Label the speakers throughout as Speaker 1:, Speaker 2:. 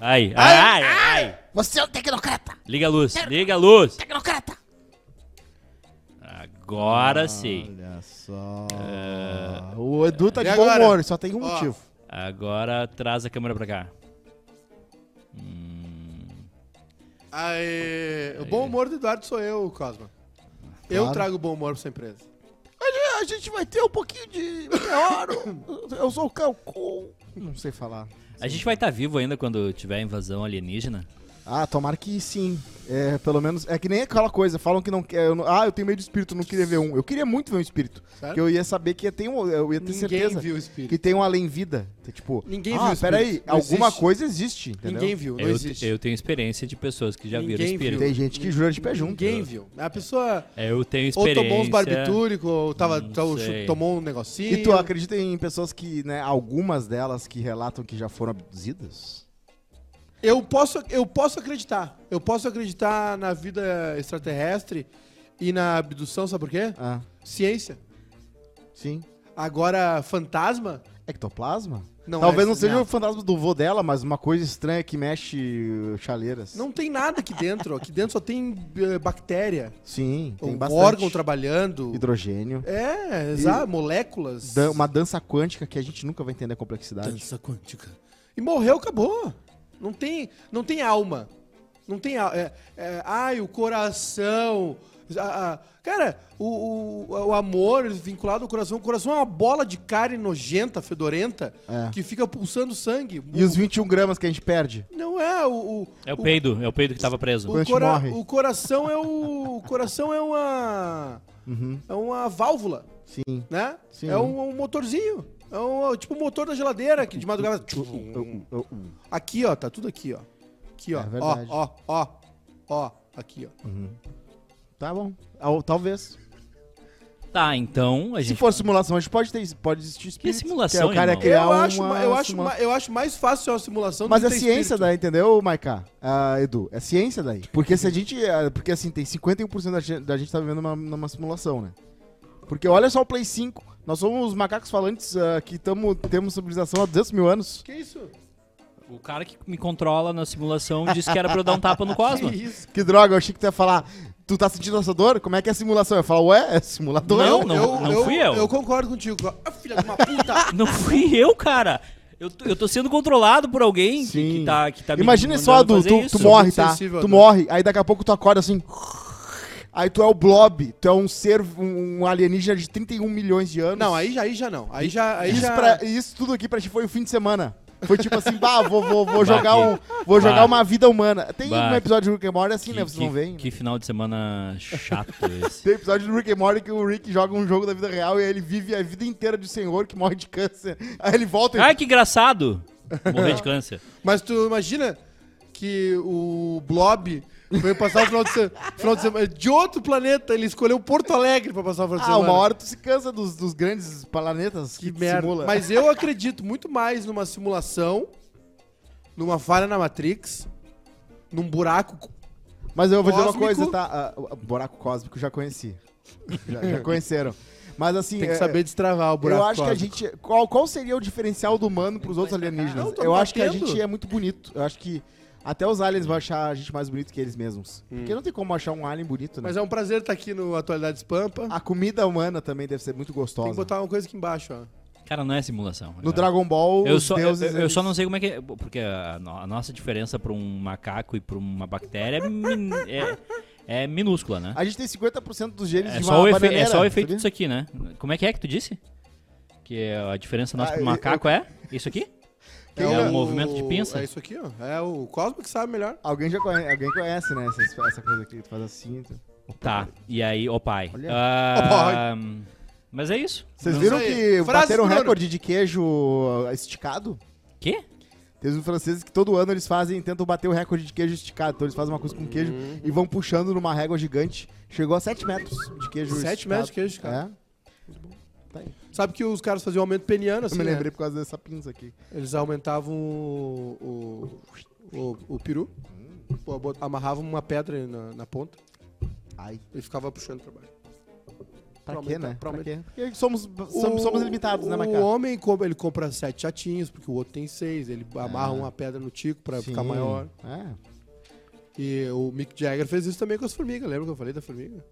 Speaker 1: Ai, ai, ai, ai.
Speaker 2: Você é um tecnocrata!
Speaker 1: Liga a luz, liga a luz.
Speaker 2: Tecnocrata!
Speaker 1: Agora sim.
Speaker 3: Olha só. O Edu tá
Speaker 4: É. E
Speaker 3: de bom
Speaker 4: agora?
Speaker 3: humor, só tem um
Speaker 4: Ó.
Speaker 3: motivo.
Speaker 1: Agora traz a câmera pra cá.
Speaker 4: Aê. O bom humor do Eduardo sou eu, Cosma. Eu
Speaker 3: Claro.
Speaker 4: trago bom humor pra sua empresa.
Speaker 2: A gente vai ter um pouquinho de meteoro. Eu sou o Calcum.
Speaker 3: Não sei falar.
Speaker 1: A gente vai estar vivo ainda quando tiver a invasão alienígena?
Speaker 3: Ah, tomara que sim. É, pelo menos. É que nem aquela coisa, falam que não quer. eu não- ah, eu tenho medo de espírito, não queria ver um. Eu queria muito ver um espírito.
Speaker 4: Sério?
Speaker 3: Que eu ia saber que ia ter um. Eu ia ter
Speaker 4: Ninguém
Speaker 3: certeza
Speaker 4: viu o espírito.
Speaker 3: que tem um além-vida. Tem, Tipo,
Speaker 4: Ninguém
Speaker 3: ah,
Speaker 4: viu o espírito.
Speaker 3: peraí,
Speaker 4: Não
Speaker 3: alguma
Speaker 4: existe.
Speaker 3: coisa existe. Entendeu?
Speaker 4: Ninguém viu, não
Speaker 1: Eu,
Speaker 4: existe.
Speaker 1: eu tenho experiência de pessoas que já viram
Speaker 4: Ninguém
Speaker 1: espírito.
Speaker 3: Tem gente que jura de pé junto. né?
Speaker 4: Ninguém viu. A pessoa
Speaker 1: Eu tenho
Speaker 4: ou
Speaker 1: É. experiência.
Speaker 4: tomou uns barbitúricos, ou tava,
Speaker 1: Não
Speaker 4: tava-
Speaker 1: sei.
Speaker 4: tomou um negocinho.
Speaker 3: E tu acredita em pessoas que, né, algumas delas que relatam que já foram abduzidas?
Speaker 4: Eu posso, eu posso acreditar. Eu posso acreditar na vida extraterrestre e na abdução, sabe por quê?
Speaker 3: Ah,
Speaker 4: Ciência.
Speaker 3: sim.
Speaker 4: Agora, fantasma?
Speaker 3: Ectoplasma?
Speaker 4: Não
Speaker 3: Talvez
Speaker 4: é-
Speaker 3: não seja
Speaker 4: não.
Speaker 3: o fantasma do vô dela, mas uma coisa estranha que mexe chaleiras.
Speaker 4: Não tem nada aqui dentro. Aqui dentro só tem eh, bactéria.
Speaker 3: Sim, tem
Speaker 4: um
Speaker 3: bastante.
Speaker 4: órgão trabalhando.
Speaker 3: Hidrogênio.
Speaker 4: É, exato, moléculas.
Speaker 3: Dan- uma dança quântica que a gente nunca vai entender a complexidade.
Speaker 4: Dança quântica. E morreu, acabou. Não tem, não tem alma. Não tem alma. ai, o coração. a- a- cara, o, o, o amor vinculado ao coração. O coração é uma bola de carne nojenta, fedorenta,
Speaker 3: É.
Speaker 4: que fica pulsando sangue.
Speaker 3: E os 21 gramas que a gente perde?
Speaker 4: Não é o. o
Speaker 1: É o peido, é o peido que tava preso.
Speaker 3: Quando a
Speaker 4: o,
Speaker 3: gente
Speaker 4: cora-
Speaker 3: morre.
Speaker 4: o coração é o. O coração é uma. É uma válvula,
Speaker 3: Sim.
Speaker 4: né?
Speaker 3: Sim.
Speaker 4: É um, um motorzinho. É um, tipo o motor da geladeira que de madrugada.
Speaker 3: Uh,
Speaker 4: Aqui, ó, tá tudo aqui, ó. Aqui, ó.
Speaker 3: É
Speaker 4: ó,
Speaker 3: verdade.
Speaker 4: ó, ó, ó. Aqui, ó.
Speaker 3: Tá bom. Al- Talvez.
Speaker 1: Tá, então a
Speaker 3: Se
Speaker 1: gente.
Speaker 3: for simulação, a gente pode, ter, pode existir espírito.
Speaker 1: simulação,
Speaker 3: que é o cara
Speaker 1: irmão?
Speaker 3: criar
Speaker 4: Eu, acho,
Speaker 3: uma-
Speaker 4: ma- eu, acho,
Speaker 3: uma-
Speaker 4: ma- eu acho mais fácil a simulação do
Speaker 3: Mas
Speaker 4: que
Speaker 3: é
Speaker 4: ter
Speaker 3: ciência
Speaker 4: espírito.
Speaker 3: daí, entendeu, Maiká? Ah, Edu, é ciência daí. Porque se a gente. ah, Porque assim, tem 51% da gente, da gente tá vivendo uma- numa simulação, né? Porque olha só o Play 5. Nós somos os macacos falantes ah, que tamo, temos civilização há 200 mil anos.
Speaker 4: Que isso?
Speaker 1: O cara que me controla na simulação disse que era pra eu dar um tapa no Cosmo.
Speaker 4: Que isso?
Speaker 3: Que droga, eu achei que tu ia falar. Tu tá sentindo essa dor? Como é que é a simulação? Eu ia falar, ué, é simulador?
Speaker 1: Não, não, não fui eu.
Speaker 4: Eu concordo contigo. Ah, filha de uma puta.
Speaker 1: Não fui eu, cara. Eu tô, eu tô sendo controlado por alguém que-
Speaker 3: Sim.
Speaker 1: que tá, que tá me
Speaker 3: Imagina só,
Speaker 1: mandando
Speaker 3: Edu,
Speaker 1: fazer
Speaker 3: tu,
Speaker 1: isso.
Speaker 3: tu morre,
Speaker 4: é muito
Speaker 3: tá?
Speaker 4: sensível à
Speaker 3: Tu
Speaker 4: dor.
Speaker 3: morre, aí daqui a pouco tu acorda assim. Aí tu é o blob, tu é um ser, um um alienígena de 31 milhões de anos.
Speaker 4: não, aí já, aí já não. Aí já. Aí
Speaker 3: isso,
Speaker 4: já...
Speaker 3: pra- isso tudo aqui pra ti foi o fim de semana. Foi tipo assim, bah, vou, vou,
Speaker 1: Bah,
Speaker 3: vou jogar, um,
Speaker 1: que-
Speaker 3: vou jogar
Speaker 1: bah.
Speaker 3: uma vida humana. Tem
Speaker 1: Bah.
Speaker 3: um episódio do Rick and Morty assim,
Speaker 1: Que,
Speaker 3: né? Vocês
Speaker 1: que-
Speaker 3: não veem? né?
Speaker 1: que final de semana chato esse.
Speaker 3: Tem um episódio do Rick and Morty que o Rick joga um jogo da vida real e aí ele vive a vida inteira de senhor que morre de câncer. Aí ele volta e...
Speaker 1: Ai, que engraçado! Morrer de câncer.
Speaker 4: Mas tu imagina que o Blob veio passar o final de, se- final de semana de outro planeta. Ele escolheu Porto Alegre pra passar o final de
Speaker 3: ah,
Speaker 4: semana.
Speaker 3: uma hora tu se cansa dos, dos grandes planetas
Speaker 4: Que
Speaker 3: que, te
Speaker 4: merda.
Speaker 3: simula.
Speaker 4: Mas eu acredito muito mais numa simulação, numa falha na Matrix, num buraco.
Speaker 3: Mas eu vou dizer uma
Speaker 4: Cósmico.
Speaker 3: coisa, tá? Ah, o- o buraco cósmico eu já conheci. já, já conheceram. Mas assim.
Speaker 4: Tem que
Speaker 3: é,
Speaker 4: saber destravar o buraco.
Speaker 3: eu acho que a
Speaker 4: cósmico.
Speaker 3: gente. Qual, qual seria o diferencial do humano pros outros
Speaker 4: Não,
Speaker 3: alienígenas?
Speaker 4: tô me
Speaker 3: eu acho que a
Speaker 4: batendo.
Speaker 3: gente é muito bonito. Eu acho que até os aliens vão achar a gente mais bonito que eles mesmos.
Speaker 4: Hum.
Speaker 3: Porque não tem como achar um alien bonito, né?
Speaker 4: Mas é um prazer estar aqui no Atualidades Pampa.
Speaker 3: A comida humana também deve ser muito
Speaker 4: Tem
Speaker 3: gostosa.
Speaker 4: que botar uma coisa aqui embaixo, ó.
Speaker 1: Cara, não é simulação.
Speaker 3: No
Speaker 1: É-
Speaker 3: Dragon Ball,
Speaker 1: Eu
Speaker 3: os
Speaker 1: só, eu,
Speaker 3: deuses.
Speaker 1: eu- eu
Speaker 3: eles-
Speaker 1: só não sei como é que é. Porque a, no- a nossa diferença pra um macaco e pra uma bactéria é, min- é- é minúscula, né?
Speaker 3: A gente tem 50% dos genes
Speaker 1: É
Speaker 3: de
Speaker 1: só,
Speaker 3: uma
Speaker 1: o efe- é
Speaker 3: bananeira,
Speaker 1: só o efeito
Speaker 3: sabia?
Speaker 1: disso aqui, né? Como é que é que tu disse? Que é a diferença nossa
Speaker 3: Ah,
Speaker 1: pro
Speaker 3: eu-
Speaker 1: macaco é? Isso aqui?
Speaker 3: Quem
Speaker 1: é
Speaker 3: já-
Speaker 1: um movimento de pinça?
Speaker 4: É isso aqui, ó. É o Cosmo que sabe melhor.
Speaker 3: Alguém já conhece, alguém conhece né? Essa, essa coisa aqui, tu faz assim. tu-
Speaker 1: Tá. E aí, ô pai.
Speaker 3: Olha.
Speaker 1: Ah, Mas é isso.
Speaker 3: Vocês
Speaker 4: Não
Speaker 3: viram
Speaker 4: sei.
Speaker 3: que
Speaker 4: Frases
Speaker 3: bateram um
Speaker 4: do Bruno.
Speaker 3: recorde de queijo ah, esticado?
Speaker 1: Quê?
Speaker 3: Tem os franceses que todo ano eles fazem, tentam bater o recorde de queijo esticado. Então eles fazem uma coisa com queijo e vão puxando numa régua gigante. Chegou a 7 metros de queijo
Speaker 4: Sete
Speaker 3: esticado.
Speaker 4: metros de queijo esticado.
Speaker 3: É.
Speaker 4: Sabe que os caras faziam aumento peniano,
Speaker 3: Eu
Speaker 4: assim,
Speaker 3: me
Speaker 4: né?
Speaker 3: lembrei por causa dessa pinça aqui.
Speaker 4: Eles aumentavam o, o, o, o peru, pô, bot- amarravam uma pedra na, na ponta
Speaker 3: Ai.
Speaker 4: e ficava puxando pra baixo.
Speaker 3: Pra
Speaker 4: Pra
Speaker 3: quê,
Speaker 4: aumentar-
Speaker 3: né?
Speaker 4: pra
Speaker 3: Pra quê?
Speaker 4: aumentar.
Speaker 3: Porque somos, somos, somos limitados, né,
Speaker 4: O
Speaker 3: Macaco?
Speaker 4: homem, compra- ele compra sete chatinhos, porque o outro tem seis. Ele amarra uma pedra no tico pra ficar
Speaker 3: Ah. Sim.
Speaker 4: maior.
Speaker 3: É.
Speaker 4: E o Mick Jagger fez isso também com as formigas. Lembra que eu falei da formiga?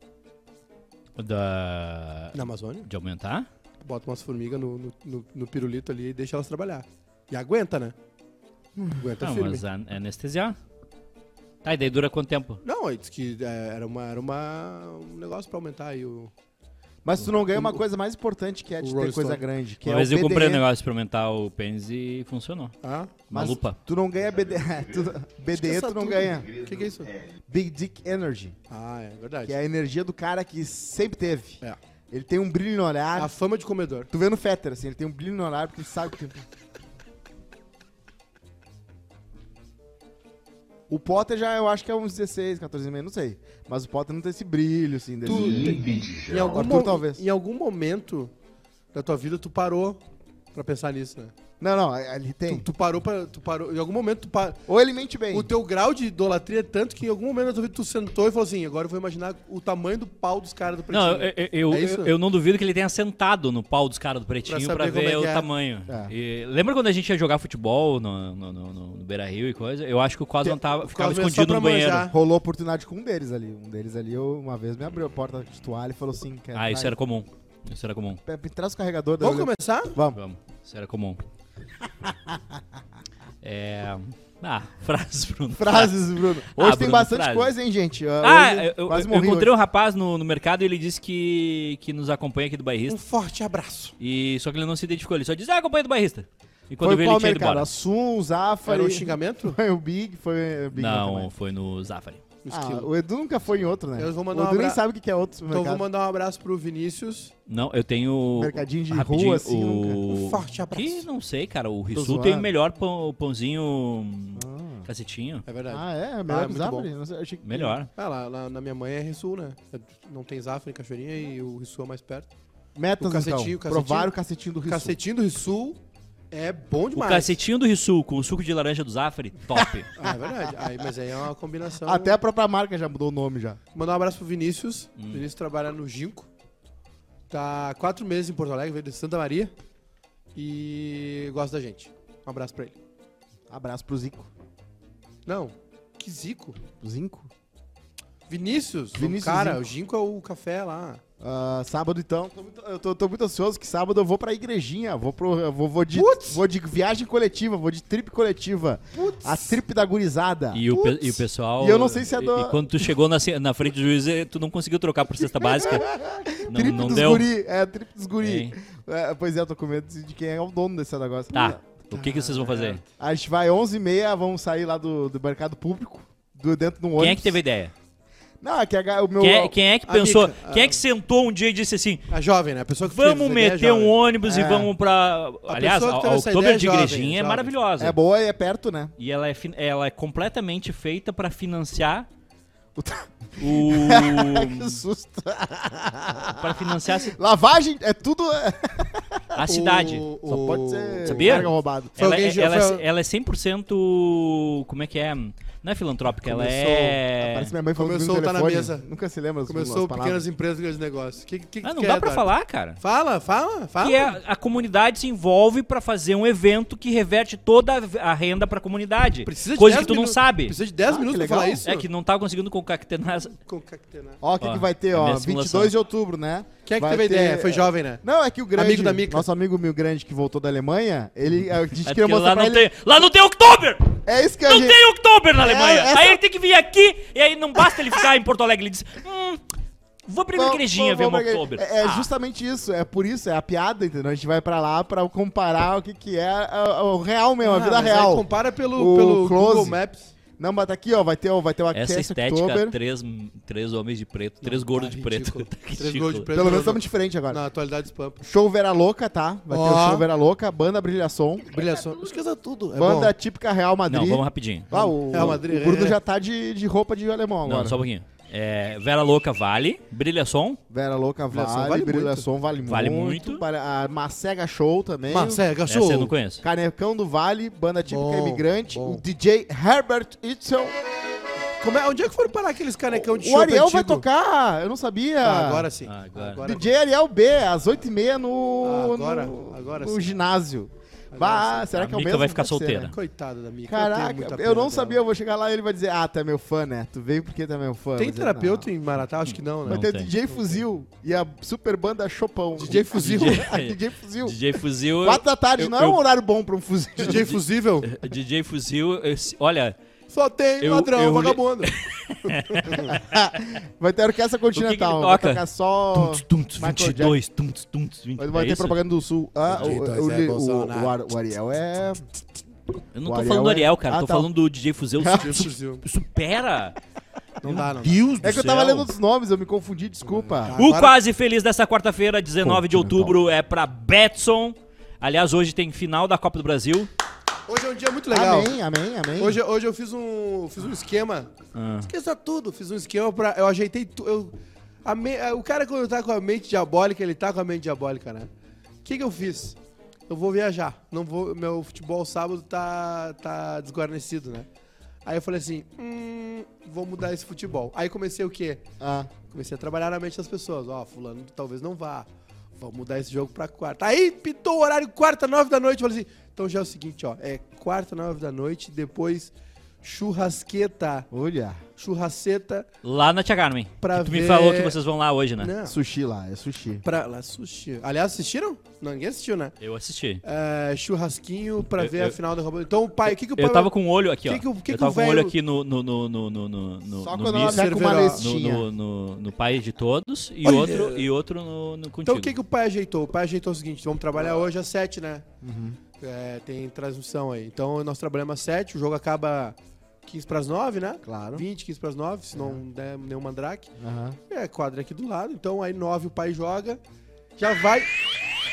Speaker 1: Da...
Speaker 4: Na Amazônia.
Speaker 1: De aumentar?
Speaker 4: Bota umas formigas no, no, no- no pirulito ali e deixa elas trabalhar. E aguenta, né? Aguenta
Speaker 1: Não,
Speaker 4: firme.
Speaker 1: Então,
Speaker 3: é-
Speaker 1: mas an- anestesiar. Tá, e daí dura quanto tempo?
Speaker 4: Não, ele disse que é, era, uma, era uma, um negócio pra aumentar aí o...
Speaker 3: Mas tu não ganha uma coisa mais importante que é de
Speaker 4: o né?
Speaker 3: ter
Speaker 4: Rolling
Speaker 3: coisa
Speaker 4: Stone.
Speaker 3: grande, que
Speaker 1: Uma
Speaker 3: é
Speaker 1: vez
Speaker 3: o
Speaker 1: eu comprei um
Speaker 3: BDE.
Speaker 1: negócio pra aumentar o pênis e funcionou.
Speaker 4: Ah?
Speaker 1: Uma
Speaker 3: Mas
Speaker 1: lupa.
Speaker 3: Tu não ganha BDE, é, tu,
Speaker 4: é
Speaker 3: BDE tu não ganha.
Speaker 4: O que, que é isso?
Speaker 3: Big Dick Energy,
Speaker 4: Ah, é verdade.
Speaker 3: que é a energia do cara que sempre teve.
Speaker 4: É.
Speaker 3: Ele tem um brilho no olhar.
Speaker 4: A fama de comedor.
Speaker 3: Tu vê no Fetter, assim, ele tem um brilho no olhar porque ele sabe que... um O Potter já, eu acho que é uns 16, 14 meses, não sei. Mas o Potter não tem esse brilho, assim, dele.
Speaker 4: Em algum,
Speaker 3: É, Arthur,
Speaker 4: mo-
Speaker 3: talvez.
Speaker 4: em algum momento da tua vida, tu parou pra pensar nisso, né?
Speaker 3: Não, não, é, ele
Speaker 4: Tu,
Speaker 3: tem.
Speaker 4: tu parou pra... Tu parou, em algum momento, tu parou...
Speaker 3: Ou ele mente bem.
Speaker 4: O teu grau de idolatria é tanto que em algum momento da tua vida tu sentou e falou assim, agora eu vou imaginar o tamanho do pau dos caras do pretinho.
Speaker 1: Não, eu, eu,
Speaker 4: É isso?
Speaker 1: eu, eu não duvido que ele tenha sentado no pau dos caras do Pretinho
Speaker 4: Pra
Speaker 1: pra,
Speaker 4: saber como
Speaker 1: ver
Speaker 4: é
Speaker 1: o
Speaker 4: que é.
Speaker 1: tamanho.
Speaker 3: É.
Speaker 1: E lembra quando a gente ia jogar futebol no, no, no, no- no Beira Rio e coisa? Eu acho que o Cosman tava, ficava
Speaker 4: Cosman é só
Speaker 1: escondido
Speaker 4: pra
Speaker 1: no banheiro.
Speaker 4: manjar.
Speaker 3: Rolou oportunidade com um deles ali. Um deles ali, eu, uma vez, me abriu a porta de toalha e falou assim...
Speaker 4: É,
Speaker 3: quer-
Speaker 1: Ah, isso
Speaker 3: vai,
Speaker 1: era comum. Isso era comum.
Speaker 3: pe- pe- Traz o carregador. daí
Speaker 4: Vamos
Speaker 1: é,
Speaker 3: eu-
Speaker 4: começar?
Speaker 3: Vamos.
Speaker 1: Vamos, isso era comum. é. Ah, frase, Bruno.
Speaker 3: Frases, Bruno. Hoje
Speaker 1: Ah,
Speaker 3: tem
Speaker 1: Bruno,
Speaker 3: bastante
Speaker 1: frase.
Speaker 3: coisa, hein, gente?
Speaker 1: Ah,
Speaker 3: Tá, hoje
Speaker 1: eu,
Speaker 3: quase
Speaker 1: eu
Speaker 3: morri
Speaker 1: encontrei
Speaker 3: hoje.
Speaker 1: um rapaz no, no mercado e ele disse que, que nos acompanha aqui do
Speaker 4: Um
Speaker 1: bairrista.
Speaker 4: forte abraço.
Speaker 1: E, só que ele não se identificou, ele só diz, ah, acompanha do bairrista. E quando
Speaker 3: Foi
Speaker 1: veio
Speaker 3: qual
Speaker 1: ele tinha ido
Speaker 3: mercado?
Speaker 1: embora.
Speaker 3: A Sun, o
Speaker 4: Era
Speaker 3: Zafari,
Speaker 4: um xingamento?
Speaker 3: foi o Big, foi o Big
Speaker 1: Não,
Speaker 3: também.
Speaker 1: foi no Zafari.
Speaker 4: Um
Speaker 3: Ah,
Speaker 4: esquilo.
Speaker 3: o Edu nunca foi em outro, né?
Speaker 4: Eu vou mandar
Speaker 3: o
Speaker 4: um
Speaker 3: Edu nem
Speaker 4: abra-
Speaker 3: sabe o que que é outro
Speaker 4: Então eu vou
Speaker 3: mercado.
Speaker 4: mandar um abraço pro Vinícius.
Speaker 1: Não, eu tenho.
Speaker 3: Mercadinho de
Speaker 1: rapidinho,
Speaker 3: rua, assim,
Speaker 1: o...
Speaker 4: Um forte abraço.
Speaker 1: Que não sei, cara. O Rissu
Speaker 3: zoando.
Speaker 1: tem o melhor pão, pãozinho. Cacetinho.
Speaker 4: É verdade.
Speaker 3: Ah, é? Melhor
Speaker 4: Ah,
Speaker 3: que
Speaker 4: muito
Speaker 3: Zafari?
Speaker 4: bom.
Speaker 3: Não sei, eu achei que-
Speaker 1: Melhor.
Speaker 4: Ah, lá, lá na minha mãe é Rissul, né? Não tem Zafra em Cachoeirinha e o Rissul é mais perto.
Speaker 3: Metas,
Speaker 4: O cacetinho,
Speaker 3: então.
Speaker 4: o cacetinho.
Speaker 3: Provar o cacetinho do
Speaker 4: O
Speaker 3: Rissu.
Speaker 4: cacetinho do Rissul é bom
Speaker 1: O
Speaker 4: demais.
Speaker 1: cacetinho do Rissu com o suco de laranja do Zafari, top.
Speaker 3: Tá.
Speaker 4: Ah, é verdade. Aí, mas aí é uma combinação.
Speaker 3: Até a própria marca já mudou o nome, já.
Speaker 4: Mandar um abraço pro Vinícius. O
Speaker 1: Hum.
Speaker 4: Vinícius trabalha no Ginco. Tá há quatro meses em Porto Alegre, veio de Santa Maria. E gosta da gente. Um abraço pra ele.
Speaker 3: Abraço pro Zico.
Speaker 4: Não, que zico.
Speaker 3: Pro Zinco?
Speaker 4: Vinícius,
Speaker 3: Vinícius
Speaker 4: o cara,
Speaker 3: Zinco.
Speaker 4: o Ginco é o café lá.
Speaker 3: Ah, sábado, então. Tô muito- eu tô, tô muito ansioso que sábado eu vou pra igrejinha. Vou, pro, eu vou, vou, de,
Speaker 4: Putz!
Speaker 3: vou de viagem coletiva, vou de trip coletiva.
Speaker 4: Putz.
Speaker 3: A trip da gurizada.
Speaker 1: E o, pe- e o pessoal.
Speaker 3: E eu não sei se é
Speaker 1: e-
Speaker 3: do-
Speaker 1: E quando tu chegou na, ce- na frente do juiz, eh, tu não conseguiu trocar por cesta básica. não
Speaker 3: Trip
Speaker 1: não
Speaker 3: dos
Speaker 1: deu.
Speaker 3: guri. É, a trip dos guri.
Speaker 1: Hein?
Speaker 3: É, pois é, eu tô com medo de quem é o dono desse negócio.
Speaker 1: Tá. O que, que vocês vão fazer?
Speaker 4: Tá.
Speaker 3: A gente vai 11h30, vamos sair lá do, do mercado público, do, dentro de um
Speaker 1: Quem é
Speaker 3: ônibus.
Speaker 1: que teve a ideia?
Speaker 3: Não, é que a ga- o meu...
Speaker 1: Quem é, quem é que
Speaker 4: a
Speaker 1: pensou?
Speaker 4: Mica,
Speaker 1: Quem é que sentou um dia e disse assim:
Speaker 4: A jovem, né? A pessoa que
Speaker 1: Vamos
Speaker 4: fez essa ideia é
Speaker 1: meter um
Speaker 4: jovem.
Speaker 1: ônibus e
Speaker 3: É.
Speaker 1: vamos pra. Aliás,
Speaker 4: pessoa que
Speaker 1: a,
Speaker 4: teve
Speaker 1: a
Speaker 4: essa
Speaker 1: Oktober
Speaker 4: ideia é
Speaker 1: de
Speaker 4: jovem,
Speaker 1: Igrejinha é
Speaker 4: jovem.
Speaker 1: maravilhosa.
Speaker 3: É boa e é perto, né?
Speaker 1: E ela é, fin- ela é completamente feita pra financiar
Speaker 3: O tra-
Speaker 1: o.
Speaker 3: que susto.
Speaker 1: para financiar a ci-
Speaker 3: Lavagem é tudo...
Speaker 1: a cidade.
Speaker 4: O-
Speaker 3: Só
Speaker 4: o-
Speaker 3: pode ser
Speaker 1: Sabia?
Speaker 3: carga roubada.
Speaker 4: Foi
Speaker 1: Ela,
Speaker 4: alguém
Speaker 1: é-
Speaker 4: já-
Speaker 1: ela é-
Speaker 4: foi-
Speaker 1: ela é 100%. Como é que é? Não é filantrópica, ela é.
Speaker 3: Parece minha mãe falando
Speaker 4: Começou
Speaker 3: comigo
Speaker 4: o
Speaker 3: no
Speaker 4: Tá na
Speaker 3: telefone.
Speaker 4: Mesa.
Speaker 3: Nunca se lembra as-
Speaker 4: Começou
Speaker 3: as palavras.
Speaker 4: pequenas empresas, grandes negócios. Que, que, que é
Speaker 1: Ah, não
Speaker 4: quer,
Speaker 1: dá pra
Speaker 4: Eduardo?
Speaker 1: falar, cara.
Speaker 4: Fala, fala, fala.
Speaker 1: Que é, a comunidade se envolve pra fazer um evento que reverte toda a renda pra comunidade.
Speaker 4: Precisa de
Speaker 1: coisa
Speaker 4: 10
Speaker 1: que tu não
Speaker 4: minu-
Speaker 1: sabe.
Speaker 4: Precisa de 10
Speaker 3: Ah,
Speaker 4: minutos
Speaker 3: que
Speaker 4: pra falar
Speaker 3: legal.
Speaker 4: isso.
Speaker 1: É que não tá conseguindo concatenar. essa-
Speaker 4: Concatenar.
Speaker 3: Ó, o que,
Speaker 1: Ó,
Speaker 3: que vai ter,
Speaker 1: a
Speaker 3: ó?
Speaker 1: minha simulação.
Speaker 3: 22 de outubro, né?
Speaker 4: Quem é que
Speaker 3: Vai
Speaker 4: teve a
Speaker 3: ter-
Speaker 4: ideia? Foi jovem, né?
Speaker 3: Não, é que o grande...
Speaker 4: Amigo da Mica.
Speaker 3: Nosso amigo Mil Grande que voltou da Alemanha, ele, a gente
Speaker 1: É
Speaker 3: queria
Speaker 1: porque lá,
Speaker 3: mostrar pra
Speaker 1: não
Speaker 3: ele...
Speaker 1: tem, lá não tem Oktober!
Speaker 3: É isso que a
Speaker 1: Não
Speaker 3: gente...
Speaker 1: tem Oktober na Alemanha!
Speaker 3: essa-
Speaker 1: Aí ele tem que vir aqui, e aí não basta ele ficar em Porto Alegre. Ele diz: Hum, vou pra minha
Speaker 3: Vamos-
Speaker 1: igrejinha ver
Speaker 3: vamos-
Speaker 1: um
Speaker 3: vamos-
Speaker 1: Oktober.
Speaker 3: É, é
Speaker 1: Ah,
Speaker 3: justamente isso, é por isso, é a piada, entendeu? A gente vai pra lá pra comparar o que, que é a- a- o real mesmo, a
Speaker 4: Ah,
Speaker 3: vida
Speaker 4: mas aí
Speaker 3: real.
Speaker 4: Compara pelo,
Speaker 3: O
Speaker 4: pelo
Speaker 3: close.
Speaker 4: Google Maps.
Speaker 3: Não, mas tá aqui, é ó, vai ter, o- vai ter o
Speaker 1: Essa
Speaker 3: Aquece
Speaker 1: estética,
Speaker 3: October.
Speaker 1: três, três homens de preto, três gordos de preto.
Speaker 4: Ah, ridículo.
Speaker 1: Tá
Speaker 4: Três
Speaker 1: ridículo.
Speaker 4: gordos de preto.
Speaker 3: Pelo menos estamos diferente agora.
Speaker 4: Na atualidade spam.
Speaker 3: Show Vera Louca, tá? Vai ter o
Speaker 4: Ó.
Speaker 3: Show Vera Louca, banda Brilhação,
Speaker 4: Brilhação. Esqueça tudo. É
Speaker 3: banda
Speaker 4: bom.
Speaker 3: típica Real Madrid.
Speaker 1: Não, vamos rapidinho.
Speaker 3: Ah, o,
Speaker 4: Real Madrid,
Speaker 3: o Bruno
Speaker 4: é.
Speaker 3: já tá de, de roupa de alemão agora.
Speaker 1: Não, só um pouquinho. É, Vera Louca vale, Brilha Som,
Speaker 3: Vera Louca
Speaker 4: Brilhação
Speaker 3: vale,
Speaker 4: vale
Speaker 3: Brilhação vale muito.
Speaker 1: Vale muito.
Speaker 3: Para- A Macega Show também.
Speaker 4: Marcega,
Speaker 1: essa eu não
Speaker 4: show.
Speaker 1: conheço.
Speaker 3: Canecão do Vale, banda típica
Speaker 4: Bom,
Speaker 3: imigrante,
Speaker 4: bom.
Speaker 3: o DJ Herbert Itzel
Speaker 4: Como é, onde é que foram parar aqueles canecão de
Speaker 3: O
Speaker 4: chopp
Speaker 3: Ariel vai
Speaker 4: antigo?
Speaker 3: tocar, eu não sabia.
Speaker 4: Ah, agora sim.
Speaker 1: Ah, agora.
Speaker 3: DJ Ariel B, às 8h30 no,
Speaker 4: Ah, agora-
Speaker 3: no,
Speaker 4: agora
Speaker 3: no
Speaker 4: sim.
Speaker 3: ginásio.
Speaker 4: Agora
Speaker 3: Bah, será
Speaker 1: A
Speaker 3: que é o
Speaker 1: Mica
Speaker 3: mesmo?
Speaker 1: vai ficar
Speaker 3: Deve ser, né?
Speaker 1: solteira.
Speaker 4: Coitada da minha.
Speaker 3: Caraca, eu não sabia, eu vou chegar lá e ele vai dizer, ah, tu é meu fã, né? Tu veio porque tu é meu fã.
Speaker 4: Tem
Speaker 3: Eu vou dizer,
Speaker 4: terapeuta
Speaker 3: "Não."
Speaker 4: em Maratá? Acho que não, né?
Speaker 3: Vai
Speaker 1: Não
Speaker 3: ter
Speaker 1: tem.
Speaker 3: DJ Fuzil e a super banda Chopão.
Speaker 4: DJ Fuzil.
Speaker 3: A DJ Fuzil.
Speaker 1: DJ Fuzil. eu-
Speaker 3: Quatro da tarde
Speaker 1: eu-
Speaker 3: não é um
Speaker 1: eu-
Speaker 3: horário bom pra um fuzil.
Speaker 4: DJ Fusível?
Speaker 1: DJ Fuzil, eu- olha,
Speaker 4: Só tem
Speaker 1: Eu-
Speaker 4: ladrão,
Speaker 1: eu-
Speaker 4: vagabundo.
Speaker 3: Vai ter orquestra continental.
Speaker 1: O que que ele
Speaker 3: vai
Speaker 1: toca?
Speaker 3: tocar só.
Speaker 1: Tuntos, tuntos,
Speaker 3: Michael
Speaker 1: 22, tuntos, tuntos, 22.
Speaker 3: Mas vai
Speaker 1: é
Speaker 3: ter
Speaker 1: isso?
Speaker 3: propaganda do sul. Ah, o,
Speaker 4: Direito,
Speaker 3: o-
Speaker 4: Zé
Speaker 3: o-
Speaker 4: Bolsonaro.
Speaker 3: o Ar- o Ariel é.
Speaker 1: Eu não tô
Speaker 3: O Ariel
Speaker 1: falando do
Speaker 3: é-
Speaker 1: Ariel, cara.
Speaker 3: Ah,
Speaker 1: tô
Speaker 3: tá.
Speaker 1: falando do DJ Fuzil.
Speaker 4: DJ Fuzil.
Speaker 1: Supera!
Speaker 4: Não dá, não. dá.
Speaker 1: Deus do
Speaker 3: É que eu tava
Speaker 1: céu.
Speaker 3: lendo os nomes, eu me confundi, desculpa.
Speaker 1: O
Speaker 4: Agora-
Speaker 1: Quase Feliz dessa quarta-feira, 19 de
Speaker 3: Pô, então. que legal.
Speaker 1: outubro, é pra Betson. Aliás, hoje tem final da Copa do Brasil.
Speaker 4: Hoje é um dia muito legal.
Speaker 3: Amém, amém, amém.
Speaker 4: Hoje, hoje eu fiz um, fiz um esquema.
Speaker 1: Ah,
Speaker 4: Esqueça tudo. Fiz um esquema pra. Eu ajeitei tudo. Eu, a me- a- o cara, quando tá com a mente diabólica, ele tá com a mente diabólica, né? O que, que eu fiz? Eu vou viajar. Não vou, meu futebol sábado tá, tá desguarnecido, né? Aí eu falei assim: hum, vou mudar esse futebol. Aí comecei o quê?
Speaker 3: Ah,
Speaker 4: Comecei a trabalhar na mente das pessoas. Ó, fulano talvez não vá. Vamos mudar esse jogo pra quarta. Aí pintou o horário quarta, nove da noite. eu Falei assim, então já é o seguinte, ó. É quarta, nove da noite, depois churrasqueta.
Speaker 3: olha.
Speaker 4: Churrasceta
Speaker 1: Lá na Tia Carmen.
Speaker 4: Pra
Speaker 1: Que tu me
Speaker 4: ver-
Speaker 1: falou que vocês vão lá hoje, né?
Speaker 4: Não.
Speaker 3: Sushi lá, é sushi.
Speaker 4: pra lá, sushi. Aliás, assistiram? Não, ninguém assistiu, né?
Speaker 1: Eu assisti.
Speaker 4: É, churrasquinho pra
Speaker 1: Eu-
Speaker 4: ver a
Speaker 1: eu-
Speaker 4: final da Copa. Então, o pai, o que que o pai...
Speaker 1: Eu tava com o olho aqui,
Speaker 4: Que
Speaker 1: ó.
Speaker 4: que o- que
Speaker 1: eu
Speaker 4: que o
Speaker 1: tava com o olho
Speaker 4: velho-
Speaker 1: aqui no. no, no, no, no, no, no
Speaker 3: Só
Speaker 1: no
Speaker 3: quando ela
Speaker 1: Miss,
Speaker 3: vier com uma
Speaker 4: Cerveró.
Speaker 1: no,
Speaker 3: listinha.
Speaker 1: no, no- no pai de todos e
Speaker 4: Olha.
Speaker 1: outro, e outro no, no contigo.
Speaker 4: Então, o que que o pai ajeitou? O pai ajeitou o seguinte, vamos trabalhar
Speaker 1: Uhum.
Speaker 4: hoje às sete, né? É, tem transmissão aí. Então, nós trabalhamos às sete, o jogo acaba 15 pras nove, né?
Speaker 1: Uhum.
Speaker 3: Claro.
Speaker 4: 20, 15 pras 9, se não der nenhum mandrake.
Speaker 3: Aham.
Speaker 4: É, quadra aqui do lado. Então aí 9 o pai joga. Já vai.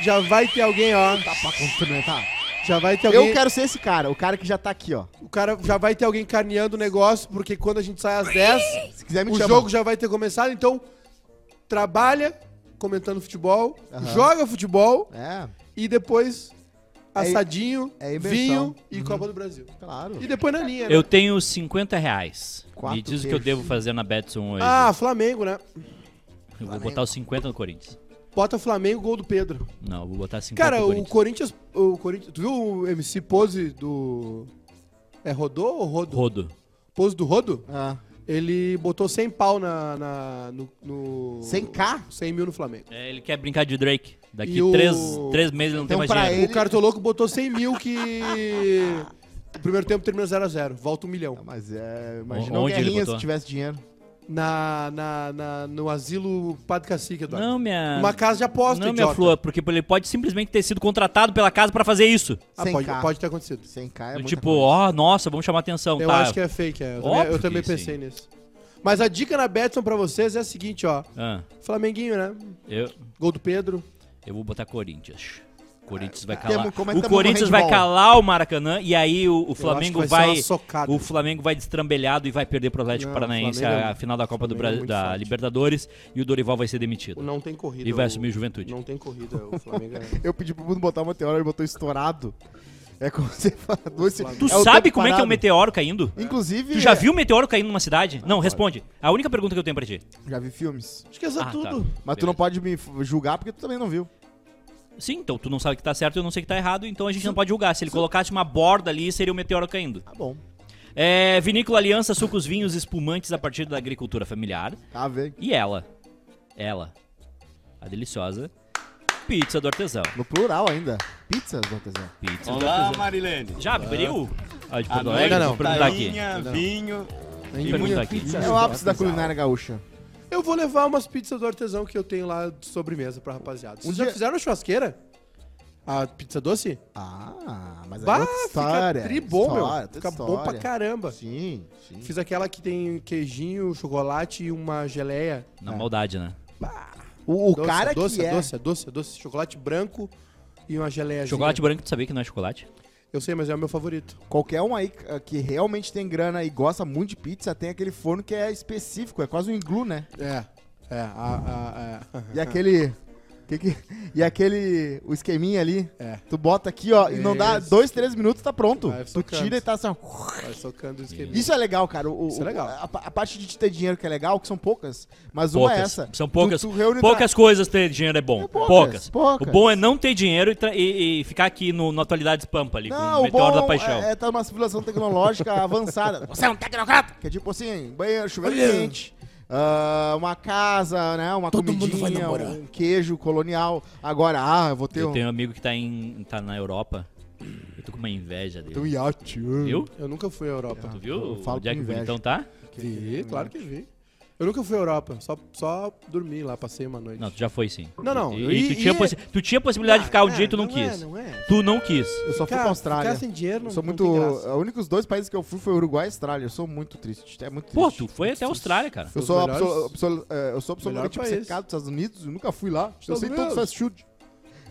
Speaker 4: Já vai ter alguém, ó.
Speaker 3: Tá pra complementar.
Speaker 4: Já vai ter alguém.
Speaker 3: Eu quero ser esse cara, o cara que já tá aqui, ó.
Speaker 4: O cara já vai ter alguém carneando o negócio, porque quando a gente sai às 10,
Speaker 3: Se quiser me
Speaker 4: o
Speaker 3: chama.
Speaker 4: jogo já vai ter começado. Então, trabalha comentando futebol, joga futebol
Speaker 3: É,
Speaker 4: e depois
Speaker 3: É i-
Speaker 4: assadinho,
Speaker 3: é imersão.
Speaker 4: vinho e Copa do Brasil.
Speaker 3: claro.
Speaker 4: E depois naninha, né?
Speaker 1: Eu tenho 50 reais.
Speaker 3: Quatro
Speaker 1: Me diz o que eu
Speaker 3: queijos.
Speaker 1: devo fazer na Betson hoje.
Speaker 4: Ah, Flamengo, né?
Speaker 1: eu vou botar os 50 no Corinthians.
Speaker 4: Bota Flamengo, gol do Pedro.
Speaker 1: Não, eu vou botar 50
Speaker 4: Cara,
Speaker 1: no
Speaker 4: o
Speaker 1: Corinthians.
Speaker 4: Corinthians, o Corinthians. Tu viu o MC Pose do. É Rodô ou Rodo?
Speaker 1: Rodo.
Speaker 4: Pose do Rodo?
Speaker 3: Ah,
Speaker 4: Ele botou 100 pau na, na- no, no.
Speaker 3: 100K?
Speaker 4: 100 mil no Flamengo.
Speaker 1: É, ele quer brincar de Drake. Daqui
Speaker 4: E o-
Speaker 1: três, três meses ele não
Speaker 3: Então,
Speaker 1: tem mais
Speaker 3: pra
Speaker 1: dinheiro.
Speaker 3: Ele-
Speaker 4: O Cartoloco botou 100 mil que. O primeiro tempo termina 0x0. Volta um milhão.
Speaker 3: Mas é. Imagina
Speaker 1: Onde
Speaker 3: o
Speaker 1: ele
Speaker 3: Guerrinha
Speaker 1: botou?
Speaker 3: se tivesse dinheiro.
Speaker 4: Na, na, na- no asilo Padre Cacique, Eduardo.
Speaker 1: Não, minha.
Speaker 4: Uma casa de aposta,
Speaker 1: Não, é minha
Speaker 4: idiota.
Speaker 1: flor, porque ele pode simplesmente ter sido contratado pela casa pra fazer isso.
Speaker 4: Ah,
Speaker 3: 100K.
Speaker 4: pode, pode ter acontecido.
Speaker 3: 100k é
Speaker 1: Do
Speaker 3: muita
Speaker 1: tipo,
Speaker 3: coisa.
Speaker 1: ó, nossa, vamos chamar atenção.
Speaker 4: Eu
Speaker 1: tá.
Speaker 4: acho que é fake, é. Eu também,
Speaker 1: Óbvio
Speaker 4: eu também
Speaker 1: que
Speaker 4: pensei
Speaker 1: sim.
Speaker 4: nisso. Mas a dica na Betson pra vocês é a seguinte, ó.
Speaker 1: Ah,
Speaker 4: Flamenguinho, né?
Speaker 1: eu,
Speaker 4: Gol do Pedro.
Speaker 1: eu vou botar Corinthians. Corinthians
Speaker 4: Ah,
Speaker 1: vai
Speaker 3: Temo-
Speaker 1: calar.
Speaker 4: é
Speaker 3: comentamos
Speaker 1: o
Speaker 4: um
Speaker 1: Corinthians
Speaker 3: no
Speaker 1: vai
Speaker 3: handball.
Speaker 1: calar o Maracanã e aí o, o Flamengo
Speaker 4: vai ser
Speaker 1: vai,
Speaker 4: uma socada.
Speaker 1: o Flamengo vai destrambelhado e vai perder pro Atlético
Speaker 4: Não,
Speaker 1: Paranaense
Speaker 4: o Flamengo é-
Speaker 1: a, a final da Copa do
Speaker 4: Flamengo
Speaker 1: Brasil,
Speaker 4: é muito
Speaker 1: da
Speaker 4: forte.
Speaker 1: Libertadores e o Dorival vai ser demitido.
Speaker 4: Não tem corrida.
Speaker 1: E vai
Speaker 4: o-
Speaker 1: assumir o Juventude.
Speaker 4: Não tem corrida. O Flamengo é...
Speaker 3: Eu pedi pro mundo botar uma meteora, ele botou estourado. É como você fala. dois-
Speaker 1: Tu
Speaker 3: é o
Speaker 1: sabe
Speaker 3: tempo
Speaker 1: como é que é
Speaker 3: parado.
Speaker 1: um meteoro caindo?
Speaker 3: Inclusive.
Speaker 1: Tu
Speaker 4: É.
Speaker 1: já viu um meteoro caindo numa cidade? Não, responde. A única pergunta que eu tenho pra ti.
Speaker 3: Já vi filmes.
Speaker 4: Esqueça
Speaker 1: Ah, tá.
Speaker 4: tudo.
Speaker 3: Mas tu não pode me f- julgar porque tu também não viu.
Speaker 1: Sim, então tu não sabe que tá certo, eu não sei que tá errado, então a gente não pode julgar. Se ele colocasse uma borda ali, seria o meteoro caindo.
Speaker 3: Tá bom.
Speaker 1: É, vinícola Aliança, sucos, vinhos, espumantes a partir da agricultura familiar.
Speaker 3: Tá, velho.
Speaker 1: E ela, ela, a deliciosa pizza do artesão.
Speaker 3: No plural ainda. Pizzas do artesão.
Speaker 1: Pizza do
Speaker 5: Olá,
Speaker 1: artesão.
Speaker 5: Marilene.
Speaker 1: Já abriu? Ah, de Porto
Speaker 5: Ainda
Speaker 1: Alegre?
Speaker 4: não,
Speaker 1: Vou perguntar aqui.
Speaker 5: Tainha, vinho.
Speaker 1: Vou
Speaker 5: muita
Speaker 1: perguntar aqui.
Speaker 5: pizza.
Speaker 3: É o ápice da culinária gaúcha.
Speaker 4: Eu vou levar umas pizzas do artesão que eu tenho lá de sobremesa pra rapaziada. Vocês
Speaker 3: Um
Speaker 4: já
Speaker 3: dia-
Speaker 4: fizeram a churrasqueira? A pizza doce?
Speaker 3: Ah, mas aí é
Speaker 4: Bah,
Speaker 3: outra história.
Speaker 4: fica tri bom,
Speaker 3: História,
Speaker 4: meu.
Speaker 3: outra
Speaker 4: Fica bom pra
Speaker 3: história.
Speaker 4: caramba.
Speaker 3: Sim, sim.
Speaker 4: Fiz aquela que tem queijinho, chocolate e uma geleia.
Speaker 1: Na maldade, né?
Speaker 3: O, o
Speaker 4: Doce,
Speaker 3: cara
Speaker 4: doce,
Speaker 3: que é...
Speaker 4: doce, doce, doce, chocolate branco e uma geleia.
Speaker 1: Chocolate branco, tu sabia que não é chocolate?
Speaker 4: Eu sei, mas é o meu favorito.
Speaker 3: Qualquer um aí ah, que realmente tem grana e gosta muito de pizza, tem aquele forno É. que é específico, é quase um iglu, né?
Speaker 4: É. É, a, a, a-
Speaker 3: E aquele Que que- E aquele. O esqueminha ali.
Speaker 4: É.
Speaker 3: Tu bota aqui, ó, e não dá
Speaker 4: Isso.
Speaker 3: dois, três minutos, tá pronto.
Speaker 4: Vai
Speaker 3: tu
Speaker 4: socando.
Speaker 3: tira e tá assim, ó.
Speaker 4: Vai socando o esquema.
Speaker 3: Isso é legal, cara. O-
Speaker 4: Isso é
Speaker 3: o-
Speaker 4: legal.
Speaker 3: A, a parte de ter dinheiro que é legal, que são poucas, mas uma é
Speaker 1: Poucas.
Speaker 3: essa.
Speaker 1: São poucas.
Speaker 3: Tu- tu reúne
Speaker 1: poucas coisas ter dinheiro é bom.
Speaker 3: É poucas,
Speaker 1: poucas,
Speaker 3: poucas.
Speaker 1: O bom é não ter dinheiro e, tra- e- e ficar aqui no, no Atualidades Pampa ali, com
Speaker 3: Não,
Speaker 1: o
Speaker 3: o
Speaker 1: um Meteoro
Speaker 3: bom
Speaker 1: da Paixão.
Speaker 3: é, é tá uma civilização tecnológica avançada. Você é um tecnocrata! Que é tipo assim, banheiro, chuveiro
Speaker 2: Olha.
Speaker 3: quente, ah, uma casa, né, uma
Speaker 2: Todo mundo vai
Speaker 3: comidinha,
Speaker 2: namorar.
Speaker 3: um queijo colonial. Agora, ah, eu vou ter
Speaker 1: Eu
Speaker 3: um,
Speaker 1: tenho um amigo que tá, em, tá na Europa. Eu tô com uma inveja dele.
Speaker 3: ter um iate. ah.
Speaker 1: Viu?
Speaker 4: Eu nunca fui à Europa.
Speaker 1: Tu viu?
Speaker 3: eu falo
Speaker 1: Onde é
Speaker 3: com
Speaker 1: que o
Speaker 3: inveja.
Speaker 1: bonitão tá?
Speaker 4: Vi, claro que vi. Eu nunca fui à Europa, só, só dormi lá, passei uma noite.
Speaker 1: Não, tu já foi sim.
Speaker 4: Não, não,
Speaker 1: E, e
Speaker 4: e-
Speaker 1: tu, tinha
Speaker 4: e- é-
Speaker 3: é-
Speaker 1: possi- tu tinha possibilidade de ficar um
Speaker 4: Ah,
Speaker 1: dia e tu não, quis.
Speaker 4: É, não é.
Speaker 1: Tu não quis.
Speaker 3: Eu só fui
Speaker 4: Cara,
Speaker 3: pra Austrália.
Speaker 4: Ficar sem dinheiro
Speaker 3: Eu
Speaker 4: não,
Speaker 3: sou muito.
Speaker 4: não tem graça.
Speaker 3: A única os dois países que eu fui foi Uruguai e Austrália. Eu sou muito triste. É muito
Speaker 1: Pô,
Speaker 3: triste.
Speaker 1: tu foi até a Austrália, cara.
Speaker 3: Eu
Speaker 4: Os
Speaker 3: sou,
Speaker 4: melhores-
Speaker 3: abso- abso- é, eu sou absolutamente
Speaker 4: melhor país.
Speaker 3: obcecado dos Estados Unidos, eu nunca fui lá. Eu
Speaker 4: Estados
Speaker 3: sei todos os
Speaker 4: Unidos.
Speaker 3: fast food.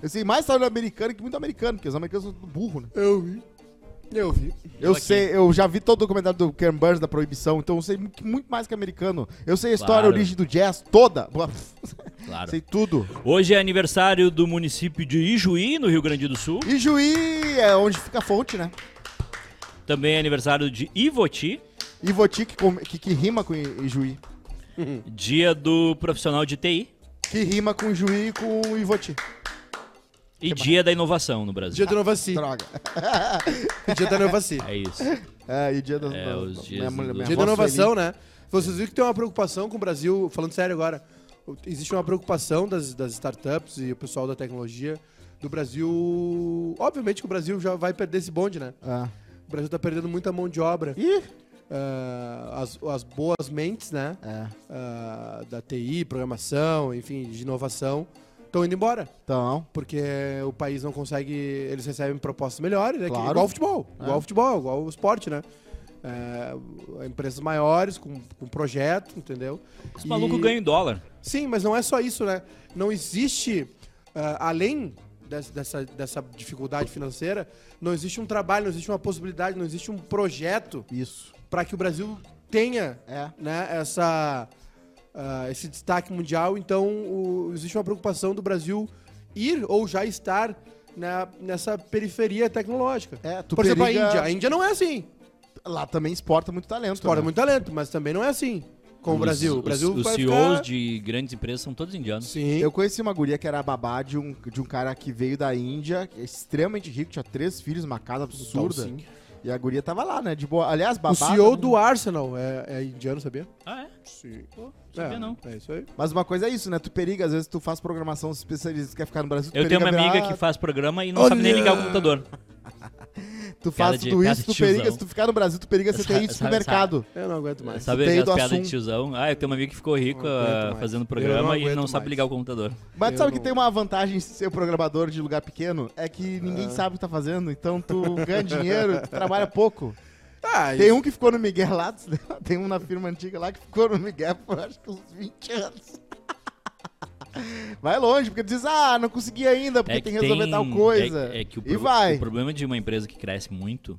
Speaker 3: Eu sei mais saúde americano que muito americano, porque os americanos são tudo burro, né?
Speaker 4: Eu vi. Eu vi.
Speaker 3: Eu
Speaker 1: aqui.
Speaker 3: sei, eu já vi todo o documentário do Ken Burns da proibição, então eu sei mu- muito mais que americano. Eu sei a história, a
Speaker 1: Claro.
Speaker 3: origem do jazz toda. Boa, pff,
Speaker 1: Claro.
Speaker 3: Sei tudo.
Speaker 1: Hoje é aniversário do município de Ijuí, no Rio Grande do Sul.
Speaker 3: E Juí é onde fica a fonte, né?
Speaker 1: Também é aniversário de Ivoti,
Speaker 3: Ivoti que, come- que, que rima com I- Ijuí.
Speaker 1: dia do profissional de TI
Speaker 3: Que rima com Juí e com Ivoti.
Speaker 1: e dia da inovação no Brasil.
Speaker 4: Dia da Novaci.
Speaker 3: Droga.
Speaker 4: Dia da Novaci.
Speaker 1: É isso.
Speaker 3: É, e dia das.
Speaker 1: É,
Speaker 3: da-
Speaker 1: os
Speaker 3: da-
Speaker 1: dias
Speaker 3: minha mulher-
Speaker 1: do-
Speaker 3: minha
Speaker 4: Dia da
Speaker 3: voz
Speaker 4: inovação, né? Vocês viram que tem uma preocupação com o Brasil, falando sério agora, o- existe uma preocupação das, das startups e o pessoal da tecnologia do Brasil. Obviamente que o Brasil já vai perder esse bonde, né?
Speaker 3: feliz. Ah.
Speaker 4: O Brasil tá perdendo muita mão de obra.
Speaker 3: Ih,
Speaker 4: Ah, as, as boas mentes, né?
Speaker 3: é.
Speaker 4: Ah, da TI, programação, enfim, de inovação, estão indo embora.
Speaker 3: Então.
Speaker 4: Porque o país não consegue. Eles recebem propostas melhores, né? que-
Speaker 3: Claro.
Speaker 4: Igual o futebol.
Speaker 3: É.
Speaker 4: Igual o futebol, igual o esporte, né? É, empresas maiores, com, com projeto, entendeu?
Speaker 1: Os malucos ganham em dólar.
Speaker 4: Sim, mas não é só isso, né? Não existe. ah, além des- dessa, dessa dificuldade financeira, não existe um trabalho, não existe uma possibilidade, não existe um projeto
Speaker 3: Isso.
Speaker 4: para que o Brasil tenha
Speaker 3: É.
Speaker 4: né, essa, ah, esse destaque mundial. Então, o- existe uma preocupação do Brasil ir ou já estar na- nessa periferia tecnológica.
Speaker 3: É, Tá. tu
Speaker 4: Por exemplo,
Speaker 3: periga-
Speaker 4: a Índia. A Índia não é assim.
Speaker 3: Lá também exporta muito talento.
Speaker 4: Exporta
Speaker 3: né?
Speaker 4: muito talento, mas também não é assim. Com o Brasil. O
Speaker 1: Os-
Speaker 4: Brasil
Speaker 1: os, os
Speaker 4: vai
Speaker 1: CEOs
Speaker 4: ficar-
Speaker 1: de grandes empresas são todos indianos.
Speaker 4: Sim.
Speaker 3: Eu conheci uma guria que era a babá de um, de um cara que veio da Índia, que é extremamente rico, tinha três filhos, uma casa absurda.
Speaker 4: Então, sim.
Speaker 3: e a guria tava lá, né? De boa. Aliás, babá.
Speaker 4: O CEO
Speaker 3: também-
Speaker 4: do Arsenal é, é indiano, sabia?
Speaker 1: Ah, é?
Speaker 4: Sim.
Speaker 1: Pô, sabia
Speaker 4: é,
Speaker 1: não.
Speaker 4: É isso aí.
Speaker 3: Mas uma coisa é isso, né? Tu periga, às vezes tu faz programação especialista, tu quer ficar no Brasil, tu
Speaker 1: Eu tenho
Speaker 3: periga
Speaker 1: uma amiga
Speaker 3: virar-
Speaker 1: que faz programa e não sabe nem
Speaker 2: Olha!
Speaker 1: ligar o computador.
Speaker 3: Tu faz
Speaker 1: Piada de-
Speaker 3: tudo
Speaker 1: piada
Speaker 3: isso,
Speaker 1: de
Speaker 3: tu periga.
Speaker 1: tiozão.
Speaker 3: Se tu ficar no Brasil, tu periga você
Speaker 1: Essa-
Speaker 3: tem isso
Speaker 1: essa-
Speaker 3: no mercado.
Speaker 4: Eu não aguento mais.
Speaker 1: Sabe
Speaker 3: Tem do
Speaker 1: aquelas piadas
Speaker 3: assunto.
Speaker 1: de tiozão? Ah, eu tenho uma amiga que ficou rica
Speaker 4: Não aguento
Speaker 1: ah,
Speaker 4: mais.
Speaker 1: fazendo
Speaker 4: Eu não
Speaker 1: programa e
Speaker 4: aguento
Speaker 1: não sabe
Speaker 4: mais.
Speaker 1: ligar o computador.
Speaker 3: Mas tu
Speaker 4: Eu
Speaker 3: sabe que
Speaker 4: não-
Speaker 3: tem uma vantagem em ser programador de lugar pequeno? É que ninguém
Speaker 4: Ah.
Speaker 3: sabe o que tá fazendo, então tu ganha dinheiro, tu trabalha pouco.
Speaker 4: Ah,
Speaker 3: Tem um que ficou no Miguel lá, tu lembra? tem um na firma antiga lá que ficou no Miguel por acho que uns 20 anos. Vai longe, porque diz, ah, não consegui ainda, porque
Speaker 1: É
Speaker 3: tem que resolver tal coisa.
Speaker 1: É, é que o,
Speaker 3: e
Speaker 1: pro-
Speaker 3: vai.
Speaker 1: o problema de uma empresa que cresce muito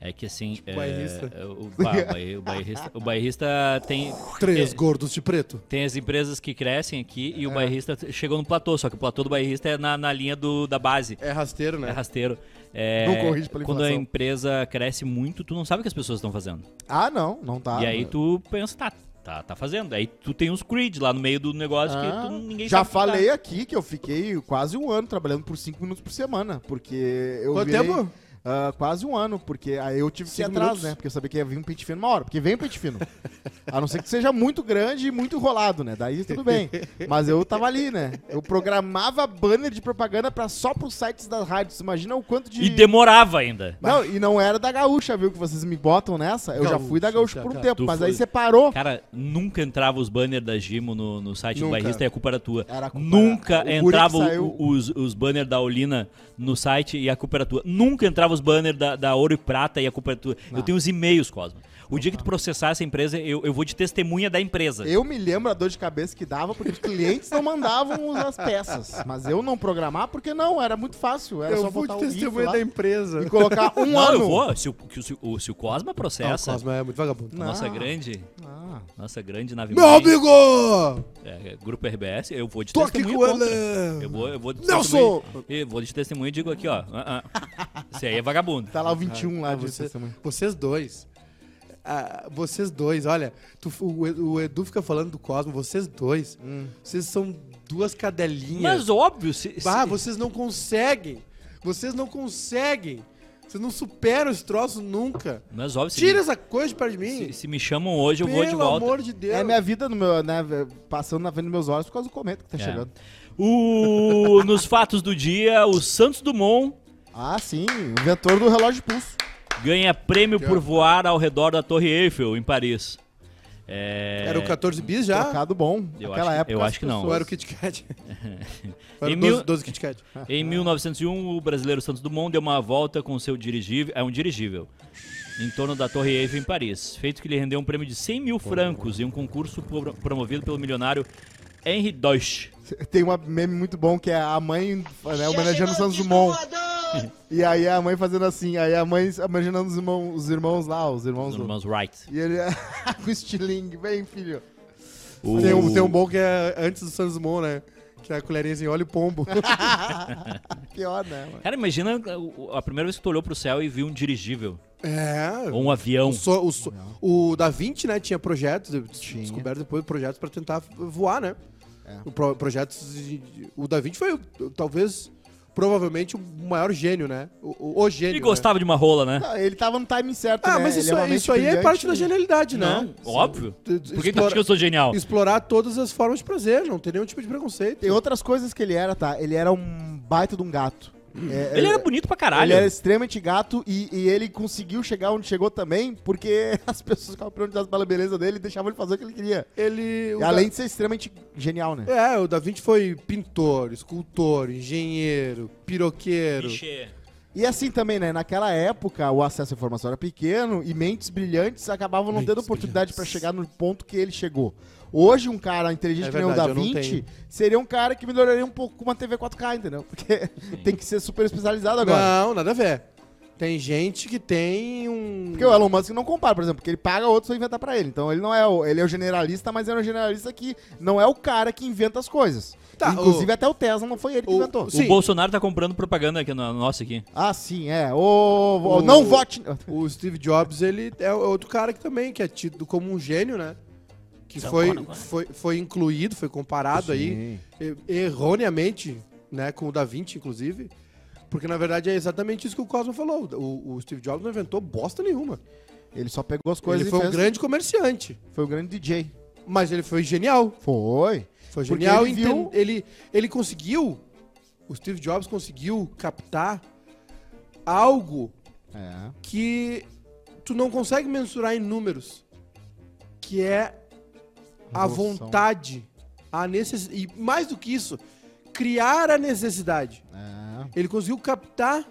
Speaker 1: é que assim. é,
Speaker 4: Tipo bairrista.
Speaker 1: é, o, ba- o bair- o bairrista, o bairrista tem,
Speaker 4: Três gordos de preto.
Speaker 1: tem as empresas que crescem aqui
Speaker 4: É.
Speaker 1: e o bairrista t- chegou no platô, só que o platô do bairrista é na, na linha do, da base.
Speaker 4: É rasteiro, né?
Speaker 1: É rasteiro. É,
Speaker 3: Não corrige pela
Speaker 1: quando a
Speaker 3: inflação.
Speaker 1: empresa cresce muito, tu não sabe o que as pessoas estão fazendo.
Speaker 3: Ah, não, não tá.
Speaker 1: e aí tu pensa, tá, tá, tá fazendo. Aí tu tem uns creed lá no meio do negócio
Speaker 3: Ah,
Speaker 1: que tu, ninguém
Speaker 3: já
Speaker 1: sabe o que tá.
Speaker 3: falei aqui que eu fiquei quase um ano trabalhando por 5 minutos por semana, porque eu
Speaker 4: Quanto
Speaker 3: virei,
Speaker 4: tempo?
Speaker 3: ah, quase um ano, porque aí eu tive que ir
Speaker 4: Cinco
Speaker 3: atrás,
Speaker 4: minutos?
Speaker 3: né? Porque eu sabia que ia vir um pente fino uma hora, porque vem um pente fino. A não ser que seja muito grande e muito enrolado, né? Daí tudo bem. Mas eu tava ali, né? Eu programava banner de propaganda pra, só pros sites das rádios. Imagina o quanto de...
Speaker 1: E demorava ainda.
Speaker 3: Não, e não era da Gaúcha, viu? Que vocês me botam nessa. Eu já fui da
Speaker 4: Gaúcha,
Speaker 3: Gaúcha por um
Speaker 4: cara.
Speaker 3: tempo,
Speaker 1: Tu
Speaker 3: mas
Speaker 1: foi-
Speaker 3: aí você parou.
Speaker 1: Cara, nunca entrava os banners da Gimo no, no site do
Speaker 4: Nunca.
Speaker 1: bairrista e a culpa era tua.
Speaker 3: Era a culpa
Speaker 1: nunca
Speaker 3: era- o guri
Speaker 1: entrava
Speaker 3: que
Speaker 1: o-
Speaker 3: saiu-
Speaker 1: os, os banners da Olina no site e a culpa era tua. Nunca entrava os banners da, da Ouro e Prata e a culpa era tua. Eu tenho os e-mails, Cosmo. O dia que tu processar essa empresa, eu, eu vou de testemunha da empresa.
Speaker 3: Eu me lembro a dor de cabeça que dava porque os clientes não mandavam as peças. Mas eu não programar porque não, era muito fácil. Era só
Speaker 4: Eu vou
Speaker 3: botar
Speaker 4: te
Speaker 3: o GIF
Speaker 4: testemunhar
Speaker 3: lá
Speaker 4: da empresa.
Speaker 3: e colocar um
Speaker 1: Não,
Speaker 3: ano.
Speaker 1: eu vou. Se o, que o- se o, se o Cosma
Speaker 4: Não, o
Speaker 1: processa,
Speaker 4: Cosma é muito vagabundo.
Speaker 1: a nossa
Speaker 3: Não.
Speaker 1: grande,
Speaker 3: Ah,
Speaker 1: Nossa grande nave
Speaker 4: Meu
Speaker 1: mãe,
Speaker 4: amigo!
Speaker 1: é, é, Grupo RBS, eu vou de
Speaker 4: Tô aqui
Speaker 1: testemunho
Speaker 4: com
Speaker 1: contra.
Speaker 4: ela.
Speaker 1: Eu vou, eu vou de
Speaker 4: Nelson!
Speaker 1: testemunho- Eu vou de testemunho e digo aqui, ó. ah, ah, Esse aí é vagabundo.
Speaker 3: Tá lá o 21 lá
Speaker 4: Ah,
Speaker 3: de
Speaker 4: você-
Speaker 3: vocês também.
Speaker 4: Vocês dois. Ah, vocês dois, olha, tu- o, Ed- o Edu fica falando do Cosmo, vocês dois, vocês são duas cadelinhas.
Speaker 1: Hum. Mas óbvio, se, se-
Speaker 4: é. Bah, vocês não conseguem. Vocês não conseguem. Vocês não superam esse troço nunca.
Speaker 1: mas óbvio, se,
Speaker 4: Tira essa coisa de perto de
Speaker 1: me,
Speaker 4: mim.
Speaker 1: se, se me chamam hoje, eu
Speaker 4: Pelo
Speaker 1: vou de volta.
Speaker 4: amor de Deus.
Speaker 3: É minha vida no meu, né, passando na frente dos meus olhos por causa do cometa que tá
Speaker 1: É.
Speaker 3: chegando.
Speaker 1: O, nos fatos do dia, o Santos Dumont
Speaker 3: Ah, sim, o inventor do relógio de pulso.
Speaker 1: ganha prêmio por voar ao redor da Torre Eiffel, em Paris. É,
Speaker 4: Era o 14 bis já?
Speaker 3: Trocado bom.
Speaker 1: Eu
Speaker 3: Naquela
Speaker 1: acho que-
Speaker 3: época.
Speaker 1: eu
Speaker 3: as
Speaker 1: acho que não.
Speaker 4: Ou
Speaker 3: pessoas-
Speaker 4: era o Kit Kat? Ou
Speaker 1: Em
Speaker 4: era
Speaker 1: mil-
Speaker 4: 12, 12 Kit Kat?
Speaker 1: Em 1901, o brasileiro Santos Dumont deu uma volta com seu dirigível, é um dirigível, em torno da Torre Eiffel em Paris, feito que lhe rendeu um prêmio de 100 mil francos em um concurso pro- promovido pelo milionário Henri Deutsch.
Speaker 3: Tem uma meme muito bom que é a mãe né, homenageando o Santos Dumont. E aí a mãe fazendo assim, aí a mãe homenageando os irmãos, os irmãos lá, os irmãos.
Speaker 1: Os irmãos Wright.
Speaker 3: E ele é com estilingue, vem filho.
Speaker 1: O-
Speaker 4: Tem, um, tem um bom que é antes do Santos Dumont, né? Que é a colherinha assim, olha o pombo.
Speaker 3: Pior, né? mano?
Speaker 1: Cara, imagina o- a primeira vez que tu olhou pro céu e viu um dirigível,
Speaker 4: é,
Speaker 1: ou um avião.
Speaker 4: O, so- o so- o Da Vinci, né, tinha projetos, descoberto depois projetos pra tentar voar, né? O pro- projetos de- de- o Da Vinci foi o- talvez provavelmente o maior gênio, né? O, o, o gênio.
Speaker 1: Ele
Speaker 4: né?
Speaker 1: gostava de uma rola, né?
Speaker 3: Não, Tá, ele tava no timing certo,
Speaker 4: Ah,
Speaker 3: né?
Speaker 4: mas
Speaker 3: Ele
Speaker 4: isso,
Speaker 3: uma
Speaker 4: é-
Speaker 3: mente
Speaker 4: isso aí é
Speaker 3: brilhante.
Speaker 4: parte da genialidade, né?
Speaker 1: Não, óbvio.
Speaker 4: Tu-
Speaker 1: Por que tu acha que eu sou genial?
Speaker 4: Explorar todas as formas de prazer, não tem nenhum tipo de preconceito.
Speaker 3: Tem um outras coisas que ele era, tá? Ele era um baita de um gato. É,
Speaker 1: Ele era bonito pra caralho.
Speaker 3: Ele era extremamente gato e, e ele conseguiu chegar onde chegou também, porque as pessoas ficavam perguntando pela beleza dele e deixavam ele fazer o que ele queria.
Speaker 4: Ele. o
Speaker 3: Além
Speaker 4: Da-
Speaker 3: de ser extremamente genial, né?
Speaker 4: É, o Da Vinci foi pintor, escultor, engenheiro, piroqueiro.
Speaker 1: Clichê.
Speaker 3: E assim também, né? Naquela época, o acesso à informação era pequeno e mentes brilhantes acabavam não tendo
Speaker 4: Mentes
Speaker 3: oportunidade
Speaker 4: brilhantes.
Speaker 3: para chegar no ponto que ele chegou. Hoje, um cara inteligente
Speaker 4: É
Speaker 3: que nem o
Speaker 4: verdade,
Speaker 3: da
Speaker 4: eu não
Speaker 3: 20
Speaker 4: tenho.
Speaker 3: seria um cara que melhoraria um pouco com uma TV 4K, entendeu? Porque tem que ser super especializado agora.
Speaker 4: Não, nada a ver. Tem gente que tem um.
Speaker 3: Porque o Elon Musk não compara, por exemplo, porque ele paga outros pra inventar pra ele. Então ele não é o, ele é o generalista, mas ele é um generalista que não é o cara que inventa as coisas.
Speaker 4: Tá,
Speaker 3: Inclusive
Speaker 4: o-
Speaker 3: até o Tesla não foi ele que
Speaker 4: o-
Speaker 3: inventou.
Speaker 1: O
Speaker 4: Sim.
Speaker 1: Bolsonaro tá comprando propaganda aqui na nossa aqui.
Speaker 3: Ah, sim, é. O, o-
Speaker 4: O-
Speaker 3: não vote.
Speaker 4: O Steve Jobs, ele é outro cara que também que é tido como um gênio, né? Que foi, foi, foi incluído, foi comparado aí e- erroneamente, né, com o Da Vinci, inclusive. Porque na verdade é exatamente isso que o Cosmo falou. O, o Steve Jobs não inventou bosta nenhuma.
Speaker 3: Ele só pegou as coisas
Speaker 4: ele
Speaker 3: e
Speaker 4: foi um
Speaker 3: fez.
Speaker 4: grande comerciante.
Speaker 3: Foi um grande DJ.
Speaker 4: Mas ele foi genial.
Speaker 3: Foi.
Speaker 4: Foi
Speaker 3: Porque
Speaker 4: genial.
Speaker 3: ele
Speaker 4: Ele,
Speaker 3: viu-
Speaker 4: ele, ele conseguiu. O Steve Jobs conseguiu captar algo
Speaker 3: É.
Speaker 4: que tu não consegue mensurar em números, que é a
Speaker 3: Revolução.
Speaker 4: vontade, a necess... e mais do que isso, criar a necessidade.
Speaker 3: é.
Speaker 4: Ele conseguiu captar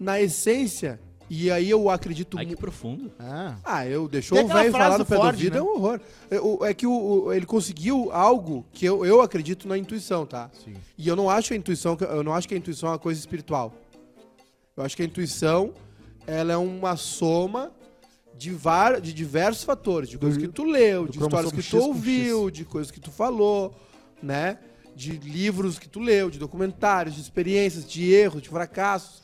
Speaker 4: na essência, e aí eu acredito
Speaker 1: Ai, que
Speaker 4: muito.
Speaker 1: profundo.
Speaker 3: Ah.
Speaker 4: Ah, eu deixou
Speaker 3: Tem
Speaker 4: o
Speaker 3: aquela
Speaker 4: velho
Speaker 3: frase
Speaker 4: falar
Speaker 3: do
Speaker 4: no pé do
Speaker 3: Ford,
Speaker 4: ouvido
Speaker 3: né?
Speaker 4: é um horror. É, o- É que o- o- ele conseguiu algo que eu, eu acredito na intuição, tá?
Speaker 3: Sim.
Speaker 4: E eu não acho a intuição, eu não acho que a intuição é uma coisa espiritual. Eu acho que a intuição ela é uma soma de, var, de diversos fatores, de coisas que tu leu,
Speaker 3: do
Speaker 4: de histórias que tu
Speaker 3: cromossomo X com X.
Speaker 4: ouviu, de coisas que tu falou, né? De livros que tu leu, de documentários, de experiências, de erros, de fracassos.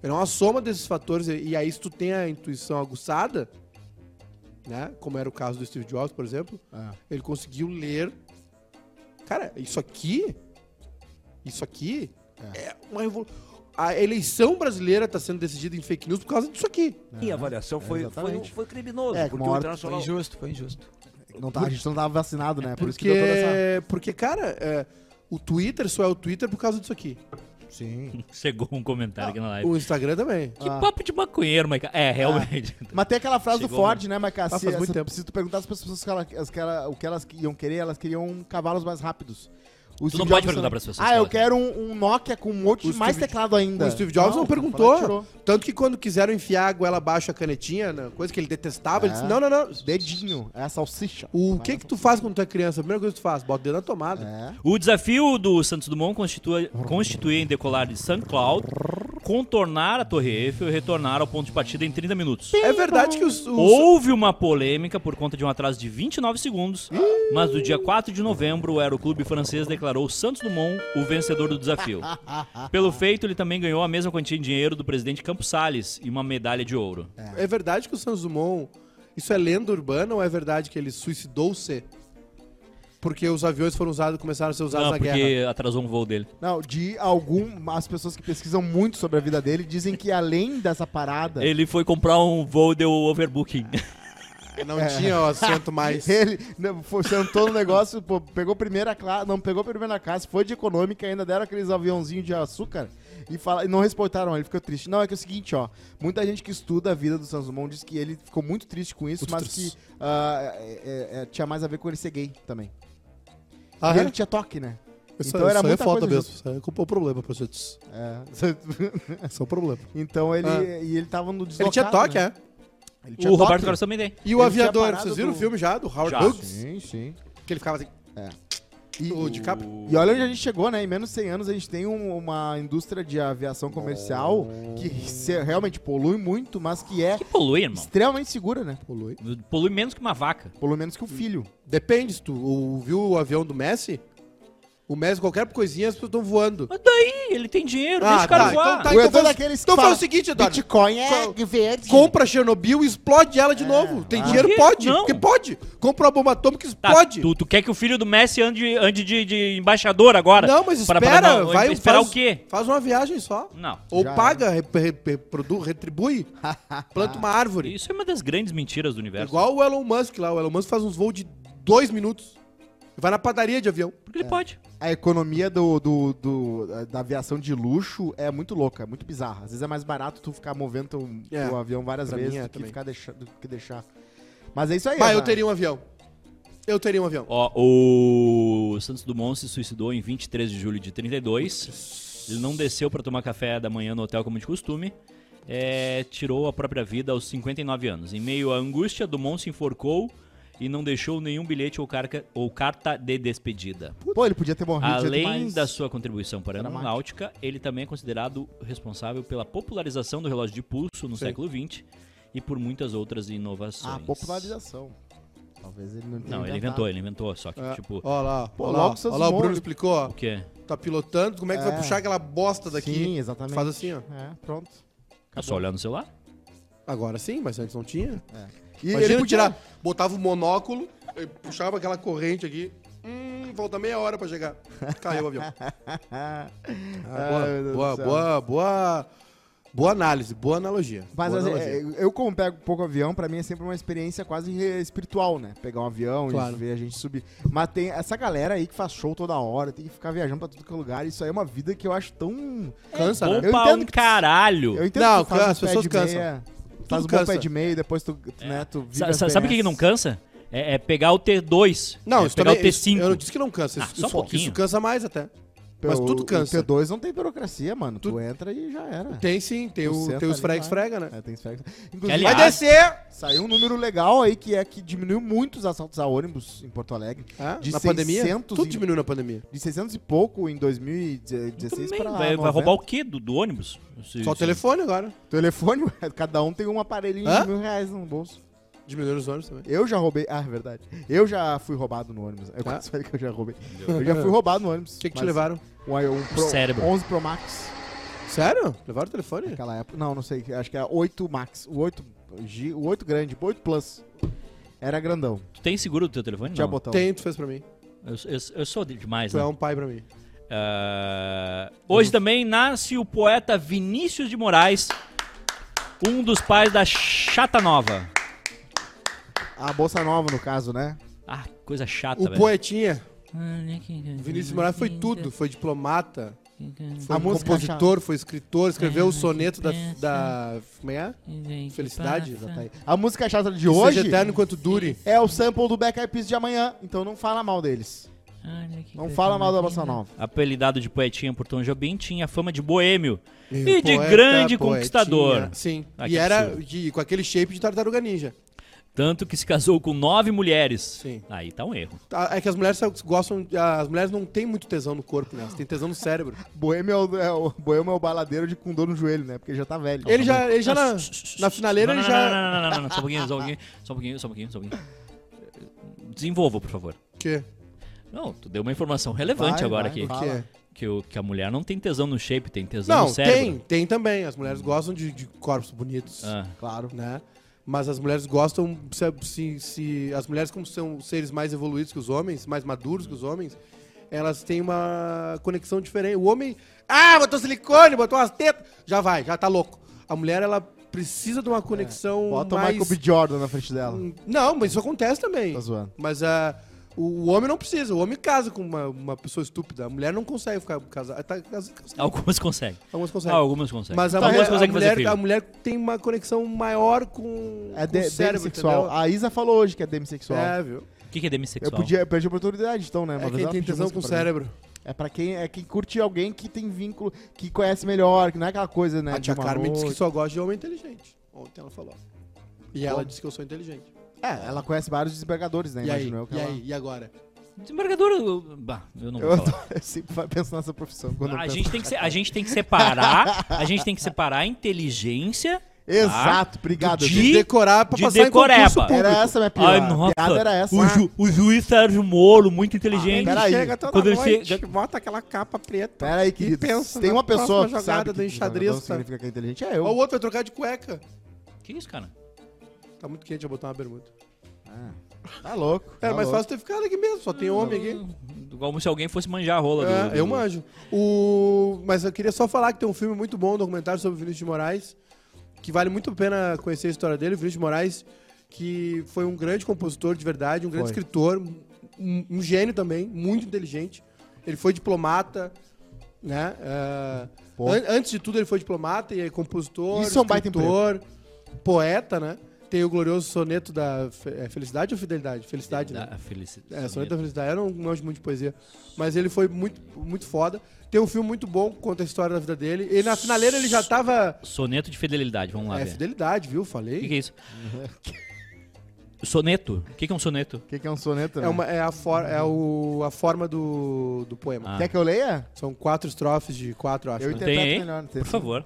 Speaker 4: Ela é uma soma desses fatores e e aí se tu tem a intuição aguçada, né? Como era o caso do Steve Jobs, por exemplo,
Speaker 3: É.
Speaker 4: ele conseguiu ler. Cara, isso aqui. Isso aqui é, uma revolução. A eleição brasileira está sendo decidida em fake news por causa disso aqui.
Speaker 5: E a avaliação foi, foi,
Speaker 3: É, exatamente.
Speaker 5: foi criminoso,
Speaker 3: É,
Speaker 5: porque
Speaker 3: uma
Speaker 5: o
Speaker 3: hora-
Speaker 2: Foi
Speaker 5: Internacional...
Speaker 2: injusto, foi injusto.
Speaker 3: Não tá, a gente não tava vacinado, né? Por isso que
Speaker 4: Porque,
Speaker 3: deu toda essa.
Speaker 4: porque cara, é, o Twitter só é o Twitter por causa disso aqui.
Speaker 3: Sim.
Speaker 1: Chegou um comentário aqui na live.
Speaker 4: O Instagram também.
Speaker 1: Que
Speaker 3: Ah.
Speaker 1: papo de maconheiro, Maica. É, realmente.
Speaker 3: Mas tem aquela frase do
Speaker 1: Chegou,
Speaker 3: Ford, né, Mas cara,
Speaker 4: Ah,
Speaker 3: se,
Speaker 4: faz muito
Speaker 3: se-
Speaker 4: tempo.
Speaker 3: se tu perguntasse pras pessoas que ela- as que ela- o que elas iam querer, elas queriam um cavalos mais rápidos. O
Speaker 1: Tu
Speaker 3: Steve
Speaker 1: não pode
Speaker 3: Jobs
Speaker 1: perguntar
Speaker 3: não-
Speaker 1: pras pessoas né?
Speaker 3: Ah,
Speaker 1: que
Speaker 3: eu
Speaker 1: ela quer.
Speaker 3: quero um, um Nokia com um monte
Speaker 4: O
Speaker 3: de mais
Speaker 4: Steve-
Speaker 3: teclado ainda.
Speaker 4: O Steve Jobs não,
Speaker 3: o Ford
Speaker 4: perguntou.
Speaker 3: tirou.
Speaker 4: Tanto que quando quiseram enfiar a goela abaixo a canetinha, né, coisa que ele detestava, ele
Speaker 3: É.
Speaker 4: disse: não, não, não.
Speaker 3: Dedinho, é a salsicha.
Speaker 4: O que que tu faz quando tu é criança? A primeira coisa que tu faz, bota o dedo na tomada.
Speaker 3: É.
Speaker 1: O desafio do Santos Dumont constitua- constituía em decolar de St. Cloud contornar a Torre Eiffel e retornar ao ponto de partida em 30 minutos.
Speaker 4: É verdade que os. os-
Speaker 1: Houve uma polêmica por conta de um atraso de 29 segundos, mas no dia 4 de novembro o aeroclube francês declarou Santos Dumont o vencedor do desafio. Pelo feito, ele também ganhou a mesma quantia de dinheiro do presidente Campos Salles e uma medalha de ouro. Ah,
Speaker 4: É verdade que o Santos Dumont. Isso é lenda urbana ou é verdade que ele suicidou-se? Porque os aviões foram usados, começaram a ser usados
Speaker 1: Não,
Speaker 4: na guerra.
Speaker 1: porque atrasou um voo dele.
Speaker 3: Não, de algum. As pessoas que pesquisam muito sobre a vida dele dizem que além dessa parada.
Speaker 4: É.
Speaker 1: Ele foi comprar um voo deu overbooking.
Speaker 4: Não tinha o assento mais.
Speaker 3: Ele né, foi- sentou no negócio, pô, pegou primeira classe, não pegou primeira classe, foi de econômica, ainda deram aqueles aviãozinhos de açúcar e, fala, e não respeitaram, ele ficou triste. Não, é que é o seguinte, ó, muita gente que estuda a vida do Santos Dumont diz que ele ficou muito triste com isso,
Speaker 4: Muito
Speaker 3: mas
Speaker 4: triste.
Speaker 3: que ah, é- é- é- tinha mais a ver com ele ser gay também.
Speaker 4: Ah,
Speaker 3: e
Speaker 4: é?
Speaker 3: ele tinha toque, né?
Speaker 4: Isso,
Speaker 3: então era
Speaker 4: isso aí é
Speaker 3: muita
Speaker 4: foda
Speaker 3: coisa
Speaker 4: mesmo. Isso aí é o problema, professores.
Speaker 3: É.
Speaker 4: Esse é o problema.
Speaker 3: então ele,
Speaker 4: Ah.
Speaker 3: e ele tava no
Speaker 4: Ele
Speaker 3: deslocado,
Speaker 4: tinha toque,
Speaker 3: né?
Speaker 4: é.
Speaker 3: Ele tinha
Speaker 1: o Roberto
Speaker 3: toque.
Speaker 1: Carlos também tem.
Speaker 4: E o
Speaker 3: Ele tinha
Speaker 4: aviador,
Speaker 3: parado
Speaker 4: vocês viram
Speaker 3: do-
Speaker 4: o filme já, do Howard
Speaker 1: Já.
Speaker 4: Hughes?
Speaker 3: Sim, sim.
Speaker 4: Que ele ficava assim,
Speaker 3: E-
Speaker 4: o de capa.
Speaker 3: E olha onde a gente chegou, né? Em menos de 100 anos a gente tem um- uma indústria de aviação comercial que se- realmente polui muito, mas que é
Speaker 1: Que polui, irmão.
Speaker 3: extremamente segura, né?
Speaker 4: Polui.
Speaker 1: Polui menos que uma vaca.
Speaker 3: Pelo menos que o filho.
Speaker 4: Depende, se tu o- viu o avião do Messi? O Messi, qualquer coisinha, as pessoas estão voando.
Speaker 1: Mas daí, ele tem dinheiro,
Speaker 4: Ah,
Speaker 1: deixa o cara
Speaker 4: tá,
Speaker 1: voar.
Speaker 4: então tá.
Speaker 3: o
Speaker 4: Ah, então
Speaker 3: Edu é
Speaker 4: faz-
Speaker 3: daqueles que
Speaker 4: Então
Speaker 3: fala,
Speaker 4: faz o seguinte, Eduardo.
Speaker 3: Bitcoin é
Speaker 4: Co-
Speaker 3: verde.
Speaker 4: Compra Chernobyl e explode ela de novo. Tem
Speaker 3: ah.
Speaker 4: dinheiro?
Speaker 1: Por quê?
Speaker 4: Pode.
Speaker 1: Não.
Speaker 4: Porque pode. Compra uma bomba atômica e
Speaker 1: Tá,
Speaker 4: explode.
Speaker 1: Tu, tu quer que o filho do Messi ande, ande de, de embaixador agora?
Speaker 4: Não, mas
Speaker 1: Pra-
Speaker 4: espera.
Speaker 1: pra dar uma-
Speaker 4: vai,
Speaker 1: então esperar
Speaker 4: faz-
Speaker 1: o quê?
Speaker 4: Faz uma viagem só.
Speaker 1: Não.
Speaker 4: Ou
Speaker 3: Já
Speaker 4: paga, re- re- reprodu- retribui, planta uma árvore.
Speaker 1: Isso assim. é uma das grandes mentiras do universo.
Speaker 4: Igual o Elon Musk lá. O Elon Musk faz uns voos de dois minutos. Vai na padaria de avião.
Speaker 1: Porque ele
Speaker 3: É.
Speaker 1: pode.
Speaker 3: A economia do, do- do- da aviação de luxo é muito louca, é muito bizarra. Às vezes é mais barato tu ficar movendo teu,
Speaker 4: É,
Speaker 3: teu avião várias
Speaker 4: pra mim
Speaker 3: vezes
Speaker 4: é
Speaker 3: do que,
Speaker 4: também.
Speaker 3: ficar deixa- do que deixar. Mas é isso aí.
Speaker 4: Bah, eu
Speaker 3: Ana.
Speaker 4: teria um avião. Eu teria um avião.
Speaker 1: Ó, o Santos Dumont se suicidou em 23 de julho de 32. Ele não desceu pra tomar café da manhã no hotel como de costume. É, tirou a própria vida aos 59 anos. Em meio à angústia, Dumont se enforcou e não deixou nenhum bilhete ou, carca- ou carta de despedida.
Speaker 3: Pô, ele podia ter morrido. tinha
Speaker 1: Além
Speaker 3: mais-
Speaker 1: da sua contribuição para a
Speaker 3: dramático.
Speaker 1: aeronáutica, ele também é considerado responsável pela popularização do relógio de pulso no século XX e por muitas outras inovações.
Speaker 3: Ah, popularização. Talvez ele não tenha
Speaker 1: Não, ele
Speaker 3: inventado.
Speaker 1: inventou, ele inventou, só que,
Speaker 4: É.
Speaker 1: tipo,
Speaker 4: Ó lá,
Speaker 3: Pô,
Speaker 4: ó
Speaker 3: logo
Speaker 4: lá,
Speaker 3: o Santos
Speaker 4: ó lá, o
Speaker 3: Dumont,
Speaker 4: Bruno
Speaker 3: ele-
Speaker 4: explicou, ó.
Speaker 1: o quê?
Speaker 4: Tá pilotando, como é que
Speaker 3: É.
Speaker 4: vai puxar aquela bosta daqui?
Speaker 3: Sim, exatamente.
Speaker 4: Faz assim, ó.
Speaker 3: É, pronto.
Speaker 1: É só olhar no celular?
Speaker 4: Agora sim, mas antes não tinha.
Speaker 3: E
Speaker 4: Imagina
Speaker 3: ele
Speaker 4: tu
Speaker 3: podia-
Speaker 4: tirar, botava o monóculo, aí puxava aquela corrente aqui. Hum, falta meia hora pra chegar. Caiu o avião.
Speaker 3: Ah,
Speaker 4: Ah,
Speaker 3: meu Deus
Speaker 4: boa, boa,
Speaker 3: do céu.
Speaker 4: boa, boa, boa análise, boa analogia.
Speaker 3: Mas
Speaker 4: boa
Speaker 3: assim,
Speaker 4: analogia.
Speaker 3: é, eu, como pego pouco avião, pra mim é sempre uma experiência quase re- espiritual, né? Pegar um avião
Speaker 4: Claro.
Speaker 3: e ver a gente subir. Mas tem essa galera aí que faz show toda hora, tem que ficar viajando pra tudo que é lugar. Isso aí é uma vida que eu acho tão.
Speaker 4: Cansa, né?
Speaker 1: Ou
Speaker 3: Eu
Speaker 1: pra
Speaker 3: entendo
Speaker 1: um
Speaker 3: que-
Speaker 1: caralho!
Speaker 3: Eu entendo
Speaker 4: Não,
Speaker 3: que tu faz
Speaker 4: cansa,
Speaker 3: um
Speaker 4: as
Speaker 3: pé
Speaker 4: pessoas
Speaker 3: de
Speaker 4: cansam.
Speaker 3: meia, Faz um
Speaker 4: cansa.
Speaker 3: bom pé de meia e depois tu, tu, né, tu vive
Speaker 1: É. Sa-
Speaker 3: as
Speaker 1: sa- sabe o que que não
Speaker 3: benesses.
Speaker 1: cansa? É, é pegar o T2.
Speaker 4: Não,
Speaker 1: é
Speaker 4: isso
Speaker 1: pegar
Speaker 4: também,
Speaker 1: o
Speaker 4: isso-
Speaker 1: T5.
Speaker 4: eu não disse que não cansa, isso,
Speaker 1: Ah, só um
Speaker 4: isso-
Speaker 1: pouquinho.
Speaker 4: isso cansa mais até. Mas
Speaker 3: O-
Speaker 4: tudo cansa.
Speaker 3: O T2 não tem burocracia, mano. Tu,
Speaker 4: Tu-
Speaker 3: entra e já era.
Speaker 4: Tem sim, tem,
Speaker 3: Tu
Speaker 4: o,
Speaker 3: senta
Speaker 4: tem os
Speaker 3: ali,
Speaker 4: fregues
Speaker 3: vai.
Speaker 4: frega, né?
Speaker 3: É, tem os fregues.
Speaker 1: Que,
Speaker 3: Inclusive,
Speaker 1: aliás,
Speaker 4: Vai descer!
Speaker 3: Saiu um número legal aí que é que diminuiu muito os assaltos a ônibus em Porto Alegre.
Speaker 4: Ah,
Speaker 3: De
Speaker 4: na pandemia?
Speaker 3: 600
Speaker 4: Tudo
Speaker 3: e-
Speaker 4: diminuiu na pandemia.
Speaker 3: De 600 e pouco em 2016
Speaker 1: Também,
Speaker 3: para
Speaker 1: vai, vai roubar o quê do, do ônibus? Se-
Speaker 4: Só o
Speaker 1: se-
Speaker 4: telefone agora.
Speaker 3: Telefone, ué, cada um tem um aparelhinho
Speaker 4: Hã?
Speaker 3: de mil reais no bolso.
Speaker 4: Diminuiu os ônibus também.
Speaker 3: Eu já roubei. Ah, é verdade. Eu já fui roubado no ônibus. Eu
Speaker 4: Tá.
Speaker 3: quase falei que eu já roubei. Eu já fui roubado no ônibus.
Speaker 4: O que, que te
Speaker 3: mas
Speaker 4: levaram?
Speaker 3: Um, um Pro-
Speaker 1: Cérebro.
Speaker 3: 11 Pro Max
Speaker 4: Sério? Levaram o telefone?
Speaker 3: naquela época. Não, não sei. Acho que era 8 Max. O 8, G, o 8 grande, o 8 Plus. Era grandão.
Speaker 1: Tu tem seguro do teu telefone?
Speaker 3: Tinha
Speaker 1: Não.
Speaker 3: botão.
Speaker 4: Tem, tu fez pra mim.
Speaker 1: Eu, eu- eu sou de- demais,
Speaker 4: Tu
Speaker 1: né?
Speaker 4: é um pai pra mim.
Speaker 1: Ah, hoje também nasce o poeta Vinícius de Moraes, um dos pais da Chata Nova.
Speaker 3: A Bolsa Nova, no caso, né?
Speaker 1: Ah, que coisa chata,
Speaker 4: O
Speaker 1: velho.
Speaker 4: poetinha, Vinícius de Moraes, foi tudo. Foi diplomata, foi
Speaker 3: A música
Speaker 4: compositor, foi escritor, escreveu o soneto da... da como é? Felicidade?
Speaker 3: Tá aí.
Speaker 1: Ah.
Speaker 3: A música chata
Speaker 1: é
Speaker 3: de hoje
Speaker 4: Seja eterno enquanto dure.
Speaker 3: é o sample do Back Eyed Peas de amanhã. Então não fala mal deles. Não fala mal da Bossa Nova.
Speaker 1: Apelidado de poetinha por Tom Jobim, tinha fama de boêmio e
Speaker 4: Meu
Speaker 1: de
Speaker 4: poeta,
Speaker 1: grande
Speaker 4: poetinha.
Speaker 1: conquistador.
Speaker 4: Sim.
Speaker 1: Ah,
Speaker 4: e
Speaker 1: que
Speaker 4: era
Speaker 1: absurdo.
Speaker 4: de- com aquele shape de tartaruga ninja.
Speaker 1: Tanto que se casou com nove mulheres.
Speaker 4: Sim.
Speaker 1: Aí tá um erro.
Speaker 4: Tá, É que as mulheres só gostam. As mulheres não têm muito tesão no corpo, né? Elas têm tesão no cérebro.
Speaker 3: Boêmio é o, é o- Boêmio é o baladeiro de com dor no joelho, né? Porque ele já tá velho.
Speaker 4: Ele já, é ele já na, na finaleira,
Speaker 1: não,
Speaker 4: ele
Speaker 1: não,
Speaker 4: já.
Speaker 1: Não, não, não, não, não, não, só um pouquinho, só um pouquinho, só um pouquinho, só um pouquinho, só um pouquinho. Desenvolva, por favor.
Speaker 4: Que?
Speaker 1: Não, tu deu uma informação relevante
Speaker 3: Vai,
Speaker 1: agora
Speaker 3: vai,
Speaker 1: aqui.
Speaker 3: vai.
Speaker 4: Que é?
Speaker 1: Que, o, que a mulher não tem tesão no shape, tem tesão
Speaker 4: Não,
Speaker 1: no cérebro.
Speaker 4: tem, tem também. As mulheres gostam de, de corpos bonitos,
Speaker 1: né? Ah,
Speaker 3: Claro.
Speaker 4: né? Mas as mulheres gostam, se, se, se- as mulheres como são seres mais evoluídos que os homens, mais maduros que os homens, elas têm uma conexão diferente. O homem, ah, botou silicone, botou umas tetas, já vai, já tá louco. A mulher, ela precisa de uma conexão
Speaker 3: É, Bota o
Speaker 4: um mais...
Speaker 3: Michael B. Jordan na frente dela.
Speaker 4: Não, mas isso acontece também.
Speaker 3: Tá zoando.
Speaker 4: Mas ah, o, o homem não precisa. O homem casa com uma, uma pessoa estúpida. A mulher não consegue ficar casada. Tá, casa-
Speaker 1: algumas conseguem.
Speaker 4: algumas
Speaker 1: Ah,
Speaker 4: conseguem.
Speaker 1: algumas conseguem.
Speaker 4: Mas a,
Speaker 1: algumas
Speaker 4: mulher, a,
Speaker 1: conseguem Tá, fazer
Speaker 4: mulher,
Speaker 1: filho.
Speaker 4: a mulher tem uma conexão maior com,
Speaker 3: É
Speaker 4: com
Speaker 3: de,
Speaker 4: o cérebro,
Speaker 3: demissexual.
Speaker 4: entendeu?
Speaker 3: A Isa falou hoje que é demissexual.
Speaker 4: É, viu?
Speaker 1: O que, que é
Speaker 3: Eu
Speaker 1: demissexual?
Speaker 3: podia, eu perdi a oportunidade, então, né? Uma
Speaker 4: É
Speaker 3: vez
Speaker 4: quem
Speaker 3: ela
Speaker 4: tem
Speaker 3: pediu
Speaker 4: tesão
Speaker 3: música
Speaker 4: com o
Speaker 3: pra mim.
Speaker 4: cérebro.
Speaker 3: É pra quem, é quem curte alguém que tem vínculo, que conhece melhor, que não é aquela coisa, né?
Speaker 4: a
Speaker 3: de
Speaker 4: tia
Speaker 3: uma
Speaker 4: Carmen disse que
Speaker 3: noite.
Speaker 4: só gosta de homem inteligente. Ontem ela falou. E ela
Speaker 3: Como?
Speaker 4: disse que eu sou inteligente.
Speaker 3: É, ela conhece vários desembargadores, né?
Speaker 4: e aí?
Speaker 3: Imagino eu que
Speaker 4: E
Speaker 3: ela...
Speaker 4: aí? E agora?
Speaker 1: Desembargador, eu, bah, eu não vou
Speaker 3: Eu,
Speaker 1: falar.
Speaker 3: adoro- eu sempre vai pensar nessa profissão
Speaker 4: Ah,
Speaker 3: quando eu
Speaker 1: A
Speaker 3: penso.
Speaker 1: gente, tem que se- a gente tem que separar, a gente tem que separar a inteligência
Speaker 4: tá
Speaker 3: Exato, obrigado.
Speaker 1: Do
Speaker 3: Edu.
Speaker 1: De-
Speaker 4: De decorar pra
Speaker 1: de
Speaker 4: passar em concurso
Speaker 1: decoreba.
Speaker 4: público.
Speaker 3: Era essa a minha piada.
Speaker 1: Ai,
Speaker 3: A
Speaker 1: nossa.
Speaker 3: piada era essa.
Speaker 1: O, ju- o juiz Sérgio Moro, muito inteligente.
Speaker 4: Ah,
Speaker 3: peraí.
Speaker 4: toda
Speaker 1: Quando ele chega-
Speaker 4: bota aquela capa preta.
Speaker 3: Pera aí, querido.
Speaker 4: pensa
Speaker 3: Tem
Speaker 4: na
Speaker 3: uma pessoa que
Speaker 4: próxima
Speaker 3: sabe
Speaker 4: jogada
Speaker 3: que
Speaker 4: do enxadrista.
Speaker 3: significa que é inteligente. É eu.
Speaker 4: Ó, o outro vai trocar de cueca.
Speaker 1: que isso, cara?
Speaker 4: Tá muito quente, eu botar uma bermuda.
Speaker 3: Ah, tá louco.
Speaker 4: Era
Speaker 3: tá
Speaker 4: mais
Speaker 3: louco. Tá
Speaker 4: fácil ter ficado aqui mesmo, só tem homem aqui.
Speaker 1: Como se alguém fosse manjar a rola do- do,
Speaker 4: É, eu manjo. O... Mas eu queria só falar que tem um filme muito bom, um documentário sobre o Vinícius de Moraes, que vale muito a pena conhecer a história dele. O Vinícius de Moraes, que foi um grande compositor de verdade, um grande
Speaker 3: Foi.
Speaker 4: escritor, um, um gênio também, muito inteligente. Ele foi diplomata, né? Ah,
Speaker 3: Pô.
Speaker 4: an- antes de tudo, ele foi diplomata e é compositor,
Speaker 3: Isso é um baita
Speaker 4: escritor, poeta, né? Tem o glorioso soneto da fe- é Felicidade ou Fidelidade? Felicidade, né?
Speaker 1: Da felicidade.
Speaker 4: É, Soneto da Felicidade. Eu não manjo muito de poesia. Mas ele foi muito, muito foda. Tem um filme muito bom que conta a história da vida dele. E na finaleira ele já tava.
Speaker 1: Soneto de fidelidade, vamos lá
Speaker 4: é,
Speaker 1: ver.
Speaker 4: fidelidade, viu? Falei.
Speaker 1: O que, que é isso? soneto. O que, que é um soneto?
Speaker 3: O que, que é um soneto?
Speaker 4: é,
Speaker 3: né?
Speaker 4: uma, é, a, for, é o, a forma do, do poema. é
Speaker 1: Ah,
Speaker 3: Quer que eu leia?
Speaker 4: São quatro estrofes de quatro, acho.
Speaker 3: Eu
Speaker 4: né?
Speaker 3: entendi.
Speaker 1: tem,
Speaker 3: interpreta
Speaker 1: hein?
Speaker 3: melhor, tem
Speaker 1: Por
Speaker 3: sim.
Speaker 1: favor.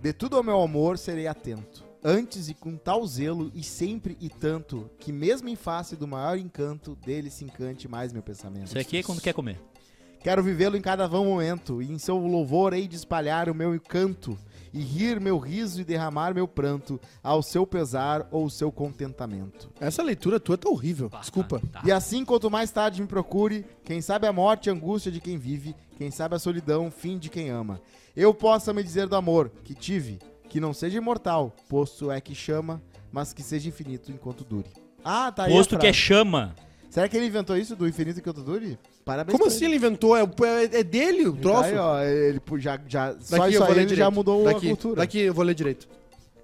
Speaker 3: De tudo ao meu amor serei atento. Antes e com tal zelo, e sempre e tanto, que mesmo em face do maior encanto, dele se encante mais meu pensamento.
Speaker 1: Isso aqui é quando quer comer.
Speaker 3: Quero vivê-lo em cada vão momento, e em seu louvor hei de espalhar o meu encanto, e rir meu riso e derramar meu pranto, ao seu pesar ou seu contentamento.
Speaker 4: Essa leitura tua tá horrível.
Speaker 1: Pá,
Speaker 4: Desculpa.
Speaker 1: tá, tá.
Speaker 3: E assim, quanto mais tarde me procure, quem sabe a morte e a angústia de quem vive, quem sabe a solidão, fim de quem ama. Eu possa me dizer do amor que tive, que não seja imortal, posto é que chama, mas que seja infinito enquanto dure. Ah, tá aí. a
Speaker 1: Posto que é
Speaker 3: frase.
Speaker 1: chama.
Speaker 3: Será que ele inventou isso do infinito enquanto dure? Parabéns.
Speaker 4: Como
Speaker 3: pra
Speaker 4: assim
Speaker 3: ele.
Speaker 4: ele inventou? É, o- é- é dele o troço?
Speaker 3: Tá aí, ó, ele pu- já, já, só
Speaker 4: Daqui
Speaker 3: isso
Speaker 4: eu vou
Speaker 3: aí
Speaker 4: ler
Speaker 3: ele
Speaker 4: direito.
Speaker 3: já mudou
Speaker 4: daqui,
Speaker 3: a cultura.
Speaker 4: Daqui eu vou ler direito.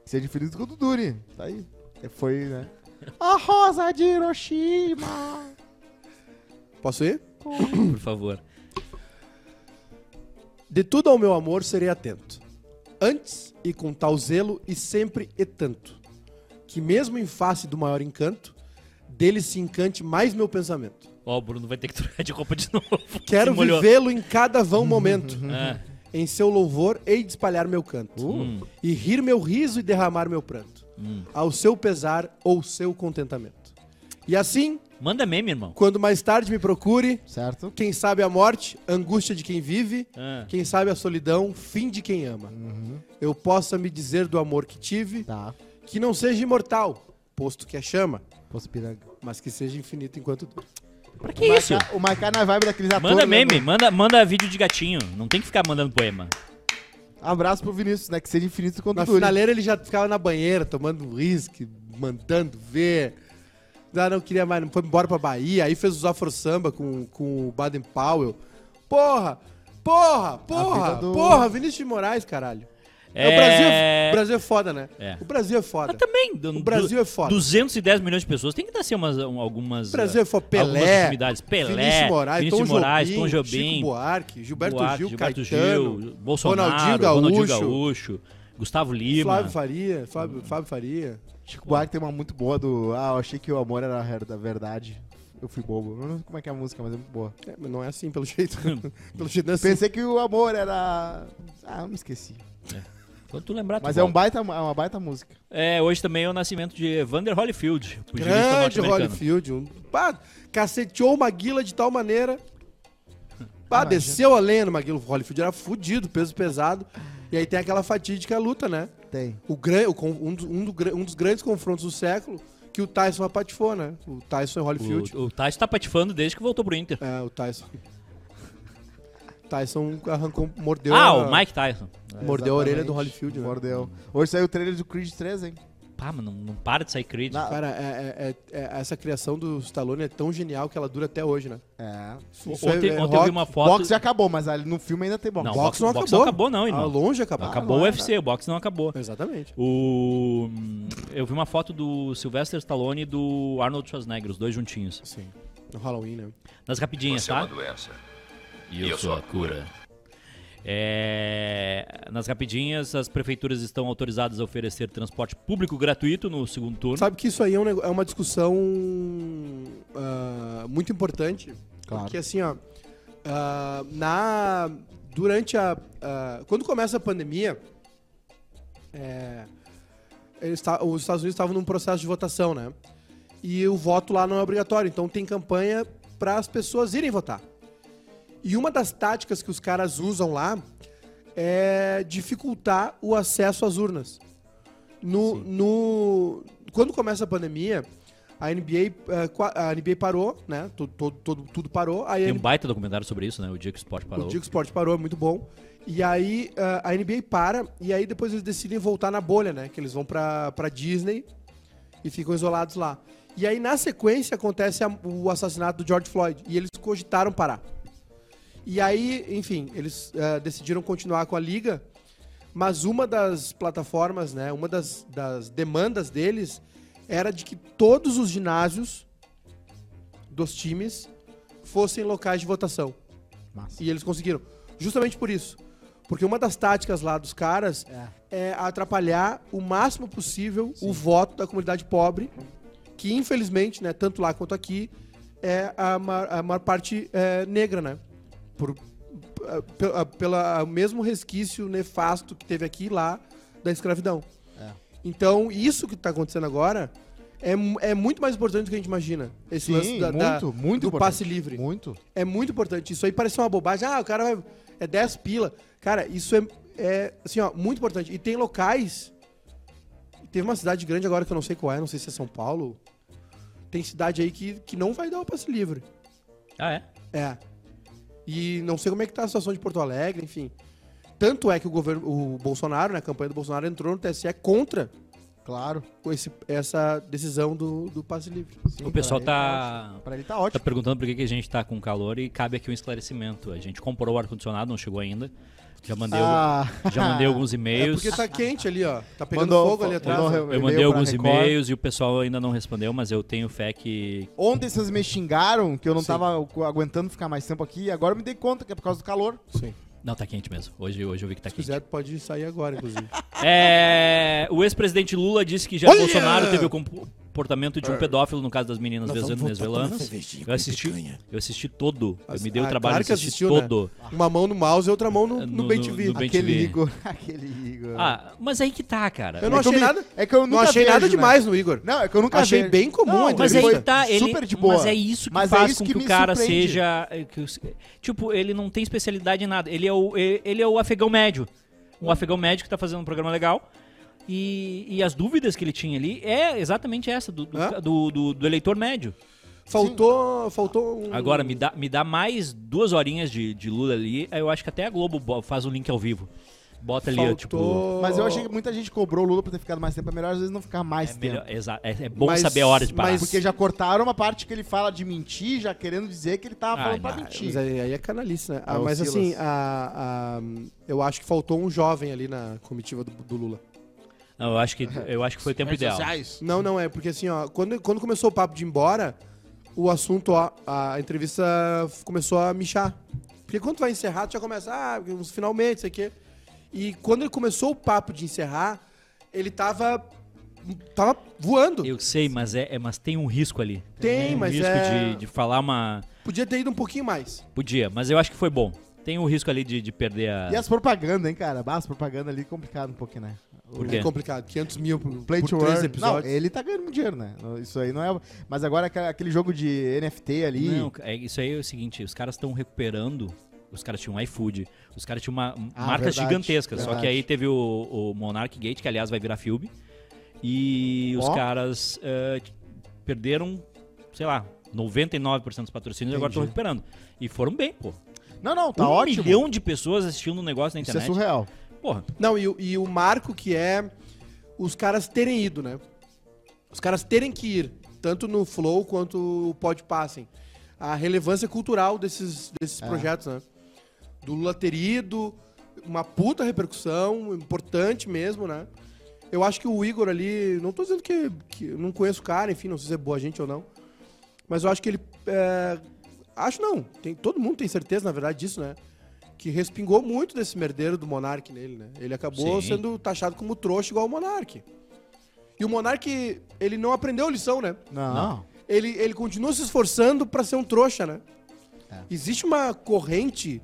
Speaker 3: Que seja infinito enquanto dure. Tá aí. É, Foi, né? A rosa de Hiroshima.
Speaker 4: Posso ir?
Speaker 1: Por favor.
Speaker 4: De tudo ao meu amor serei atento. Antes e com tal zelo e sempre e tanto, que mesmo em face do maior encanto, dele se encante mais meu pensamento.
Speaker 1: Ó, o Bruno vai ter que trocar de roupa de novo.
Speaker 4: Quero
Speaker 1: Se molhou.
Speaker 4: vivê-lo em cada vão momento.
Speaker 1: Ah,
Speaker 4: Em seu louvor hei de espalhar meu canto.
Speaker 1: Hum.
Speaker 4: E rir meu riso e derramar meu pranto. Ao seu pesar ou seu contentamento. E assim,
Speaker 1: Manda meme, irmão.
Speaker 4: quando mais tarde me procure,
Speaker 3: Certo?
Speaker 4: quem sabe a morte, angústia de quem vive,
Speaker 3: É.
Speaker 1: Ah.
Speaker 4: quem sabe a solidão, fim de quem ama.
Speaker 3: Uhum.
Speaker 4: Eu possa me dizer do amor que tive,
Speaker 3: Tá.
Speaker 4: que não seja imortal, posto que a chama,
Speaker 3: Posso piranga.
Speaker 4: mas que seja infinito enquanto dura.
Speaker 1: Pra que isso?
Speaker 3: O Maiká na vibe daqueles atores.
Speaker 1: Manda
Speaker 3: né,
Speaker 1: meme,
Speaker 3: mano?
Speaker 1: manda, manda vídeo de gatinho. Não tem que ficar mandando poema.
Speaker 3: Um Abraço pro Vinícius, né? Que seja infinito quanto
Speaker 4: Na
Speaker 3: dure.
Speaker 4: finaleira ele já ficava na banheira, tomando um whisky, mandando ver. Já não queria mais, foi embora pra Bahia, aí fez os afro samba com, com o Baden Powell. Porra! Porra! Porra!
Speaker 3: vida do-
Speaker 4: Porra! Vinícius de Moraes, caralho. É... O, Brasil é, o Brasil é foda, né?
Speaker 1: É.
Speaker 4: O Brasil é foda.
Speaker 1: Mas também, do-
Speaker 4: O Brasil
Speaker 1: Um du-
Speaker 4: é foda.
Speaker 1: 210 milhões de pessoas. Tem que dar assim, umas, um- algumas.
Speaker 4: O Brasil é foda. Pelé,
Speaker 1: Algumas proximidades. Pelé,
Speaker 4: Vinícius Moraes,
Speaker 1: Vinícius
Speaker 4: Tom,
Speaker 1: Moraes,
Speaker 4: Jobim,
Speaker 1: Tom Jobim,
Speaker 4: Chico Buarque, Gilberto
Speaker 1: Buarque,
Speaker 4: Gil,
Speaker 1: Gilberto
Speaker 4: Caetano,
Speaker 1: Gil, Bolsonaro,
Speaker 4: Ronaldinho Gaúcho.
Speaker 1: Ronaldinho Gaúcho, Gustavo Lima.
Speaker 4: Flávio Faria, Fábio, Fábio Faria.
Speaker 3: Chico Buarque tem uma muito boa do. Ah, eu achei que o amor era a re- da verdade. Eu fui bobo. Eu não sei como é que é a música, mas é muito boa.
Speaker 4: É, mas não é assim, pelo jeito. pelo jeito não é assim.
Speaker 3: Pensei que o amor era. Ah, eu me esqueci.
Speaker 1: Quando tu lembrar, tu
Speaker 3: Mas é, um
Speaker 1: volta.
Speaker 3: baita, é uma baita música.
Speaker 1: É, hoje também é o nascimento de Evander Holyfield, o pugilista
Speaker 4: Grande
Speaker 1: norte-americano.
Speaker 4: Holyfield. Um, pá, caceteou o Maguila de tal maneira. Pá, desceu a lenha no Maguila. O Holyfield era fudido, peso pesado. E aí tem aquela fatídica luta, né?
Speaker 3: Tem.
Speaker 4: O gran, o, con- um, dos- um do gran- um dos grandes confrontos do século que o Tyson apatifou, né? O Tyson e Holyfield.
Speaker 1: O, o Tyson tá patifando desde que voltou pro Inter.
Speaker 4: É, o Tyson. Tyson arrancou, mordeu
Speaker 1: ah,
Speaker 4: a-
Speaker 1: o Mike Tyson.
Speaker 4: Mordeu a orelha do
Speaker 3: É, Exatamente.
Speaker 4: Holyfield, né?
Speaker 3: Mordeu. Hoje saiu o trailer do Creed 3, hein?
Speaker 1: Pá, mas não, não para de sair Creed.
Speaker 3: Na-
Speaker 4: Cara, é- é- é- é- essa criação do Stallone é tão genial que ela dura até hoje, né?
Speaker 3: É.
Speaker 1: O-
Speaker 4: Isso
Speaker 1: ontem
Speaker 4: é- é
Speaker 1: ontem eu
Speaker 4: rock.
Speaker 1: vi uma foto.
Speaker 3: Box já acabou, mas ali no filme ainda tem box.
Speaker 1: Não,
Speaker 4: boxe
Speaker 1: boxe,
Speaker 4: não
Speaker 1: boxe não
Speaker 4: acabou.
Speaker 1: acabou, não,
Speaker 4: Ah, é
Speaker 1: irmão.
Speaker 4: longe acabou.
Speaker 1: acabou o UFC, o boxe não acabou.
Speaker 4: Exatamente.
Speaker 1: O. hum, Eu vi uma foto do Sylvester Stallone e do Arnold Schwarzenegger, os dois juntinhos.
Speaker 4: Sim. No Halloween, né?
Speaker 1: Nas rapidinhas,
Speaker 6: Você é uma
Speaker 1: tá?
Speaker 6: doença.
Speaker 1: E eu sou a cura. É, nas rapidinhas, as prefeituras estão autorizadas a oferecer transporte público gratuito no segundo turno.
Speaker 4: Sabe que isso aí é, um nego- é uma discussão ah, muito importante.
Speaker 3: Claro.
Speaker 4: Porque assim, ó. ah, na, durante a. ah, quando começa a pandemia, é, eles ta- os Estados Unidos estavam num processo de votação, né? E o voto lá não é obrigatório. Então tem campanha para as pessoas irem votar. E uma das táticas que os caras usam lá é dificultar o acesso às urnas. No, no- quando começa a pandemia, a NBA, eh, qua- a NBA parou, né? Tudo, todo- todo- tudo parou. Aí a
Speaker 1: Tem um baita documentário sobre isso, né? O dia que o esporte parou.
Speaker 4: o Digo Sport parou, é muito bom. E aí ah, a NBA para, e aí depois eles decidem voltar na bolha, né? Que eles vão pra, pra Disney e ficam isolados lá. E aí, na sequência, acontece a- o assassinato do George Floyd. E eles cogitaram parar. E aí, enfim, eles ah, decidiram continuar com a liga. Mas uma das plataformas, né? Uma das, das demandas deles era de que todos os ginásios dos times fossem locais de votação.
Speaker 3: Massa.
Speaker 4: E eles conseguiram. Justamente por isso. Porque uma das táticas lá dos caras é, atrapalhar o máximo possível o voto da comunidade pobre, que infelizmente, né, tanto lá quanto aqui, é a maior, a maior parte é, negra, né? Por, p- pela, pela- o mesmo resquício nefasto que teve aqui e lá da escravidão.
Speaker 3: É.
Speaker 4: Então, isso que tá acontecendo agora é, mu- é muito mais importante do que a gente imagina. Esse
Speaker 3: Sim,
Speaker 4: lance da,
Speaker 3: muito,
Speaker 4: da-
Speaker 3: muito
Speaker 4: do
Speaker 3: importante.
Speaker 4: passe livre.
Speaker 3: Muito.
Speaker 4: É muito importante. Isso aí parece uma bobagem. Ah, o cara vai. É 10 pila. Cara, isso é, é, assim, ó, muito importante. E tem locais. Teve uma cidade grande agora que eu não sei qual é, não sei se é São Paulo. Tem cidade aí que, que não vai dar o passe livre.
Speaker 1: Ah, é?
Speaker 4: É. E não sei como é que tá a situação de Porto Alegre, enfim. Tanto é que o governo, o Bolsonaro, né, a campanha do Bolsonaro entrou no TSE contra
Speaker 3: Claro.
Speaker 4: esse, essa decisão do, do passe livre.
Speaker 1: o
Speaker 4: é
Speaker 1: pessoal tá.
Speaker 3: Pra ele tá
Speaker 1: Tá
Speaker 3: ótimo.
Speaker 1: perguntando por que, que a gente tá com calor e cabe aqui um esclarecimento. A gente comprou o ar-condicionado, não chegou ainda. Já mandei,
Speaker 3: Ah.
Speaker 1: já mandei alguns
Speaker 4: É
Speaker 1: e-mails.
Speaker 4: porque tá quente ali, ó. Tá pegando fogo ali atrás.
Speaker 3: mandou um
Speaker 4: né?
Speaker 1: Eu
Speaker 3: e-mail
Speaker 1: mandei
Speaker 3: pra
Speaker 1: alguns
Speaker 3: Record.
Speaker 1: e-mails e o pessoal ainda não respondeu, mas eu tenho fé que.
Speaker 3: Ontem vocês me xingaram que eu não
Speaker 4: Sim.
Speaker 3: tava co- aguentando ficar mais tempo aqui. E agora eu me dei conta que é por causa do calor.
Speaker 4: Sim.
Speaker 1: Não, tá quente mesmo. Hoje, hoje eu vi que tá
Speaker 4: Se
Speaker 1: quente.
Speaker 4: quiser, pode sair agora, inclusive.
Speaker 1: É, o ex-presidente Lula disse que Jair
Speaker 4: Olha!
Speaker 1: Bolsonaro teve o comportamento de um pedófilo no caso das meninas vez- venezuelanas. Eu assisti, eu assisti todo. Eu me dei o
Speaker 4: Ah,
Speaker 1: trabalho
Speaker 4: claro
Speaker 1: de
Speaker 4: que
Speaker 1: assistir
Speaker 4: assistiu, né?
Speaker 1: todo.
Speaker 4: Uma mão no mouse e outra mão no, no,
Speaker 1: No-
Speaker 4: Bem
Speaker 1: no-
Speaker 4: TV.
Speaker 1: no Bem
Speaker 3: aquele
Speaker 1: TV.
Speaker 3: Igor. Aquele Igor.
Speaker 1: Ah, mas aí que tá, cara.
Speaker 4: Eu não
Speaker 3: É que
Speaker 4: achei
Speaker 3: me-
Speaker 4: nada.
Speaker 3: É que eu nunca
Speaker 4: Não achei
Speaker 3: vejo,
Speaker 4: nada
Speaker 3: né?
Speaker 4: demais no Igor.
Speaker 3: Não, é que eu nunca
Speaker 4: Achei
Speaker 3: vejo.
Speaker 4: bem comum a
Speaker 3: Não,
Speaker 1: mas
Speaker 4: entrevista.
Speaker 1: aí
Speaker 3: foi
Speaker 1: que tá, ele,
Speaker 3: super de boa.
Speaker 1: mas é isso que
Speaker 3: Mas é
Speaker 1: faz
Speaker 3: isso
Speaker 1: com
Speaker 3: que
Speaker 1: que,
Speaker 3: me
Speaker 1: o cara
Speaker 3: surpreende.
Speaker 1: seja, é, que os- tipo, ele não tem especialidade em nada. Ele é o e- ele é o afegão médio, um afegão médio que tá fazendo um programa legal. E, e as dúvidas que ele tinha ali é exatamente essa do- do-
Speaker 4: Hã?
Speaker 1: do- do, do eleitor médio.
Speaker 4: Faltou, faltou um...
Speaker 1: Agora, me dá, me dá mais duas horinhas de, de Lula ali. aí Eu acho que até a Globo bo- faz o link ao vivo. Bota ali, ó, tipo.
Speaker 4: faltou...
Speaker 3: Mas eu achei que muita gente cobrou o Lula pra ter ficado mais tempo. É melhor às vezes não ficar mais
Speaker 1: É,
Speaker 3: tempo.
Speaker 1: melhor- exa- é- é bom
Speaker 4: Mas-
Speaker 1: saber a hora de parar.
Speaker 4: mas-
Speaker 3: Porque já cortaram uma parte que ele fala de mentir, já querendo dizer que ele tava
Speaker 1: Ai,
Speaker 3: falando pra
Speaker 1: não.
Speaker 3: mentir.
Speaker 4: Mas aí, aí é canalice, né? Ah,
Speaker 3: É o
Speaker 4: mas
Speaker 3: Silas.
Speaker 4: assim, a, a- eu acho que faltou um jovem ali na comitiva do, do Lula.
Speaker 1: Não, eu, acho que, eu acho que foi o tempo ideal.
Speaker 4: Não, não, é porque assim, ó, quando, quando começou o papo de ir embora, o assunto, ó, a entrevista começou a michar. Porque quando tu vai encerrar, tu já começa, ah, uns finalmente, isso aqui. E quando ele começou o papo de encerrar, ele tava. tava voando.
Speaker 1: Eu sei, mas é, é- mas tem um risco ali.
Speaker 4: Tem,
Speaker 1: um
Speaker 4: mas
Speaker 1: risco
Speaker 4: é-
Speaker 1: de, de falar uma.
Speaker 4: Podia ter ido um pouquinho mais.
Speaker 1: Podia, mas eu acho que foi bom. Tem o risco ali de, de perder a.
Speaker 3: E as propagandas, hein, cara? Bah, as propagandas ali é complicado um pouquinho, né?
Speaker 1: Por
Speaker 4: É
Speaker 1: quê?
Speaker 4: complicado. 500 mil por, um
Speaker 3: Play
Speaker 4: por
Speaker 3: to
Speaker 4: três
Speaker 3: earn.
Speaker 4: episódios.
Speaker 3: Não, ele tá ganhando muito dinheiro, né? Isso aí não é. Mas agora aqua- aquele jogo de NFT ali.
Speaker 1: Não, é, isso aí é o seguinte, os caras estão recuperando. Os caras tinham um iFood, os caras tinham uma,
Speaker 3: Ah,
Speaker 1: marcas
Speaker 3: verdade,
Speaker 1: gigantescas. Só que
Speaker 3: verdade.
Speaker 1: aí teve o, o Monarch Gate, que aliás vai virar filme. E os
Speaker 3: Ó.
Speaker 1: caras eh, t- perderam, sei lá, 99% dos patrocínios e agora estão recuperando. E foram bem, pô.
Speaker 3: não, não, tá
Speaker 1: um
Speaker 3: ótimo.
Speaker 1: milhão de pessoas assistindo o negócio na
Speaker 3: Isso é
Speaker 1: internet.
Speaker 3: surreal.
Speaker 1: Porra,
Speaker 4: Não, e, o- e o marco que é os caras terem ido, né? Os caras terem que ir, tanto no Flow quanto o Pod Passem. A relevância cultural desses, desses projetos, né? Do Lula ter ido, uma puta repercussão, importante mesmo, né? Eu acho que o Igor ali, não tô dizendo que, que eu não conheço o cara, enfim, não sei se é boa gente ou não, mas eu acho que ele. é, acho não, tem, todo mundo tem certeza, na verdade, disso, né? Que respingou muito desse merdeiro do Monark nele, né? Ele acabou
Speaker 1: Sim.
Speaker 4: sendo taxado como trouxa igual o Monark. E o Monark, ele não aprendeu a lição, né?
Speaker 3: Não.
Speaker 4: Ele, ele continua se esforçando pra ser um trouxa, né?
Speaker 3: É.
Speaker 4: Existe uma corrente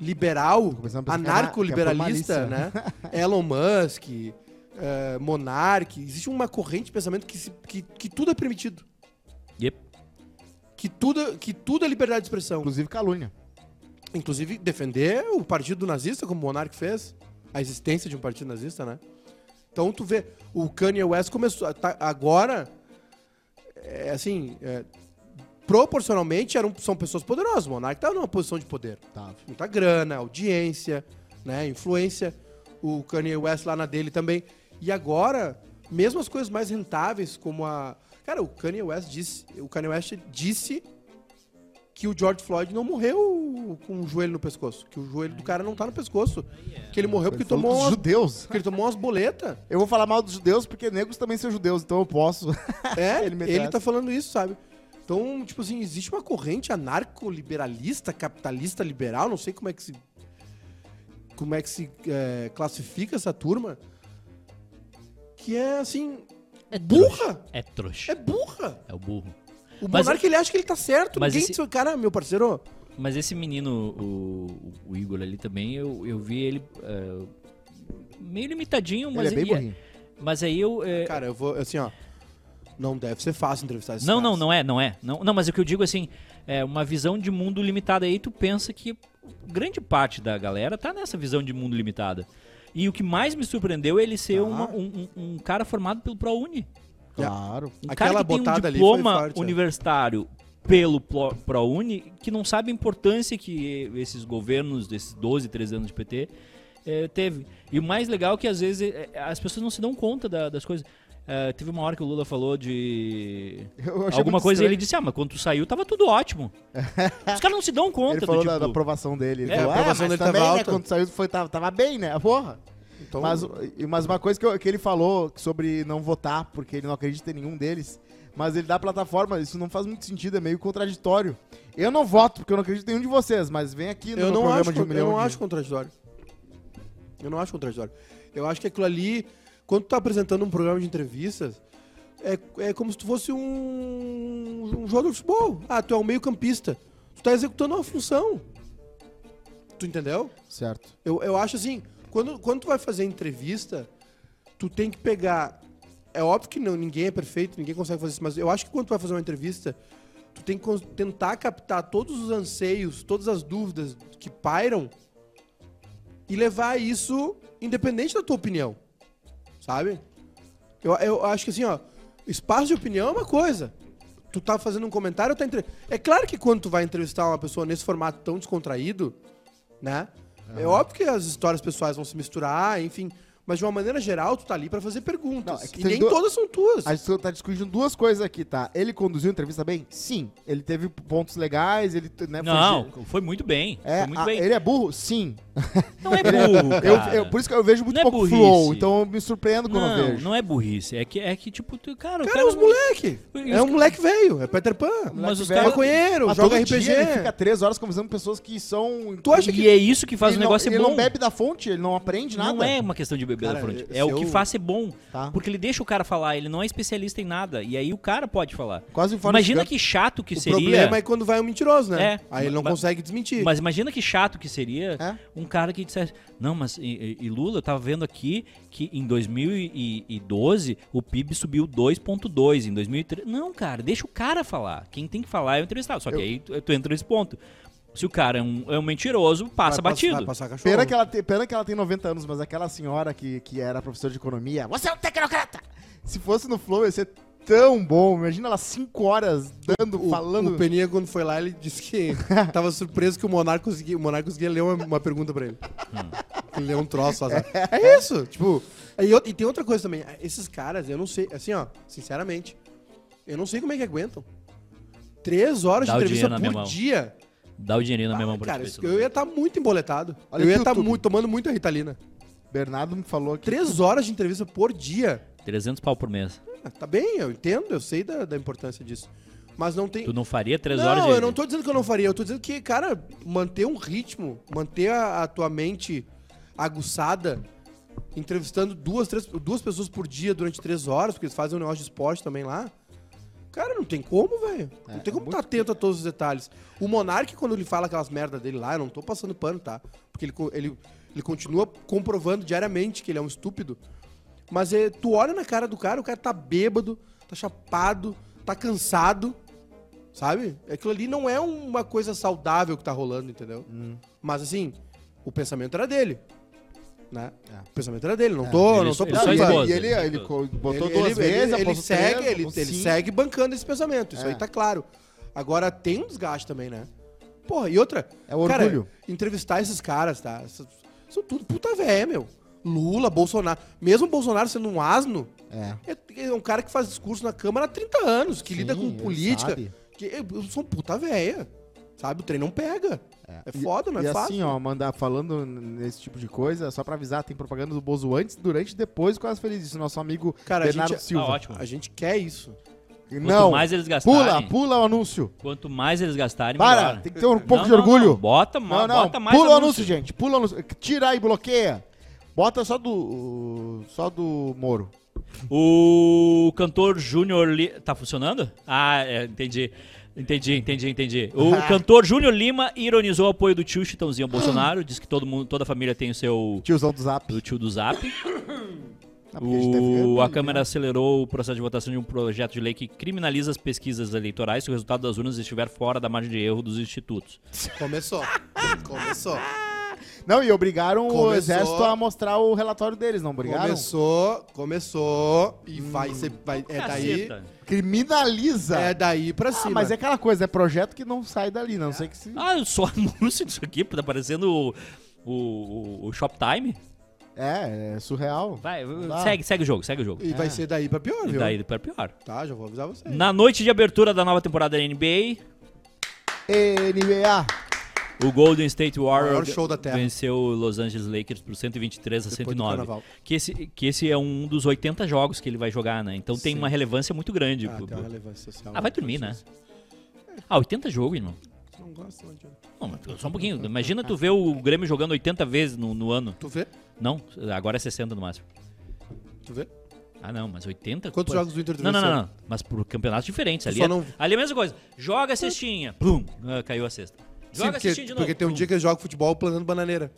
Speaker 4: liberal,
Speaker 3: começando a pensar que é ma-
Speaker 4: anarco-liberalista,
Speaker 3: que é
Speaker 4: né? Elon Musk, eh, Monark. Existe uma corrente de pensamento que, se- que, que tudo é permitido.
Speaker 1: yep.
Speaker 4: Que tudo, que tudo é liberdade de expressão.
Speaker 3: Inclusive calúnia.
Speaker 4: Inclusive, defender o partido nazista, como o Monark fez, a existência de um partido nazista, né? Então, tu vê, o Kanye West começou. a- tá- agora, é, assim, é, proporcionalmente eram, são pessoas poderosas. O Monark tá numa posição de poder.
Speaker 3: Tá.
Speaker 4: Muita grana, audiência, né? Influência. O Kanye West lá na dele também. E agora, mesmo as coisas mais rentáveis, como a. Cara, o Kanye West disse. O Kanye West disse que o George Floyd não morreu com o joelho no pescoço. Que o joelho do cara não tá no pescoço. Que ele morreu porque
Speaker 3: Ele falou
Speaker 4: tomou
Speaker 3: dos
Speaker 4: umas,
Speaker 3: judeus.
Speaker 4: porque ele tomou umas boletas.
Speaker 3: Eu vou falar mal dos judeus porque negros também são judeus, então eu posso.
Speaker 4: É,
Speaker 3: Ele
Speaker 4: ele,
Speaker 3: meteu essa.
Speaker 4: tá falando isso, sabe? Então, tipo assim, existe uma corrente anarco-liberalista, capitalista liberal, não sei como é que se. Como é que se é, classifica essa turma? Que é assim.
Speaker 1: É
Speaker 4: burra!
Speaker 1: É trouxa.
Speaker 4: É burra!
Speaker 1: É o burro.
Speaker 4: O
Speaker 1: Mas- é-
Speaker 4: Monarca ele acha que ele tá certo.
Speaker 1: Mas
Speaker 4: Ninguém
Speaker 1: esse-
Speaker 4: disse, cara, meu parceiro.
Speaker 1: Mas esse menino, o, o- o Igor ali também, eu, eu vi ele eh, meio limitadinho, mas
Speaker 3: Ele é bem
Speaker 1: e-
Speaker 3: burrinho.
Speaker 1: Mas aí eu. eh,
Speaker 4: Cara, eu vou. Assim, ó. Não deve ser fácil entrevistar esses
Speaker 1: não,
Speaker 4: caras.
Speaker 1: não, não é, não é. Não, não, mas o que eu digo assim, é uma visão de mundo limitada. Aí tu pensa que grande parte da galera tá nessa visão de mundo limitada. E o que mais me surpreendeu é ele ser
Speaker 4: Tá.
Speaker 1: uma- um, um- um cara formado pelo ProUni.
Speaker 3: Claro.
Speaker 1: Um
Speaker 4: Aquela
Speaker 1: cara que tem um
Speaker 4: botada ali
Speaker 1: diploma
Speaker 4: foi forte, é.
Speaker 1: universitário pelo Plo- ProUni que não sabe a importância que esses governos desses 12, 13 anos de PT eh, teve. E o mais legal é que às vezes eh, as pessoas não se dão conta da- das coisas. Eh, teve uma hora que o Lula falou de
Speaker 3: Eu achei
Speaker 1: alguma
Speaker 3: é muito
Speaker 1: coisa e ele
Speaker 3: estranho.
Speaker 1: disse: Ah, mas quando tu saiu, tava tudo ótimo. Os caras não se dão conta
Speaker 3: Ele
Speaker 1: do
Speaker 3: falou
Speaker 1: tipo.
Speaker 3: da, da aprovação dele. Ele
Speaker 1: É, a
Speaker 3: falou,
Speaker 4: aprovação
Speaker 3: ah, mas
Speaker 4: dele tava
Speaker 3: também, né?
Speaker 4: alta."
Speaker 3: Quando saiu, foi, tava, tava bem, né? Porra.
Speaker 4: Então,
Speaker 3: Mas, e- mas uma coisa que, eu- que ele falou sobre não votar, porque ele não acredita em nenhum deles, mas ele dá plataforma, isso não faz muito sentido, é meio contraditório. Eu não voto, porque eu não acredito em nenhum de vocês, mas vem aqui no
Speaker 4: eu
Speaker 3: meu
Speaker 4: não
Speaker 3: programa
Speaker 4: acho,
Speaker 3: de um
Speaker 4: con- eu
Speaker 3: milhão
Speaker 4: não
Speaker 3: de-
Speaker 4: acho contraditório. Eu não acho contraditório. Eu acho que aquilo ali, quando tu tá apresentando um programa de entrevistas, é, é como se tu fosse um, um jogador de futebol. Ah, tu é um meio-campista. Tu tá executando uma função. Tu entendeu?
Speaker 3: Certo.
Speaker 4: Eu, eu acho assim, quando, quando tu vai fazer entrevista, tu tem que pegar. É óbvio que não, ninguém é perfeito, ninguém consegue fazer isso, mas eu acho que quando tu vai fazer uma entrevista, tu tem que cons- tentar captar todos os anseios, todas as dúvidas que pairam e levar isso independente da tua opinião. Sabe? Eu, eu acho que assim, ó, espaço de opinião é uma coisa. Tu tá fazendo um comentário, tá entre... É claro que quando tu vai entrevistar uma pessoa nesse formato tão descontraído, né? É óbvio que as histórias pessoais vão se misturar, enfim. Mas de uma maneira geral, tu tá ali pra fazer
Speaker 3: Não,
Speaker 4: perguntas.
Speaker 3: é que
Speaker 4: e
Speaker 3: tem
Speaker 4: nem
Speaker 3: duas-
Speaker 4: todas são tuas.
Speaker 3: A gente tá discutindo duas coisas aqui, tá? Ele conduziu a entrevista bem? Sim. Ele teve pontos legais, ele né,
Speaker 1: Não,
Speaker 3: fugiu-
Speaker 1: foi muito bem.
Speaker 3: É,
Speaker 1: foi muito
Speaker 3: a-
Speaker 1: bem.
Speaker 3: ele é burro? Sim.
Speaker 1: Não é burro,
Speaker 3: Eu,
Speaker 1: cara.
Speaker 3: eu- por isso que eu vejo muito
Speaker 1: Não é
Speaker 3: pouco
Speaker 1: burrice.
Speaker 3: flow, então eu me surpreendo quando eu
Speaker 1: Não,
Speaker 3: vejo.
Speaker 1: não é burrice. É que, é que tipo, tu- cara, o
Speaker 4: Cara,
Speaker 1: cara...
Speaker 4: é os moleque.
Speaker 1: os-
Speaker 4: É um moleque velho, é Peter Pan.
Speaker 1: Mas os
Speaker 4: É
Speaker 1: caras...
Speaker 4: maconheiro,
Speaker 3: Mas
Speaker 4: joga
Speaker 3: todo dia
Speaker 4: RPG.
Speaker 3: ele fica três horas conversando com pessoas que são...
Speaker 4: Tu acha que
Speaker 1: E é isso que faz o
Speaker 3: ele
Speaker 1: negócio
Speaker 3: não,
Speaker 1: ser
Speaker 3: Ele
Speaker 1: bom.
Speaker 3: não bebe da fonte, ele não aprende nada.
Speaker 1: Não é uma questão de beber da
Speaker 4: Cara,
Speaker 1: fronte.
Speaker 4: eu-
Speaker 1: É o
Speaker 4: se
Speaker 1: que
Speaker 4: eu-
Speaker 1: faz ser bom.
Speaker 3: Tá.
Speaker 1: Porque ele deixa o cara falar, ele não é especialista em nada. E aí o cara pode falar.
Speaker 3: Quase um Forrest
Speaker 1: imagina
Speaker 3: Gump.
Speaker 1: que chato que
Speaker 4: O
Speaker 1: seria.
Speaker 4: problema é quando vai um mentiroso, né?
Speaker 1: É.
Speaker 4: Aí ele não
Speaker 1: Mas-
Speaker 4: consegue desmentir.
Speaker 1: Mas imagina que chato que seria
Speaker 3: É.
Speaker 1: um cara que dissesse: Não, mas e- e, e Lula, eu tava vendo aqui que em 2012 o PIB subiu 2,2. Em 2013. Não, cara, deixa o cara falar. Quem tem que falar é o entrevistado. Só que aí tu, tu entra nesse ponto. Se o cara é um, é um mentiroso, passa
Speaker 4: Vai pass-
Speaker 1: batido.
Speaker 4: vai passar cachorro.
Speaker 3: Pena que, ela te- pena que ela tem 90 anos, mas aquela senhora que, que era professora de economia, você é um tecnocrata! Se fosse no Flow, ia ser tão bom. Imagina ela 5 horas dando,
Speaker 4: O,
Speaker 3: falando.
Speaker 4: o Peninha, quando foi lá, ele disse que tava surpreso que o Monarco conseguia, o Monarca conseguia ler uma, uma pergunta pra ele.
Speaker 1: Hum.
Speaker 4: ele leu um troço lá. sabe? É isso, tipo... E, outra- e tem outra coisa também. Esses caras, eu não sei, assim, ó, sinceramente, eu não sei como é que aguentam. Três horas
Speaker 1: Dá
Speaker 4: de
Speaker 1: o
Speaker 4: entrevista
Speaker 1: dinheiro na
Speaker 4: por
Speaker 1: minha mão.
Speaker 4: dia.
Speaker 1: Dá o dinheirinho na minha mão
Speaker 4: Ah,
Speaker 1: pra
Speaker 4: cara,
Speaker 1: te
Speaker 4: isso-
Speaker 1: ver,
Speaker 4: eu ia estar muito emboletado.
Speaker 3: Olha
Speaker 4: eu ia
Speaker 3: aqui o
Speaker 4: estar
Speaker 3: YouTube.
Speaker 4: muito, tomando muita Ritalina.
Speaker 3: Bernardo me falou que.
Speaker 4: Três horas de entrevista por dia.
Speaker 1: 300 pau por mês.
Speaker 4: Ah, Tá bem, eu entendo, eu sei da, da importância disso. Mas não tem.
Speaker 1: Tu não faria 3
Speaker 4: não,
Speaker 1: horas de.
Speaker 4: eu não tô dizendo que eu não faria. Eu tô dizendo que, cara, manter um ritmo, manter a, a tua mente aguçada, entrevistando duas, três, duas pessoas por dia durante três horas, porque eles fazem um negócio de esporte também lá. Cara, não tem como, velho. Não tem como estar atento a todos os detalhes. O Monark, quando ele fala aquelas merdas dele lá, eu não tô passando pano, tá? Porque ele, co- ele, ele continua comprovando diariamente que ele é um estúpido. Mas eh, tu olha na cara do cara, o cara tá bêbado, tá chapado, tá cansado, sabe? Aquilo ali não é uma coisa saudável que tá rolando, entendeu? Mas assim, o pensamento era dele. Né? O pensamento era dele, não
Speaker 1: ele
Speaker 4: tô, não tô
Speaker 1: só- ele
Speaker 3: Não,
Speaker 1: só
Speaker 3: e
Speaker 1: esboça.
Speaker 4: pano.
Speaker 3: É, ele, e ele, ele co-
Speaker 4: Ele,
Speaker 3: botou duas
Speaker 4: ele,
Speaker 3: vezes,
Speaker 4: ele- ele
Speaker 3: apostou três,
Speaker 4: segue, ele,
Speaker 3: apostou
Speaker 4: ele
Speaker 3: cinco.
Speaker 4: segue bancando esse pensamento, isso
Speaker 3: É.
Speaker 4: aí tá claro. Agora tem um desgaste também, né? Porra, e outra?
Speaker 3: É o
Speaker 4: cara,
Speaker 3: orgulho.
Speaker 4: entrevistar esses caras, tá? Essas- São tudo puta véia, meu. Lula, Bolsonaro. Mesmo o Bolsonaro sendo um asno,
Speaker 3: É.
Speaker 4: é, é um cara que faz discurso na Câmara há 30 anos, que
Speaker 3: Sim,
Speaker 4: lida com
Speaker 3: ele
Speaker 4: política.
Speaker 3: sabe.
Speaker 4: Que eu sou um puta véia. Sabe? O trem não pega. É, foda, não é
Speaker 3: e
Speaker 4: fácil.
Speaker 3: assim, ó, mandar falando nesse tipo de coisa, só pra avisar, tem propaganda do Bozo antes, durante e depois com as felizes. Nosso amigo
Speaker 4: Cara, a
Speaker 3: Bernardo
Speaker 4: gente- é- Ah,
Speaker 1: Tá
Speaker 3: Silva.
Speaker 1: ótimo.
Speaker 4: A gente quer isso.
Speaker 1: Quanto
Speaker 3: Não,
Speaker 1: mais eles gastarem.
Speaker 3: pula, pula o anúncio.
Speaker 1: Quanto mais eles gastarem,
Speaker 3: Para,
Speaker 1: melhor.
Speaker 3: tem que ter um pouco
Speaker 1: Não,
Speaker 3: de
Speaker 1: não,
Speaker 3: orgulho.
Speaker 1: não, Bota,
Speaker 3: Não,
Speaker 1: ma-
Speaker 3: não.
Speaker 1: bota mais
Speaker 3: pula o anúncio, gente. Pula o anúncio. Tira aí, bloqueia. Bota só do. Só do Moro.
Speaker 1: O cantor Júnior Lima. Tá funcionando? Ah, é, entendi. Entendi, entendi, entendi. O cantor Júnior Lima ironizou o apoio do tio Chitãozinho Bolsonaro. Diz que todo mundo, toda a família tem o seu.
Speaker 3: Tiozão do Zap.
Speaker 1: do tio do Zap.
Speaker 3: Ah, porque a
Speaker 4: tá
Speaker 3: gente deve
Speaker 1: O,
Speaker 3: ganhar.
Speaker 1: a Câmara acelerou o processo de votação de um projeto de lei que criminaliza as pesquisas eleitorais se o resultado das urnas estiver fora da margem de erro dos institutos.
Speaker 4: Começou. Começou.
Speaker 3: Não, e obrigaram
Speaker 4: Começou.
Speaker 3: o exército a mostrar o relatório deles, não obrigaram?
Speaker 4: Começou, começou e
Speaker 3: Hum.
Speaker 4: vai ser. Vai, é daí.
Speaker 1: Caceta.
Speaker 3: Criminaliza.
Speaker 4: É daí pra
Speaker 3: Ah,
Speaker 4: cima.
Speaker 3: mas é aquela coisa, é projeto que não sai dali, né? não sei que se.
Speaker 1: Ah, só anúncio disso aqui, tá parecendo o, o, o- o Shoptime.
Speaker 3: É, é surreal.
Speaker 1: Vai,
Speaker 3: dá.
Speaker 1: segue, segue o jogo, segue o jogo.
Speaker 4: E vai
Speaker 3: É.
Speaker 4: ser daí pra pior,
Speaker 1: E
Speaker 4: viu?
Speaker 1: daí para pior.
Speaker 4: Tá, já vou avisar você.
Speaker 1: Na noite de abertura da nova temporada da NBA,
Speaker 3: NBA.
Speaker 1: o Golden State
Speaker 4: Maior
Speaker 1: Warriors
Speaker 4: show da Terra.
Speaker 1: venceu o Los Angeles Lakers por 123 a
Speaker 4: Depois do
Speaker 1: 109.
Speaker 4: carnaval.
Speaker 1: Que esse, que esse é um dos 80 jogos que ele vai jogar, né? Então tem uma relevância muito grande.
Speaker 4: Ah,
Speaker 1: pro-
Speaker 4: tem uma relevância social.
Speaker 1: Ah, vai dormir, né? Ah, 80 jogos, irmão.
Speaker 4: Não gosto, não adianta.
Speaker 1: Não, mas só um pouquinho. Imagina tu ver o Grêmio jogando 80 vezes no, no ano.
Speaker 4: Tu vê?
Speaker 1: Não, agora é 60 no máximo.
Speaker 4: Tu vê?
Speaker 1: Ah, não, mas 80?
Speaker 4: Quantos
Speaker 1: Pô,
Speaker 4: jogos do Inter tu
Speaker 1: Não, não,
Speaker 4: venceu?
Speaker 1: não, não. Mas por campeonatos diferentes. Ali
Speaker 4: Só
Speaker 1: é,
Speaker 4: não-
Speaker 1: ali é a mesma coisa. Joga a cestinha. Plum. Ah, caiu a cesta.
Speaker 4: Sim,
Speaker 1: Joga a cestinha
Speaker 4: porque,
Speaker 1: de novo.
Speaker 4: porque tem um
Speaker 1: plum.
Speaker 4: dia que eu jogo futebol plantando bananeira.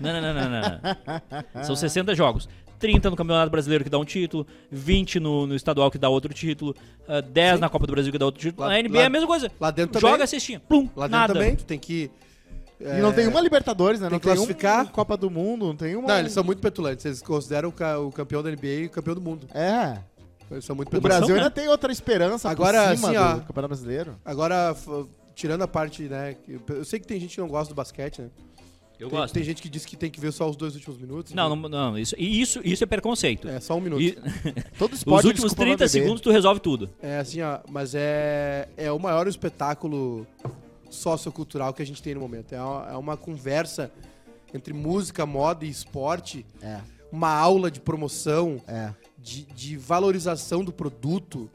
Speaker 1: Não, não, não, não, não, não. São 60 jogos. 30 no Campeonato Brasileiro que dá um título, 20 no, no estadual que dá outro título, ah, 10 na Copa do Brasil que dá outro título.
Speaker 4: Lá-
Speaker 1: a NBA
Speaker 4: lá-
Speaker 1: é a mesma coisa.
Speaker 4: lá dentro
Speaker 1: Joga
Speaker 4: também.
Speaker 1: a cestinha. Plum.
Speaker 4: Lá dentro
Speaker 1: nada.
Speaker 4: também, tu tem que.
Speaker 3: E não tem uma Libertadores, né?
Speaker 4: É. Tem
Speaker 3: Não
Speaker 4: que
Speaker 3: tem
Speaker 4: classificar.
Speaker 3: uma Copa do Mundo, não tem uma.
Speaker 4: Não, eles são muito petulantes. Eles consideram o, ca- o campeão da NBA e o campeão do mundo.
Speaker 3: É.
Speaker 4: Eles são muito
Speaker 3: O
Speaker 4: petulantes.
Speaker 3: Brasil
Speaker 1: né?
Speaker 3: ainda tem outra esperança
Speaker 4: Agora,
Speaker 3: por cima
Speaker 4: assim,
Speaker 3: do
Speaker 4: ó.
Speaker 3: Campeonato Brasileiro.
Speaker 4: Agora, f- tirando a parte, né? que Eu eu sei que tem gente que não gosta do basquete, né?
Speaker 1: Eu
Speaker 4: Tem,
Speaker 1: gosto.
Speaker 4: tem gente que diz que tem que ver só os dois últimos minutos. né?
Speaker 1: Não, não, não, isso, e isso, isso é preconceito.
Speaker 4: É, só um minuto.
Speaker 1: E-
Speaker 3: Todo
Speaker 1: os
Speaker 3: esporte é
Speaker 1: últimos
Speaker 3: desculpa pra
Speaker 1: 30
Speaker 3: beber.
Speaker 1: segundos tu resolve tudo.
Speaker 4: É assim, ó, mas é, é o maior espetáculo sociocultural que a gente tem no momento. É uma, é uma conversa entre música, moda e esporte,
Speaker 3: É,
Speaker 4: uma aula de promoção,
Speaker 3: é.
Speaker 4: de, de valorização do produto.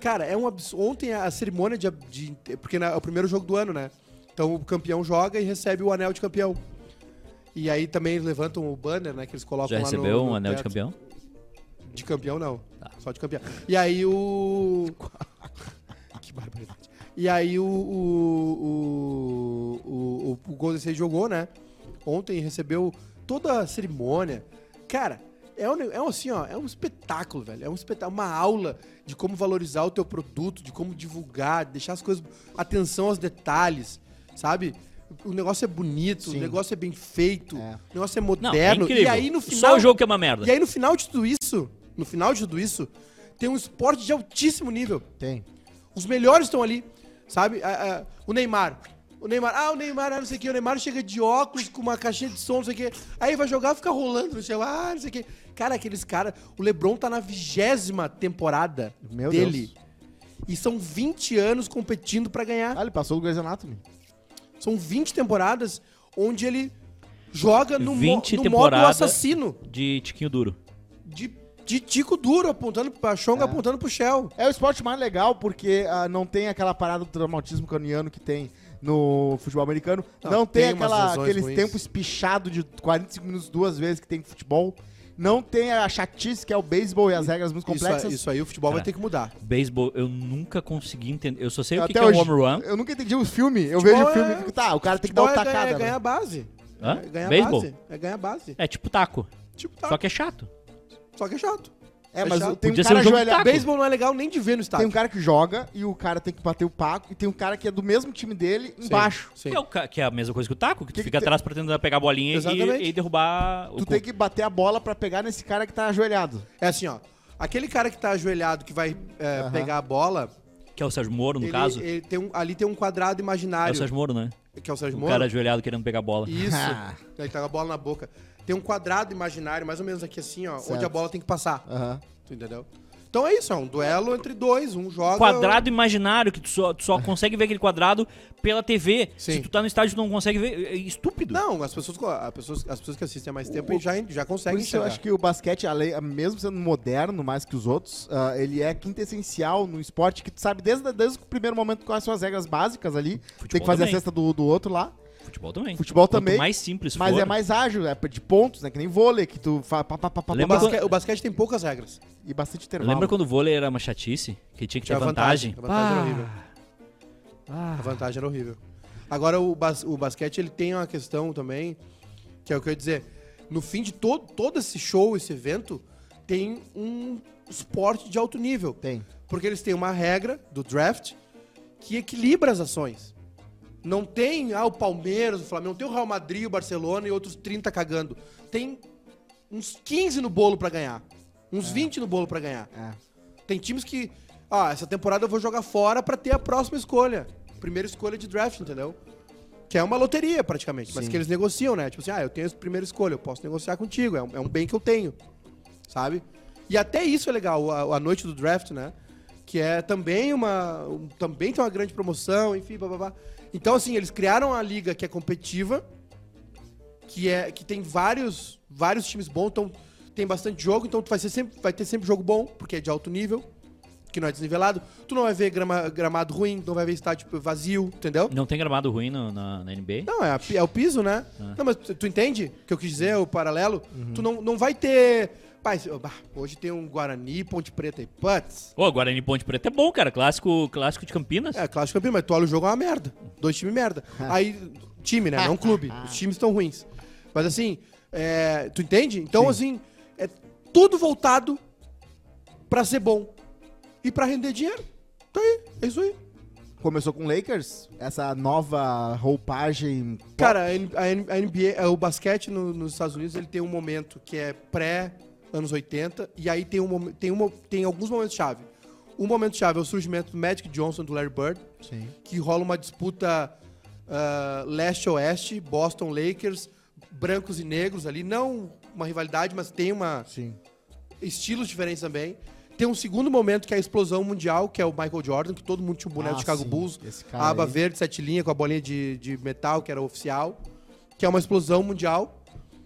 Speaker 4: Cara, é um absurdo. Ontem a cerimônia de. ab- de- porque na- é o primeiro jogo do ano, né? Então o campeão joga e recebe o anel de campeão. E aí também levantam o banner, né? Que eles colocam
Speaker 1: Já
Speaker 4: lá no-
Speaker 1: recebeu
Speaker 4: no
Speaker 1: um anel de
Speaker 4: teto.
Speaker 1: campeão?
Speaker 4: De campeão, não.
Speaker 1: Tá.
Speaker 4: Só de campeão. E aí o. que barbaridade. E aí o. O, o, o, o Golden State jogou, né? Ontem recebeu toda a cerimônia. Cara, é um, ne- é um assim, ó, é um espetáculo, velho. É um espetáculo, uma aula de como valorizar o teu produto, de como divulgar, deixar as coisas. Atenção aos detalhes, sabe? O negócio é bonito,
Speaker 3: Sim.
Speaker 4: o negócio é bem feito,
Speaker 3: É.
Speaker 4: o negócio é
Speaker 1: Não, é
Speaker 4: moderno.
Speaker 1: incrível.
Speaker 4: e aí no final.
Speaker 1: Só o jogo que é uma merda.
Speaker 4: E aí no final de tudo isso, no final de tudo isso, tem um esporte de altíssimo nível.
Speaker 3: Tem.
Speaker 4: Os melhores estão ali, sabe? Ah, ah, o Neymar. O Neymar, ah, o Neymar, ah, não sei o que. O Neymar chega de óculos com uma caixinha de som, não sei o que. Aí vai jogar, fica rolando no chão, ah, não sei o que. Cara, aqueles caras. O Lebron tá na vigésima temporada
Speaker 3: Meu
Speaker 4: dele.
Speaker 3: Deus.
Speaker 4: E são 20 anos competindo pra ganhar.
Speaker 3: Ah, ele passou do Grey's Anatomy.
Speaker 4: São 20 temporadas onde ele joga no, mo-
Speaker 1: 20
Speaker 4: no modo
Speaker 1: temporada.
Speaker 4: assassino.
Speaker 1: De tiquinho duro.
Speaker 4: De, de tico duro, apontando pra Chong, apontando pro Shell.
Speaker 3: É o esporte mais legal porque ah, não tem aquela parada do traumatismo caniano que tem no futebol americano.
Speaker 4: Não,
Speaker 3: Não, tem,
Speaker 4: tem umas
Speaker 3: aquela,
Speaker 4: lesões
Speaker 3: aquele
Speaker 4: ruins.
Speaker 3: tempo espichado de 45 minutos duas vezes que tem futebol. Não tem a chatice que é o beisebol e as regras muito complexas.
Speaker 4: Isso, aí- isso aí o futebol vai
Speaker 1: Cara,
Speaker 4: ter que mudar.
Speaker 1: Beisebol, eu nunca consegui entender. Eu só sei o que,
Speaker 3: Até
Speaker 1: que é um
Speaker 3: hoje,
Speaker 1: home run.
Speaker 3: Eu nunca entendi o filme. Eu
Speaker 4: Futebol
Speaker 3: vejo o filme
Speaker 4: é-
Speaker 3: e fico, tá, o cara né? tem que dar
Speaker 4: Futebol
Speaker 3: uma
Speaker 4: é ganhar-
Speaker 3: tacada.
Speaker 4: É ganhar base.
Speaker 1: Hã?
Speaker 4: É ganhar
Speaker 1: Beisebol?
Speaker 4: base. É ganhar base.
Speaker 1: É tipo taco.
Speaker 4: Tipo, tá.
Speaker 1: Só que é chato.
Speaker 4: é chato.
Speaker 3: né? É, mas
Speaker 4: Fechado.
Speaker 3: tem um
Speaker 1: Podia ser
Speaker 3: cara
Speaker 1: um jogo de
Speaker 3: ajoelhado-
Speaker 1: taco.
Speaker 4: Beisebol não é legal nem de ver no
Speaker 3: Tem
Speaker 4: estádio.
Speaker 3: um cara que joga e o cara tem que bater o paco. E tem um cara que é do mesmo time dele
Speaker 4: Sim,
Speaker 3: embaixo.
Speaker 4: sim.
Speaker 1: Que é, o ca- que é a mesma coisa que o taco, que,
Speaker 3: Que
Speaker 1: tu
Speaker 3: que
Speaker 1: fica
Speaker 3: tem-
Speaker 1: atrás pra tentar pegar a bolinha
Speaker 4: Exatamente.
Speaker 1: e, e derrubar o
Speaker 3: Tu
Speaker 1: cu.
Speaker 3: tem que bater a bola pra pegar nesse cara que tá ajoelhado.
Speaker 4: É assim, ó. Aquele cara que tá ajoelhado, que vai é, pegar a bola,
Speaker 1: Que é o Sérgio Moro, no
Speaker 4: ele-
Speaker 1: caso.
Speaker 4: ele tem um- ali tem um quadrado
Speaker 1: É
Speaker 4: imaginário,
Speaker 1: o Sérgio Moro, né?
Speaker 4: que é o Sérgio
Speaker 1: O
Speaker 4: Moro.
Speaker 1: cara ajoelhado querendo pegar a bola.
Speaker 4: Isso. ele tá com a bola na boca. Tem um quadrado imaginário, mais ou menos aqui assim, ó, onde
Speaker 3: Certo.
Speaker 4: a bola tem que passar.
Speaker 3: Aham.
Speaker 4: Tu entendeu? Então é isso, é um duelo entre dois, um joga...
Speaker 1: Quadrado imaginário, que tu só, tu só consegue ver aquele quadrado pela TV.
Speaker 4: Sim.
Speaker 1: Se tu tá no estádio, tu não consegue ver. É estúpido.
Speaker 4: Não, as pessoas, as pessoas, as pessoas que assistem há mais tempo já, já conseguem
Speaker 3: Por isso eu
Speaker 4: enxergar.
Speaker 3: acho que o basquete, além- mesmo sendo moderno mais que os outros, ah, ele é quintessencial no esporte que tu sabe desde, desde o primeiro momento quais são as regras básicas ali. tem que fazer
Speaker 1: também.
Speaker 3: a cesta do, do outro lá.
Speaker 1: Futebol também.
Speaker 3: Futebol
Speaker 1: Quanto
Speaker 3: também.
Speaker 1: mais simples
Speaker 3: Mas
Speaker 1: for.
Speaker 3: é mais ágil, é de pontos, né? Que nem vôlei, que tu faz pá, pá, pá, pá,
Speaker 4: O,
Speaker 1: Lembra-
Speaker 3: pá, pá,
Speaker 4: basque- o basquete tem poucas regras.
Speaker 3: e bastante intervalo.
Speaker 1: Lembra quando o vôlei era uma chatice? Que tinha que ter
Speaker 4: Tinha
Speaker 1: vantagem?
Speaker 4: A vantagem era horrível.
Speaker 1: Ah.
Speaker 4: A vantagem era horrível. Agora, o, bas- o basquete ele tem uma questão também, que é o que eu ia dizer. No fim de todo, todo esse show, esse evento, tem um esporte de alto nível.
Speaker 3: Tem.
Speaker 4: Porque eles têm uma regra do draft que equilibra as ações. Não tem ah, o Palmeiras, o Flamengo, não tem o Real Madrid, o Barcelona e outros 30 cagando. Tem uns 15 no bolo pra ganhar.
Speaker 1: É.
Speaker 4: Uns 20 no bolo pra ganhar.
Speaker 3: É.
Speaker 4: Tem times que, ah, essa temporada eu vou jogar fora pra ter a próxima escolha. Primeira escolha de draft, entendeu? Que é uma loteria, praticamente. Mas que eles negociam, né? Tipo assim, ah, eu tenho a primeira escolha, eu posso negociar contigo. É um, é um bem que eu tenho, sabe? E até isso é legal, a, a noite do draft, né? Que é também uma... um- também tem uma grande promoção, enfim, bababá. Então, assim, eles criaram a liga que é competitiva, que é que tem vários vários times bons, então tem bastante jogo, então tu vai ser sempre vai ter sempre jogo bom, porque é de alto nível, que não é desnivelado. Tu não vai ver grama- gramado ruim, tu não vai ver estádio vazio, entendeu?
Speaker 1: Não tem gramado ruim no- na, na NBA?
Speaker 4: Não, é, a pi- é o piso, né? Não, mas tu, tu entende o que eu quis dizer, o paralelo? Tu não, não vai ter. Pai, se- bah, hoje tem um Guarani, Ponte Preta e Putz.
Speaker 1: Ô, Guarani Ponte Preta é bom, cara. Clássico, clássico de Campinas.
Speaker 4: É, clássico campeão, mas tu olha o jogo é uma merda. Dois times merda. Aí, time, né? Não clube. Os times estão ruins. Mas assim, é, tu entende? Então, assim, é tudo voltado pra ser bom e pra render dinheiro. Tá aí, é isso aí.
Speaker 3: Começou com o Lakers, essa nova roupagem.
Speaker 4: Cara, a N- a N- a NBA, é, o basquete no- nos Estados Unidos, ele tem um momento que é pré anos 80 e aí tem um mom- tem uma, tem alguns momentos chave. Um momento chave é o surgimento do Magic Johnson e do Larry Bird, ah,
Speaker 3: Sim.
Speaker 4: brancos e negros ali, não uma rivalidade, mas tem uma
Speaker 3: Sim.
Speaker 4: estilos diferentes também. Tem um segundo momento que é a explosão mundial, que é o Michael Jordan, que todo mundo tinha um boneco
Speaker 3: Ah,
Speaker 4: de Chicago
Speaker 3: sim,
Speaker 4: Bulls,
Speaker 3: esse cara
Speaker 4: a aba
Speaker 3: aí.
Speaker 4: verde, sete linhas com a bolinha de, de metal, que era oficial, que é uma explosão mundial.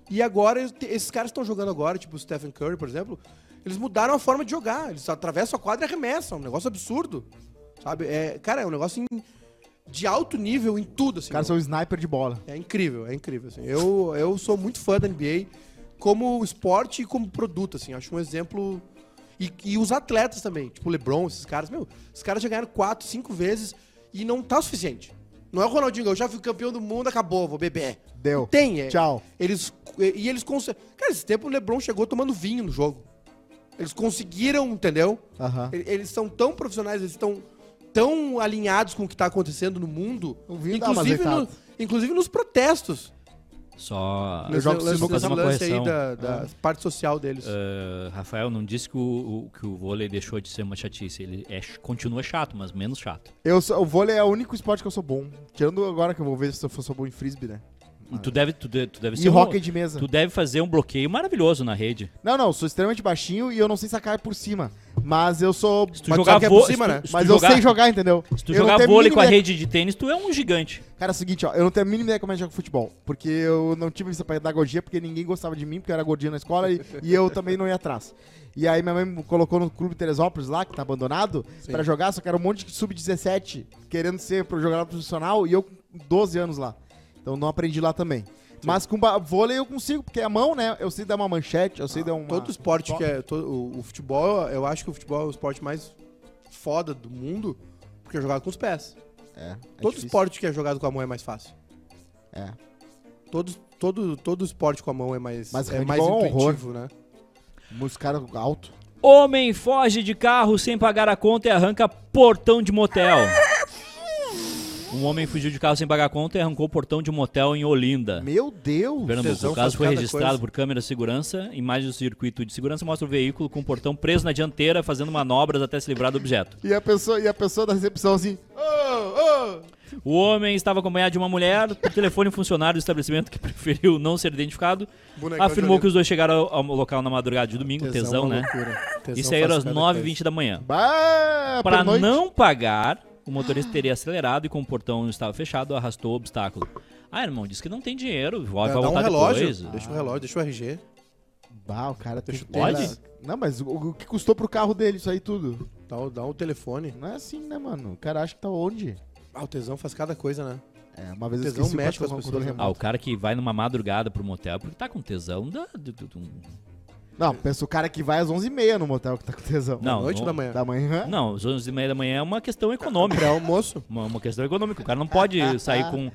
Speaker 4: E agora, eles te- esses caras que estão jogando agora, tipo o Stephen Curry, por exemplo, eles mudaram a forma de jogar. Eles atravessam a quadra e arremessam. É um negócio absurdo. Sabe? É, cara, é um negócio em- de alto nível em tudo, assim.
Speaker 3: Os caras são um sniper de bola.
Speaker 4: É incrível, é incrível. assim. Eu, eu sou muito fã da NBA como esporte e como produto, assim. Acho um exemplo. E, e os atletas também, tipo o LeBron, esses caras, meu, esses caras já ganharam quatro, cinco vezes e não tá o suficiente. Não é o Ronaldinho, eu já fui campeão do mundo, acabou, vou beber.
Speaker 3: Deu.
Speaker 4: Não Tem, é.
Speaker 3: Tchau.
Speaker 4: Eles, e eles conseguem. Cara, esse tempo o LeBron chegou tomando vinho no jogo. Eles conseguiram, entendeu?
Speaker 3: Aham.
Speaker 4: E- Eles são tão profissionais, eles estão tão alinhados com o que está acontecendo no mundo,
Speaker 3: O vinho dá uma
Speaker 4: inclusive,
Speaker 3: azeitada.
Speaker 4: no- inclusive nos protestos.
Speaker 1: Só.
Speaker 4: Nesse
Speaker 3: jogo
Speaker 4: lance-
Speaker 3: sinuca,
Speaker 4: nesse
Speaker 1: fazer uma
Speaker 4: lance aí
Speaker 1: correção.
Speaker 4: da,
Speaker 3: É.
Speaker 4: da parte social deles.
Speaker 1: Ah, Rafael não disse que o, o- que o vôlei deixou de ser uma chatice. Ele é ch- continua chato, mas menos chato.
Speaker 3: Eu sou- o vôlei é o único esporte que eu sou bom. Tirando agora que eu vou ver se eu sou bom em frisbee, né?
Speaker 1: E tu deve, tu de- tu deve
Speaker 3: E
Speaker 1: ser um-
Speaker 3: hóquei de mesa.
Speaker 1: Tu deve fazer um bloqueio maravilhoso na rede.
Speaker 3: Não, não, eu sou extremamente baixinho e eu não sei sacar por cima. Mas eu sou.
Speaker 1: Se tu
Speaker 4: Mas tu
Speaker 1: jogar
Speaker 4: sabe que é por
Speaker 1: vôlei.
Speaker 4: cima, né?
Speaker 1: se tu
Speaker 3: Mas eu
Speaker 1: jogar-
Speaker 3: sei jogar, entendeu?
Speaker 1: Se tu
Speaker 3: Eu não
Speaker 1: jogar
Speaker 3: tenho a
Speaker 1: vôlei
Speaker 3: mínima
Speaker 1: com a
Speaker 3: ideia-
Speaker 1: rede de tênis, tu é um gigante.
Speaker 3: Cara, é o seguinte, ó, eu não tenho a mínima ideia como é que joga futebol. Porque eu não tive essa pedagogia, porque ninguém gostava de mim, porque eu era gordinho na escola e, e eu também não ia atrás. E aí minha mãe me colocou no clube Teresópolis lá, que tá abandonado, pra jogar, só que era um monte de sub-17, querendo ser pro jogador profissional, e eu com 12 anos lá. Então não aprendi lá também. Mas com ba- vôlei eu consigo, porque a mão, né? Eu sei dar uma manchete, eu sei
Speaker 1: Ah,
Speaker 3: dar uma.
Speaker 4: Todo esporte que é. todo- o, o futebol, eu acho que o futebol é o esporte mais foda do mundo, porque é jogado com os pés.
Speaker 3: É, é
Speaker 4: todo
Speaker 3: difícil.
Speaker 4: esporte que é jogado com a mão é mais fácil.
Speaker 3: É.
Speaker 4: Todo, todo, todo esporte com a mão é mais,
Speaker 3: Mas
Speaker 4: é mais
Speaker 3: handball é um horror.
Speaker 4: intuitivo, né?
Speaker 3: Os caras alto.
Speaker 1: Homem foge de carro sem pagar a conta e arranca portão de motel. Um homem fugiu de carro sem pagar a conta e arrancou o portão de um motel em Olinda.
Speaker 3: Meu Deus!
Speaker 1: Pernambuco.
Speaker 4: Tesão
Speaker 1: O caso
Speaker 4: faz
Speaker 1: foi
Speaker 4: cada
Speaker 1: registrado
Speaker 4: coisa.
Speaker 1: por câmera de segurança. Imagens do circuito de segurança mostra o veículo com o portão preso na dianteira, fazendo manobras até se livrar do objeto.
Speaker 3: E a pessoa, e a pessoa da recepção assim.
Speaker 1: O homem estava acompanhado de uma mulher. Por telefone, um funcionário do estabelecimento que preferiu não ser identificado
Speaker 4: Bonecão
Speaker 1: afirmou
Speaker 4: de
Speaker 1: que os dois chegaram ao, ao local na madrugada de domingo, tesão, né? E saíram às 9h20 da manhã.
Speaker 4: Ah,
Speaker 3: Bah,
Speaker 1: Para
Speaker 3: pernoite."
Speaker 1: não pagar, o motorista teria acelerado e como o portão estava fechado, arrastou o obstáculo. Ah, irmão, disse que não tem dinheiro, vai, vai
Speaker 4: Dá um
Speaker 1: voltar
Speaker 4: relógio.
Speaker 1: depois. Ah,
Speaker 4: Deixa
Speaker 3: Ah.
Speaker 4: o relógio, deixa o RG.
Speaker 3: Bah, o cara tem
Speaker 4: Deixa
Speaker 3: que
Speaker 4: eu
Speaker 1: Pode?
Speaker 3: ter- Não, mas o, o que custou pro carro dele isso aí tudo?
Speaker 4: Dá, o- dá o telefone.
Speaker 3: Não é assim, né, mano? O cara acha que tá onde?
Speaker 4: Ah, o tesão faz cada coisa, né?
Speaker 3: É, uma vez eu
Speaker 4: Tesão
Speaker 3: esqueci o
Speaker 4: mexe com as
Speaker 3: cartão
Speaker 4: pessoas,
Speaker 3: controle
Speaker 4: né?
Speaker 1: Ah, o
Speaker 3: remoto.
Speaker 1: cara que vai numa madrugada pro motel porque tá com tesão, dá. du- du- du-
Speaker 3: Não, pensa o cara que vai às 11h30 no motel que tá com tesão.
Speaker 1: né? Não,
Speaker 4: Noite
Speaker 1: não,
Speaker 4: da manhã.
Speaker 3: Da manhã.
Speaker 1: Não, às 11h30 da manhã é uma questão econômica.
Speaker 4: Pré-almoço.
Speaker 1: Uma, uma questão econômica. O cara não pode sair com.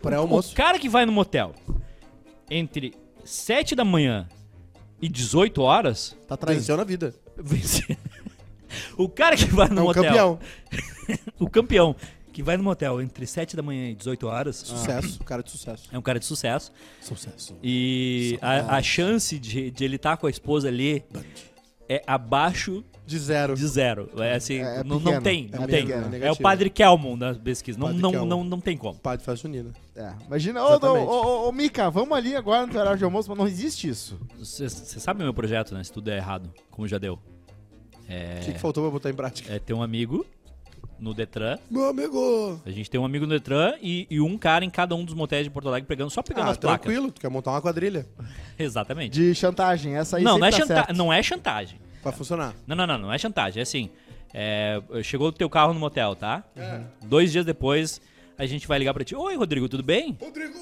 Speaker 4: Pra
Speaker 1: o,
Speaker 4: almoço.
Speaker 1: o cara que vai no motel entre 7 da manhã e 18 horas.
Speaker 3: Tá traindo.
Speaker 4: Venceu na vida.
Speaker 1: vence- o cara que vai no
Speaker 4: É um
Speaker 1: motel.
Speaker 4: campeão.
Speaker 1: O campeão que vai no motel entre 7 da manhã e 18 horas.
Speaker 4: Ah. Sucesso. Cara de sucesso.
Speaker 1: É um cara de sucesso.
Speaker 4: Sucesso.
Speaker 1: E a, a chance de, de ele estar com a esposa ali é abaixo
Speaker 4: De zero.
Speaker 1: de zero. É assim,
Speaker 3: É- é
Speaker 1: não, não
Speaker 3: pequeno.
Speaker 1: tem,
Speaker 3: É
Speaker 1: não tem.
Speaker 3: pequeno, é
Speaker 1: É o
Speaker 4: negativo.
Speaker 1: padre Kelmon da pesquisa. Não,
Speaker 4: Padre
Speaker 1: não,
Speaker 4: Kelmon.
Speaker 1: não, não tem como.
Speaker 4: Padre faz junina.
Speaker 3: É, imagina, ô, ô,
Speaker 4: Exatamente.
Speaker 3: ô, ô, Mica, vamos ali agora no horário de almoço, mas não existe isso.
Speaker 1: Você sabe o meu projeto, né? Se tudo é errado, como já deu. É,
Speaker 4: O que, que faltou pra botar em prática?
Speaker 1: é ter um amigo no Detran.
Speaker 4: Meu amigo!
Speaker 1: A gente tem um amigo no Detran e, e um cara em cada um dos motéis de Porto Alegre pegando, só pegando
Speaker 4: Ah,
Speaker 1: as placas.
Speaker 4: tranquilo. Tu quer montar uma quadrilha
Speaker 1: Exatamente.
Speaker 3: De chantagem, essa aí
Speaker 1: Não, não
Speaker 3: sempre
Speaker 1: é,
Speaker 3: tá
Speaker 1: chanta-
Speaker 3: certo.
Speaker 1: não é chantagem.
Speaker 4: pra funcionar.
Speaker 1: Não, não, não, não é chantagem. É assim. é, chegou o teu carro no motel, tá?
Speaker 3: Uhum.
Speaker 1: Dois dias depois, a gente vai ligar pra ti. Oi, Rodrigo, tudo bem?
Speaker 4: Rodrigo!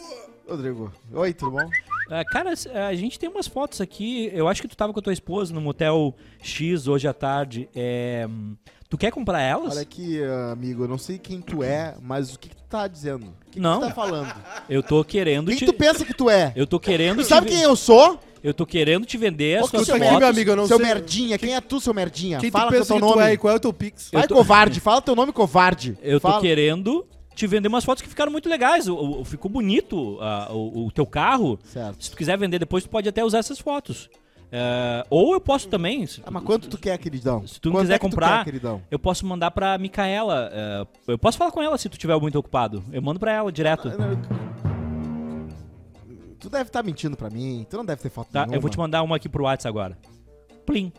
Speaker 3: Rodrigo, oi, tudo bom?
Speaker 1: Ah, cara, s- a gente tem umas fotos aqui. Eu acho que tu tava com a tua esposa no motel X hoje à tarde. É, hum, tu quer comprar elas?
Speaker 3: Olha aqui, amigo, eu não sei quem tu é, mas o que, que tu tá dizendo? O que, que
Speaker 1: Não.
Speaker 3: tu tá falando?
Speaker 1: Eu tô querendo
Speaker 3: Quem
Speaker 1: te.
Speaker 3: tu pensa que tu é?
Speaker 1: Eu tô querendo
Speaker 3: Tu sabe
Speaker 1: te. ve-
Speaker 3: quem eu sou?
Speaker 1: Eu tô querendo te vender as
Speaker 3: Ô, que
Speaker 1: suas
Speaker 3: tu é
Speaker 1: fotos.
Speaker 3: aqui,
Speaker 4: meu amigo, eu não
Speaker 3: seu
Speaker 4: sei.
Speaker 3: merdinha, quem é tu, seu merdinha?
Speaker 4: Quem
Speaker 3: fala
Speaker 4: tu
Speaker 3: teu
Speaker 4: pensa que
Speaker 3: nome.
Speaker 4: tu é e qual é o teu pix?
Speaker 3: Vai,
Speaker 1: Eu tô-
Speaker 3: covarde, fala teu nome, covarde.
Speaker 1: Eu tô
Speaker 3: Fala.
Speaker 1: querendo te vender umas fotos que ficaram muito legais. O- o- ficou bonito ah, o, o teu carro.
Speaker 3: Certo.
Speaker 1: Se tu quiser vender depois, tu pode até usar essas fotos. É, ou eu posso também, se tu,
Speaker 3: Ah, mas quanto tu quer, queridão?
Speaker 1: se tu não
Speaker 3: Quanto
Speaker 1: quiser
Speaker 3: é que tu
Speaker 1: comprar,
Speaker 3: quer, queridão?
Speaker 1: eu posso mandar pra Micaela. é, eu posso falar com ela se tu tiver muito ocupado. Eu mando pra ela direto.
Speaker 3: Tu deve estar mentindo pra mim, tu não deve ter foto
Speaker 1: Tá?
Speaker 3: nenhuma.
Speaker 1: Eu vou te mandar uma aqui pro WhatsApp agora. Plim.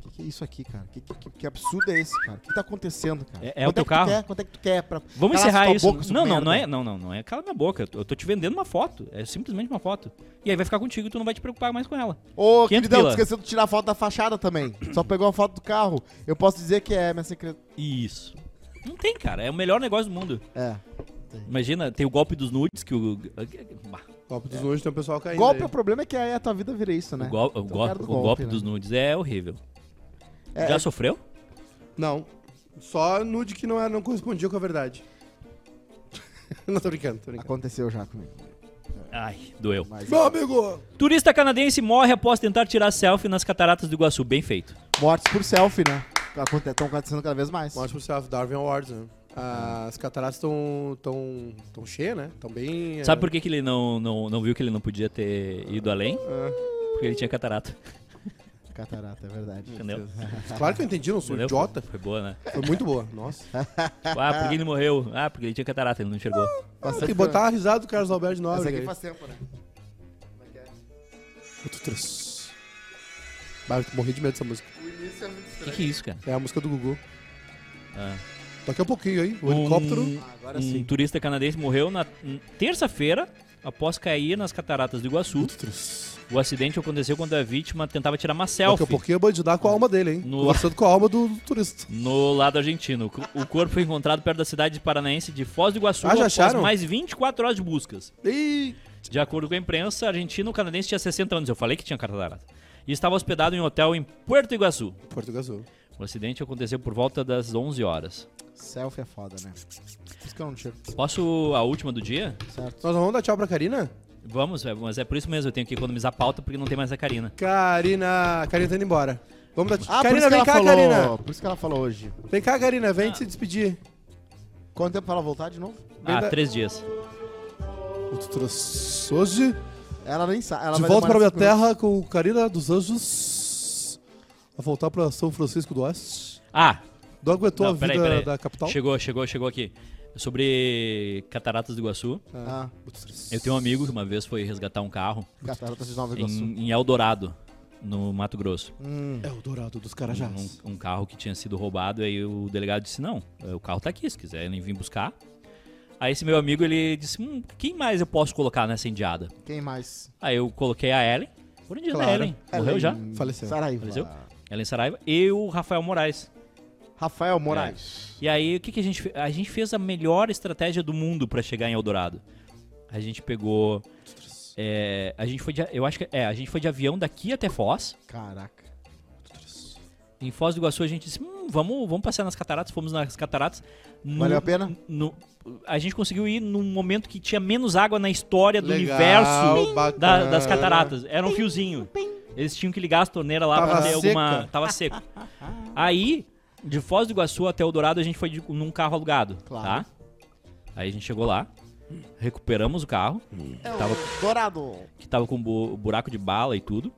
Speaker 3: Que, que é isso aqui, cara? Que, que- que- que absurdo é esse, cara? O que tá acontecendo, cara?
Speaker 1: É- é o
Speaker 3: Quanto
Speaker 1: teu
Speaker 3: que tu
Speaker 1: carro?
Speaker 3: quer? Quanto é que tu quer? Pra...
Speaker 1: Vamos
Speaker 3: Cala
Speaker 1: encerrar
Speaker 3: tua
Speaker 1: isso.
Speaker 3: boca, seu
Speaker 1: não, não,
Speaker 3: merda.
Speaker 1: não é, não, não, não é. Cala minha boca. Eu tô, eu tô te vendendo uma foto. É simplesmente uma foto. E aí vai ficar contigo e tu não vai te preocupar mais com ela.
Speaker 3: Ô,
Speaker 1: 500
Speaker 3: queridão, tu
Speaker 1: pila.
Speaker 3: esqueceu de tirar a foto da fachada também. Só pegou a foto do carro. Eu posso dizer que é minha secreta.
Speaker 1: Isso. Não tem, cara. É o melhor negócio do mundo.
Speaker 3: É.
Speaker 1: Imagina, tem o golpe dos nudes que o. Bah,
Speaker 4: Copo dos hoje tem um pessoal caindo.
Speaker 3: Golpe,
Speaker 4: aí.
Speaker 3: o problema é que aí a tua vida vira isso, né?
Speaker 1: O, gol- o
Speaker 3: Então,
Speaker 1: gol-
Speaker 3: cara do
Speaker 1: o
Speaker 3: golpe,
Speaker 1: golpe
Speaker 3: né? É,
Speaker 1: dos nudes é horrível. Já sofreu?
Speaker 4: Não. Só nude que não, é, não correspondia com a verdade. não, tô brincando, tô brincando.
Speaker 3: Aconteceu já comigo.
Speaker 1: Ai, doeu.
Speaker 3: Mas...
Speaker 4: Meu amigo!
Speaker 1: Turista canadense morre após tentar tirar selfie nas cataratas do Iguaçu. Bem feito.
Speaker 3: Mortes por selfie, né? Estão acontecendo cada vez mais.
Speaker 4: Morte por self, Darwin Awards, né? As cataratas estão tão, tão cheias, né? Estão bem...
Speaker 3: É.
Speaker 1: Sabe por que, que ele não, não, não viu que ele não podia ter ido além?
Speaker 3: É.
Speaker 1: Porque ele tinha catarata.
Speaker 3: Catarata, é verdade.
Speaker 1: Entendeu?
Speaker 4: que... Claro que eu entendi, não sou
Speaker 1: Entendeu?
Speaker 4: idiota.
Speaker 1: Foi, foi boa, né?
Speaker 4: Foi muito boa, nossa.
Speaker 3: É,
Speaker 1: Ah, porque ele morreu. Ah, porque ele tinha catarata, ele não enxergou.
Speaker 4: Tem que botar a risada do Carlos Alberto Nobre.
Speaker 3: Essa aqui
Speaker 4: aí.
Speaker 3: faz tempo, né? é
Speaker 4: Outro três. Bah, eu morri de medo dessa música.
Speaker 1: O que, que é isso, cara?
Speaker 4: É a música do Gugu.
Speaker 1: Ah.
Speaker 4: Daqui a pouquinho aí, o helicóptero.
Speaker 1: Um,
Speaker 3: Ah, Agora
Speaker 1: um
Speaker 3: sim.
Speaker 1: turista canadense morreu na n- terça-feira após cair nas cataratas do Iguaçu.
Speaker 4: Outro três.
Speaker 1: O acidente aconteceu quando a vítima tentava tirar uma
Speaker 4: Daqui a
Speaker 1: selfie
Speaker 4: um pouquinho eu vou ajudar com a alma dele, hein?
Speaker 1: No-
Speaker 4: Conversando com a alma do, do turista.
Speaker 1: no lado argentino. O co- O corpo foi encontrado perto da cidade paranaense de Foz do Iguaçu
Speaker 4: Ah, já
Speaker 1: após
Speaker 4: acharam?
Speaker 1: mais 24 horas de buscas.
Speaker 4: Ih,
Speaker 1: De acordo com a imprensa, argentino canadense tinha 60 anos. Eu falei que tinha catarata. E estava hospedado em um hotel em Puerto Iguaçu.
Speaker 4: Portugal Azul.
Speaker 1: O acidente aconteceu por volta das 11 horas.
Speaker 3: Selfie é foda, né? Por isso que eu não tiro,
Speaker 1: Posso a última do dia?
Speaker 3: certo?
Speaker 4: Nós vamos dar tchau pra Karina?
Speaker 1: Vamos, é- mas é por isso mesmo, eu tenho que economizar pauta porque não tem mais a Karina.
Speaker 4: Karina. Karina tá indo embora. Vamos dar tchau.
Speaker 3: Ah, por isso
Speaker 4: Karina,
Speaker 3: que
Speaker 4: vem
Speaker 3: ela
Speaker 4: cá,
Speaker 3: falou.
Speaker 4: Karina.
Speaker 3: Por isso que ela falou hoje.
Speaker 4: Vem cá, Karina, vem se despedir.
Speaker 3: Quanto tempo pra ela voltar de novo?
Speaker 4: Bem
Speaker 1: Ah,
Speaker 4: da-
Speaker 1: três dias.
Speaker 4: O tu trouxe hoje.
Speaker 3: Ela nem sabe.
Speaker 4: de volta pra minha terra com Karina dos Anjos. A voltar pra São Francisco do Oeste.
Speaker 1: Ah,
Speaker 4: Não aguentou
Speaker 1: Não,
Speaker 4: a vida
Speaker 1: peraí, peraí.
Speaker 4: da capital.
Speaker 1: chegou, chegou, chegou aqui. Sobre cataratas do Iguaçu,
Speaker 3: Ah,
Speaker 1: eu tenho um amigo que uma vez foi resgatar um carro
Speaker 3: Catarata de Nova Iguaçu.
Speaker 1: em, em Eldorado, no Mato Grosso.
Speaker 3: Hum,
Speaker 4: É o dourado dos Carajás.
Speaker 1: Um, um carro que tinha sido roubado, aí o delegado disse, não, é, o carro tá aqui, se quiser ele vir buscar. Aí esse meu amigo, ele disse, hum, quem mais eu posso colocar nessa indiada?
Speaker 3: quem mais?
Speaker 1: Aí eu coloquei a Ellen, por onde anda a
Speaker 4: Claro.
Speaker 1: Ellen? Morreu já?
Speaker 4: Faleceu.
Speaker 3: Saraiva.
Speaker 1: Faleceu? Ellen Saraiva e o Rafael Moraes.
Speaker 3: Rafael Moraes.
Speaker 1: E aí, o que, que a gente fez? A gente fez a melhor estratégia do mundo pra chegar em Eldorado. A gente pegou. é, a gente foi de, a- eu acho que é, a gente foi de avião daqui até Foz.
Speaker 3: É. Caraca.
Speaker 1: Em Foz do Iguaçu a gente disse, "Hum, vamos, vamos passear nas cataratas, fomos nas cataratas. No-
Speaker 3: Valeu a pena?
Speaker 1: no- a gente conseguiu ir num momento que tinha menos água na
Speaker 4: É
Speaker 1: história do
Speaker 4: Legal,
Speaker 1: universo da-
Speaker 4: bacana.
Speaker 1: das cataratas. Era um fiozinho. Eles tinham que ligar as torneiras lá pra
Speaker 4: Tava
Speaker 1: ter alguma.
Speaker 4: seca.
Speaker 1: Tava seco. Aí, de Foz do Iguaçu até o Dourado, a gente foi de- num carro alugado.
Speaker 3: Claro.
Speaker 1: Tá? Aí a gente chegou lá, recuperamos o carro, tava,
Speaker 3: É Dourado.
Speaker 1: que tava com bu- buraco de bala e tudo.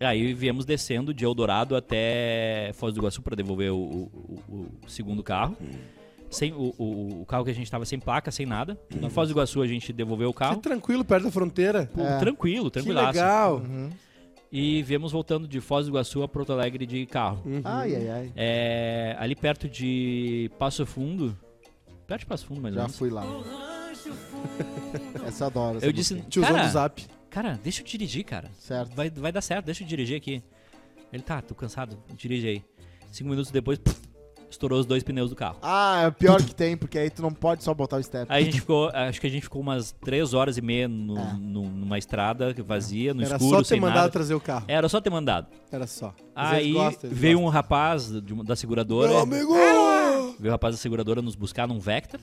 Speaker 1: Aí viemos descendo de Eldorado até Foz do Iguaçu pra devolver o, o- o- o segundo carro. Sem, o, o- o carro que a gente tava sem placa, sem nada. Em Foz do Iguaçu a gente devolveu o
Speaker 4: Que
Speaker 1: carro.
Speaker 4: tranquilo, perto da fronteira.
Speaker 1: Pô, Tranquilo,
Speaker 4: tá- É. Que
Speaker 1: tranquilaço.
Speaker 4: legal.
Speaker 1: E viemos voltando de Foz do Iguaçu a Porto Alegre de carro.
Speaker 4: Hum.
Speaker 3: Uhum. Ai, ai, ai.
Speaker 1: É, ali perto de Passo Fundo. Perto de Passo Fundo, mas
Speaker 3: Já fui lá. Essa eu adoro. essa
Speaker 1: Eu disse,
Speaker 3: música.
Speaker 4: Tiozão do
Speaker 1: cara,
Speaker 4: Zap.
Speaker 1: cara, deixa eu dirigir, cara.
Speaker 3: Certo.
Speaker 1: Vai, vai dar certo, deixa eu dirigir aqui. Ele tá, tô cansado, dirige aí. Cinco minutos depois, puf, estourou os dois pneus do carro.
Speaker 3: Ah, é o pior que tem, porque aí tu não pode só botar o step.
Speaker 1: Aí a gente ficou, acho que a gente ficou umas três horas e meia no-
Speaker 3: É.
Speaker 1: no- numa estrada vazia, no
Speaker 4: Era
Speaker 1: escuro,
Speaker 4: só ter
Speaker 1: sem
Speaker 4: mandado
Speaker 1: nada.
Speaker 4: trazer o carro.
Speaker 1: Era só ter mandado.
Speaker 4: Era só. Mas
Speaker 1: Aí
Speaker 4: eles gostam, eles
Speaker 1: veio
Speaker 4: gostam.
Speaker 1: um Ah! rapaz de uma- da seguradora,
Speaker 4: Meu amigo!
Speaker 1: veio o rapaz da seguradora nos buscar num Vectra.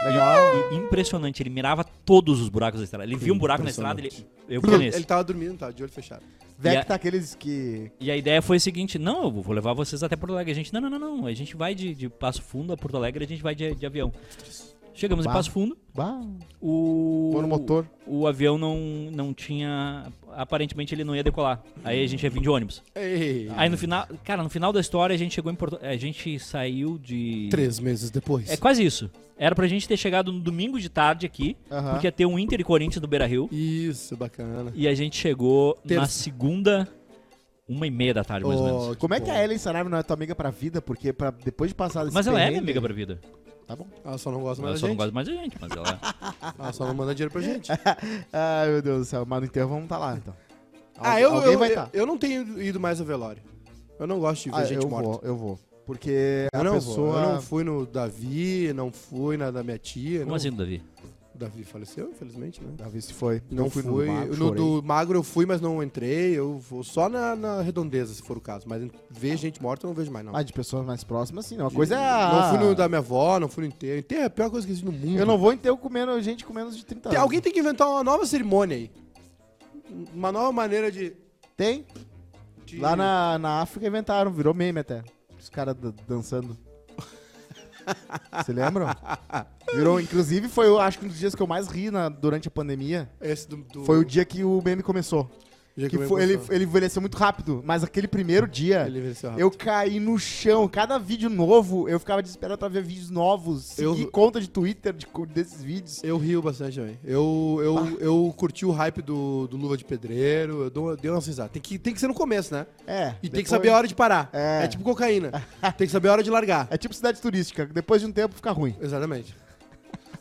Speaker 3: Legal.
Speaker 1: E impressionante, ele mirava todos os buracos da estrada. Ele via um buraco na estrada, ele, eu vou nesse.
Speaker 4: Ele tava dormindo, tava de olho fechado.
Speaker 3: Vê
Speaker 1: E a-
Speaker 3: que tá aqueles que.
Speaker 1: E a ideia foi o seguinte: não, eu vou levar vocês até Porto Alegre. A gente, não, não, não, não. A gente vai de, de Passo Fundo a Porto Alegre, a gente vai de, de avião. Chegamos em
Speaker 3: Bah.
Speaker 1: Passo Fundo.
Speaker 3: Bah,
Speaker 1: O,
Speaker 3: pôr no motor.
Speaker 1: o avião não, não tinha. Aparentemente ele não ia decolar. Aí a gente ia vir de ônibus.
Speaker 4: Ei.
Speaker 3: Ah,
Speaker 1: Aí no final. Cara, no final da história a gente chegou em Porto. A gente saiu de.
Speaker 4: Três meses depois.
Speaker 1: É quase isso. Era pra gente ter chegado no domingo de tarde aqui,
Speaker 3: Aham.
Speaker 1: porque ia ter um Inter e Corinthians do Beira Rio.
Speaker 4: Isso, bacana.
Speaker 1: E a gente chegou na
Speaker 4: Terça.
Speaker 1: segunda, uma e meia da tarde, mais ou menos.
Speaker 3: Como é que a Ellen Saraiva não é tua amiga pra vida? Porque pra, depois de passar desse
Speaker 1: Mas ela é minha
Speaker 3: perrengue-
Speaker 1: amiga pra vida.
Speaker 3: Tá bom.
Speaker 4: Ela só não gosta
Speaker 1: Ela
Speaker 4: mais
Speaker 1: só
Speaker 4: da
Speaker 1: não
Speaker 4: gente.
Speaker 1: gosta mais da gente, mas ela é.
Speaker 4: Ela só não manda dinheiro pra gente.
Speaker 3: Ai, Ah, meu Deus do céu. Mas no enterro vamos tá lá, então.
Speaker 4: ah, eu,
Speaker 3: alguém
Speaker 4: eu,
Speaker 3: vai
Speaker 4: eu,
Speaker 3: tá.
Speaker 4: eu não tenho ido mais a velório. Eu não gosto de ver
Speaker 3: Ah,
Speaker 4: gente
Speaker 3: eu
Speaker 4: morta.
Speaker 3: vou, eu vou. Porque
Speaker 4: Eu
Speaker 3: a
Speaker 4: não,
Speaker 3: pessoa...
Speaker 4: vou. eu não fui no Davi, não fui na da minha tia.
Speaker 1: Como
Speaker 4: não.
Speaker 1: assim, Davi?
Speaker 4: O Davi faleceu, infelizmente, né?
Speaker 3: Davi se foi.
Speaker 4: Não,
Speaker 3: Eu
Speaker 4: fui.
Speaker 3: no do Mago,
Speaker 4: no
Speaker 3: chorei.
Speaker 4: do magro eu fui, mas não entrei. Eu vou só na, na redondeza, se for o caso. Mas ver gente morta eu não vejo mais, não.
Speaker 3: Ah, de pessoas mais próximas, sim. não. Uma coisa é... a-
Speaker 4: Não fui no da minha avó, não fui no enterro. Enterro é a pior coisa que existe no mundo.
Speaker 3: Eu não vou enterro comendo gente com menos de 30
Speaker 4: Tem-
Speaker 3: anos.
Speaker 4: alguém tem que inventar uma nova cerimônia aí. Uma nova maneira de.
Speaker 3: Tem?
Speaker 4: de-
Speaker 3: Lá na, na África inventaram, virou meme até. Os caras da- dançando. Você lembra? Virou, inclusive, foi, eu acho que um dos dias que eu mais ri na- durante a pandemia.
Speaker 4: Esse do, do-
Speaker 3: Foi o dia que o meme começou.
Speaker 4: dia
Speaker 3: Que
Speaker 4: eu
Speaker 3: foi- ele,
Speaker 4: encontrei.
Speaker 3: ele envelheceu muito rápido, mas aquele primeiro dia,
Speaker 4: Ele venceu rápido.
Speaker 3: eu caí no chão. Cada vídeo novo, eu ficava desesperado pra ver vídeos novos.
Speaker 4: Eu-
Speaker 3: Segui conta de Twitter de co- desses vídeos.
Speaker 4: Eu rio bastante também. Eu, eu,
Speaker 3: Ah.
Speaker 4: eu curti o hype do, do Luva de Pedreiro. Eu dou, dei uma risada. Tem que, tem que ser no começo, né?
Speaker 3: É.
Speaker 4: E tem que
Speaker 3: depois-
Speaker 4: saber a hora de parar.
Speaker 3: É.
Speaker 4: É, tipo cocaína. tem que saber a hora de largar.
Speaker 3: É tipo cidade turística, depois de um tempo fica ruim.
Speaker 4: Exatamente.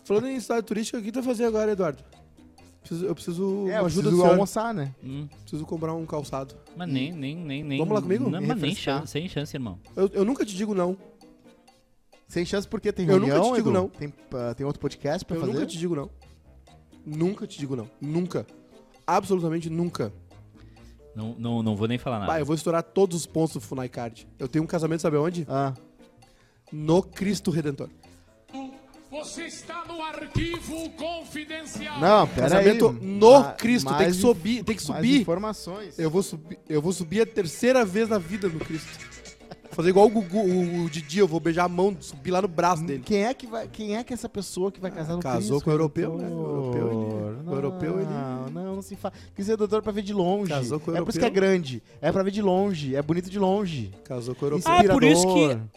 Speaker 4: Falando em cidade turística, o que tu vai fazer agora, Eduardo? Preciso- eu preciso.
Speaker 3: É,
Speaker 4: uma
Speaker 3: eu
Speaker 4: ajuda
Speaker 3: preciso
Speaker 4: do senhor.
Speaker 3: almoçar, né?
Speaker 1: Hum,
Speaker 4: Preciso comprar um calçado.
Speaker 1: mas nem, nem, nem, nem.
Speaker 4: Vamos lá comigo?
Speaker 1: Não, mas nem
Speaker 3: Refrescar.
Speaker 1: chance, sem chance, irmão.
Speaker 4: Eu, eu nunca te digo não.
Speaker 3: Sem chance porque tem
Speaker 4: Eu
Speaker 3: reunião,
Speaker 4: nunca te digo
Speaker 3: Edu?
Speaker 4: não.
Speaker 3: Tem, ah, tem outro podcast pra
Speaker 4: Eu
Speaker 3: fazer?
Speaker 4: nunca te digo não. Nunca te digo não. Nunca. Absolutamente nunca.
Speaker 1: Não, não, não vou nem falar nada.
Speaker 4: Bah, eu vou estourar todos os pontos do Funai Card. Eu tenho um casamento, sabe onde?
Speaker 3: Ah,
Speaker 4: No Cristo Redentor.
Speaker 6: Você está no arquivo confidencial.
Speaker 3: não, pera aí.
Speaker 4: casamento no
Speaker 3: Ma-
Speaker 4: Cristo. Tem
Speaker 3: mais
Speaker 4: que
Speaker 3: in-
Speaker 4: subir. Tem que
Speaker 3: Mais
Speaker 4: subir.
Speaker 3: informações.
Speaker 4: Eu vou subir. Eu vou subir a terceira vez na vida no Cristo. Fazer igual o Gugu, o, o Didi, eu vou beijar a mão, subir lá no braço dele. Ah,
Speaker 3: Quem é que vai? Quem é que é essa pessoa que vai casar no
Speaker 4: casou
Speaker 3: Cristo?
Speaker 4: com o europeu, né?
Speaker 3: doutor?
Speaker 4: O europeu, ele- o
Speaker 3: Não,
Speaker 4: europeu, ele-
Speaker 3: Não, não se faz. Quis ser doutor é pra ver de longe.
Speaker 4: Casou com o
Speaker 3: é por isso que é
Speaker 4: europeu.
Speaker 3: grande. É pra ver de longe. É bonito de longe.
Speaker 4: Casou com o europeu.
Speaker 1: Ah, por isso que-
Speaker 3: Inspirador.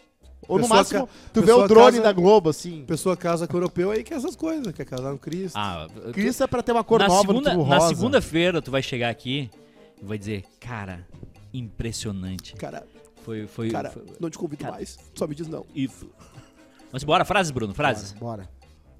Speaker 3: Ou no
Speaker 4: Pessoa
Speaker 3: máximo,
Speaker 4: ca-
Speaker 3: tu vê
Speaker 4: pessoa
Speaker 3: o drone
Speaker 4: casa-
Speaker 3: da Globo, assim.
Speaker 4: Pessoa casa com o europeu aí que é essas coisas. Quer casar no Cristo.
Speaker 1: Ah,
Speaker 3: Cristo é pra ter uma cor
Speaker 1: na
Speaker 3: nova
Speaker 1: segunda,
Speaker 3: no tubo
Speaker 1: na
Speaker 3: rosa.
Speaker 1: segunda-feira tu vai chegar aqui e vai dizer, cara, impressionante.
Speaker 4: Cara,
Speaker 1: Foi, foi,
Speaker 4: cara,
Speaker 1: foi-
Speaker 4: não te convido
Speaker 1: cara.
Speaker 4: mais. Só me diz não.
Speaker 1: isso. Mas bora, frases, Bruno, frases.
Speaker 3: Bora.